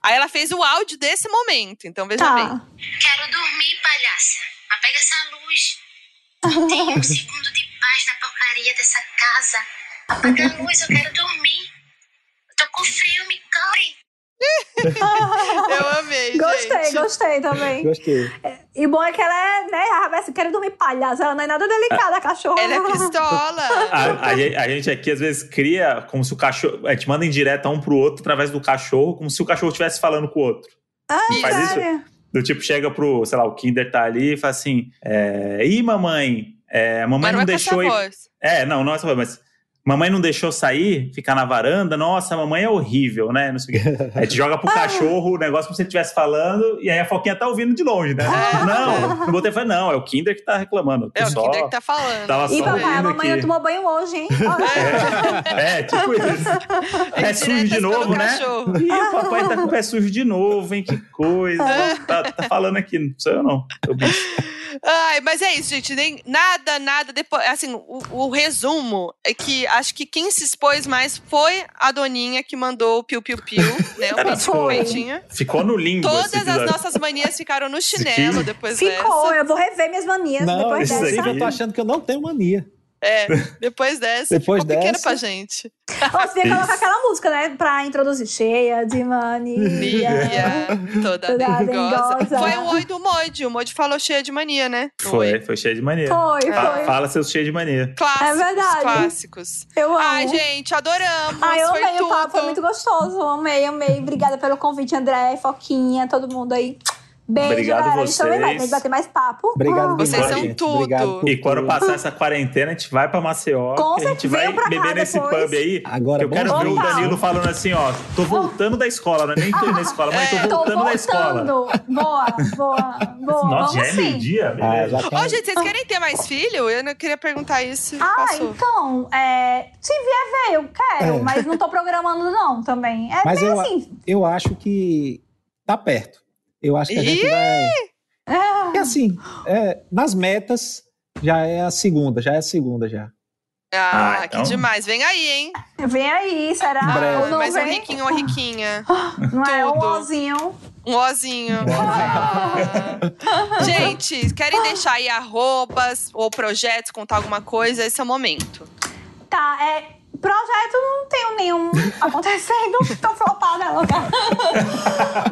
C: Aí ela fez o áudio desse momento, então veja bem.
D: Tá.
A: Quero dormir, palhaça. Apega essa luz. Não tem um segundo de paz na porcaria dessa casa. Apaga a luz, eu quero dormir. Eu tô com frio, me cobre.
C: Eu amei,
D: Gostei,
C: gente.
D: gostei também.
E: Gostei.
D: E bom é que ela é, né, a Rafa, assim, quero dormir palhaça. Ela não é nada delicada, a cachorra.
C: Ela é pistola.
B: A, a gen- a gente aqui às vezes cria como se o cachorro. A gente manda em direta um pro outro através do cachorro, como se o cachorro estivesse falando com o outro.
C: Isso.
B: faz isso?
D: Ah, Sério?
B: Do tipo, chega pro, sei lá, o Kinder tá ali e fala assim: é, Ih, mamãe, é, a mamãe
C: Mas
B: não,
C: não é com essa
B: deixou. eu-
C: voz.
B: É, não, não é essa voz, mas. Mamãe não deixou sair, ficar na varanda. Nossa, a mamãe é horrível, né? Não sei o quê. Aí te joga pro
C: Ah.
B: cachorro o negócio como se ele estivesse falando, e aí a Foquinha tá ouvindo de longe, né?
C: Ah.
B: Não, não botei falei, não, é o Kinder que tá reclamando.
C: É, o
B: Só-
C: Kinder que tá falando.
B: Tava
D: E
B: só
D: papai, a
B: ouvindo
D: mamãe
B: aqui.
C: é
D: não tomou banho hoje, hein? Olha.
B: É, tipo isso. Pé sujo
C: Indiretas
B: de
C: pelo
B: novo, né?
C: cachorro.
B: Ih, o papai tá com o pé sujo de novo, hein? Que coisa. Tá, tá falando aqui, não sou eu não. Eu bicho.
C: Ai, mas é isso, gente. Nem, nada, nada. Depois, assim, o, o resumo é que acho que quem se expôs mais foi a doninha que mandou o piu-piu-piu, né? O
B: Ela
C: peitinho,
B: ficou,
C: peitinho.
B: ficou no limbo esse
C: Todas as
B: episódio.
C: nossas manias ficaram no chinelo depois
D: Ficou,
C: dessa.
D: eu vou rever minhas manias
E: Não,
B: isso
D: depois dessa.
B: aí.
E: inclusive eu tô achando que eu não tenho mania.
C: É, depois dessa,
E: Depois
C: ficou pequena
E: dessa.
C: pra gente.
D: Ou você ia colocar
B: Isso.
D: aquela música, né? Pra introduzir. Cheia de mania.
C: Mia, toda
D: Toda
C: dengosa.
D: dengosa.
C: Foi o oi do Moide. O Moide falou cheia de mania, né?
B: Foi, foi cheio de mania.
D: Foi,
C: Ah.
B: Fa-
D: foi.
B: Fala seus cheios de mania.
C: Clássicos,
D: É verdade.
C: clássicos.
D: Eu amo.
C: Ai, gente, adoramos.
D: Ai, eu
C: foi
D: amei
C: tudo.
D: o papo, foi muito gostoso. Amei, amei. Obrigada pelo convite, André, Foquinha, todo mundo aí. Beijo,
B: Obrigado
D: galera. A gente também vai,
B: vocês.
D: vai ter mais papo.
E: Obrigado
C: Vocês
E: demais,
B: são
E: gente.
C: tudo.
E: Obrigado por
B: E quando
E: tudo.
B: passar essa quarentena, a gente vai pra Maceió.
D: Com
B: que a gente
D: certeza,
B: vai
D: venham pra cá
B: beber nesse
D: depois.
B: pub aí.
E: Agora,
B: que eu quero
E: bons
B: ver o
D: dias.
B: Danilo falando assim, ó. Tô voltando da escola, não é nem tô indo na escola, mas tô
C: É.
B: voltando,
D: Tô
B: da escola.
D: voltando. Boa, boa, boa.
B: Nossa, já
D: Vamos
B: é
D: sim.
B: meio-dia,
E: Ah,
B: beleza.
E: já tem-
C: Ô, gente, vocês querem ter mais filho? Eu não queria perguntar isso.
D: Ah,
C: Passou.
D: então, é, se vier ver, eu quero,
E: É.
D: mas não tô programando, não, também. É
E: Mas
D: bem
E: eu-
D: assim.
E: Eu acho que tá perto. Eu acho que a gente
C: Ih!
E: vai.
D: Ah,
E: E assim, é, nas metas, já é a segunda, já é a segunda já.
C: Ah,
B: Ah,
C: que
B: então.
C: demais. Vem aí, hein?
D: Vem aí, será?
E: Em breve.
D: Ou não
C: mais um
D: vem?
C: riquinho, uma riquinha.
D: Não é um
C: Tudo.
D: ozinho.
C: Um ozinho. Ah. Gente, querem deixar aí arrobas ou projetos, contar alguma coisa? Esse é o momento.
D: Tá, é. Projeto não tenho nenhum acontecendo, tô flopada louca.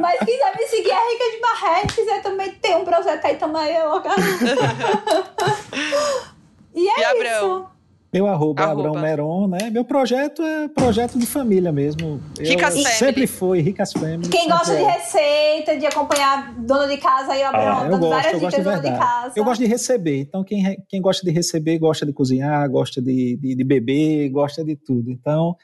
D: Mas quiser me seguir, é Rica de Barreto, quiser também ter um projeto aí também, é louca. e é
C: E
D: isso.
C: Abrão?
E: Meu arroba, é
C: Arroba.
E: Abrão Meron, né? Meu projeto é projeto de família mesmo. Eu
C: Ricas Family.
E: sempre fui Ricas Family.
D: Quem
E: sempre
D: gosta de
E: é.
D: receita, de acompanhar dono de casa aí, o
B: Ah,
D: Abrão,
E: É, eu
D: dando
E: gosto,
D: várias
E: eu gosto de
D: dicas do dono de
E: verdade.
D: casa.
E: Eu gosto de receber. Então, quem, re- quem gosta de receber, gosta de cozinhar, gosta de, de, de beber, gosta de tudo. Então,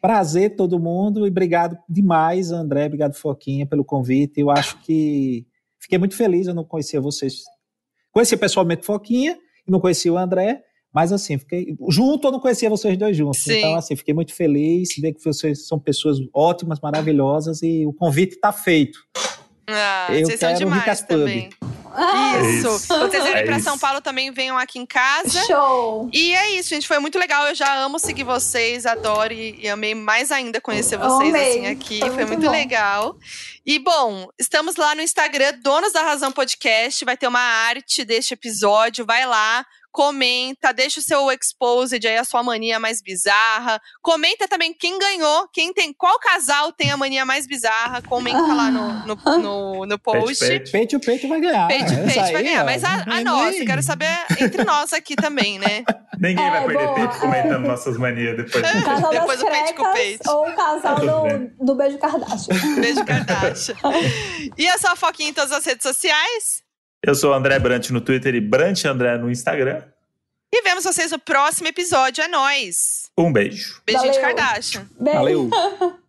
E: prazer todo mundo e obrigado demais, André. Obrigado, Foquinha, pelo convite. Eu acho que fiquei muito feliz. Eu não conhecia vocês. Conheci pessoalmente Foquinha, não conhecia o André. Mas assim, fiquei. Junto eu não conhecia vocês dois juntos.
C: Sim.
E: Então, assim, fiquei muito feliz. Ver que vocês são pessoas ótimas, maravilhosas e o convite está feito.
C: Ah,
E: Eu
C: vocês são
E: quero um
C: demais
E: Ricas Pub.
C: também.
D: Ah,
C: Isso.
B: É
C: Se
B: isso.
C: Vocês virem
B: É
C: pra
B: isso.
C: São Paulo também, venham aqui em casa.
D: Show!
C: E é isso, gente. Foi muito legal. Eu já amo seguir vocês, adoro e, e amei mais ainda conhecer
D: Eu
C: vocês
D: amei.
C: assim aqui. Foi,
D: Foi muito
C: muito
D: bom.
C: legal. E bom, estamos lá no Instagram, Donas da Razão Podcast. Vai ter uma arte deste episódio. Vai lá. Comenta, deixa o seu exposed aí, a sua mania mais bizarra. Comenta também quem ganhou, quem tem, qual casal tem a mania mais bizarra. Comenta lá no, no, no, no post.
B: Pet, pet.
E: Peito o peito vai ganhar.
C: Peixe,
E: Ah, Essa
C: peixe vai
E: aí,
C: ganhar.
E: ó,
C: Mas a,
E: não
C: a
E: tem
C: nossa,
E: nem-
C: eu quero saber entre nós aqui também, né?
B: Ninguém
D: É,
B: vai perder
D: boa, Tá
B: tempo
D: é.
B: comentando nossas manias depois.
D: O casal
C: Depois
D: das
C: o peito com o
D: cretas
C: peito.
D: ou o
E: Tá
D: casal
B: Tudo bem.
D: do, do beijo Kardashian.
C: Beijo, Kardashian. e a sua foquinha em todas as redes sociais.
B: Eu sou o André Brant no Twitter e Brant André no Instagram.
C: E vemos vocês no próximo episódio. É nóis.
B: Um beijo.
C: Beijinho de
D: Valeu.
C: Kardashian.
D: Beijo.
E: Valeu.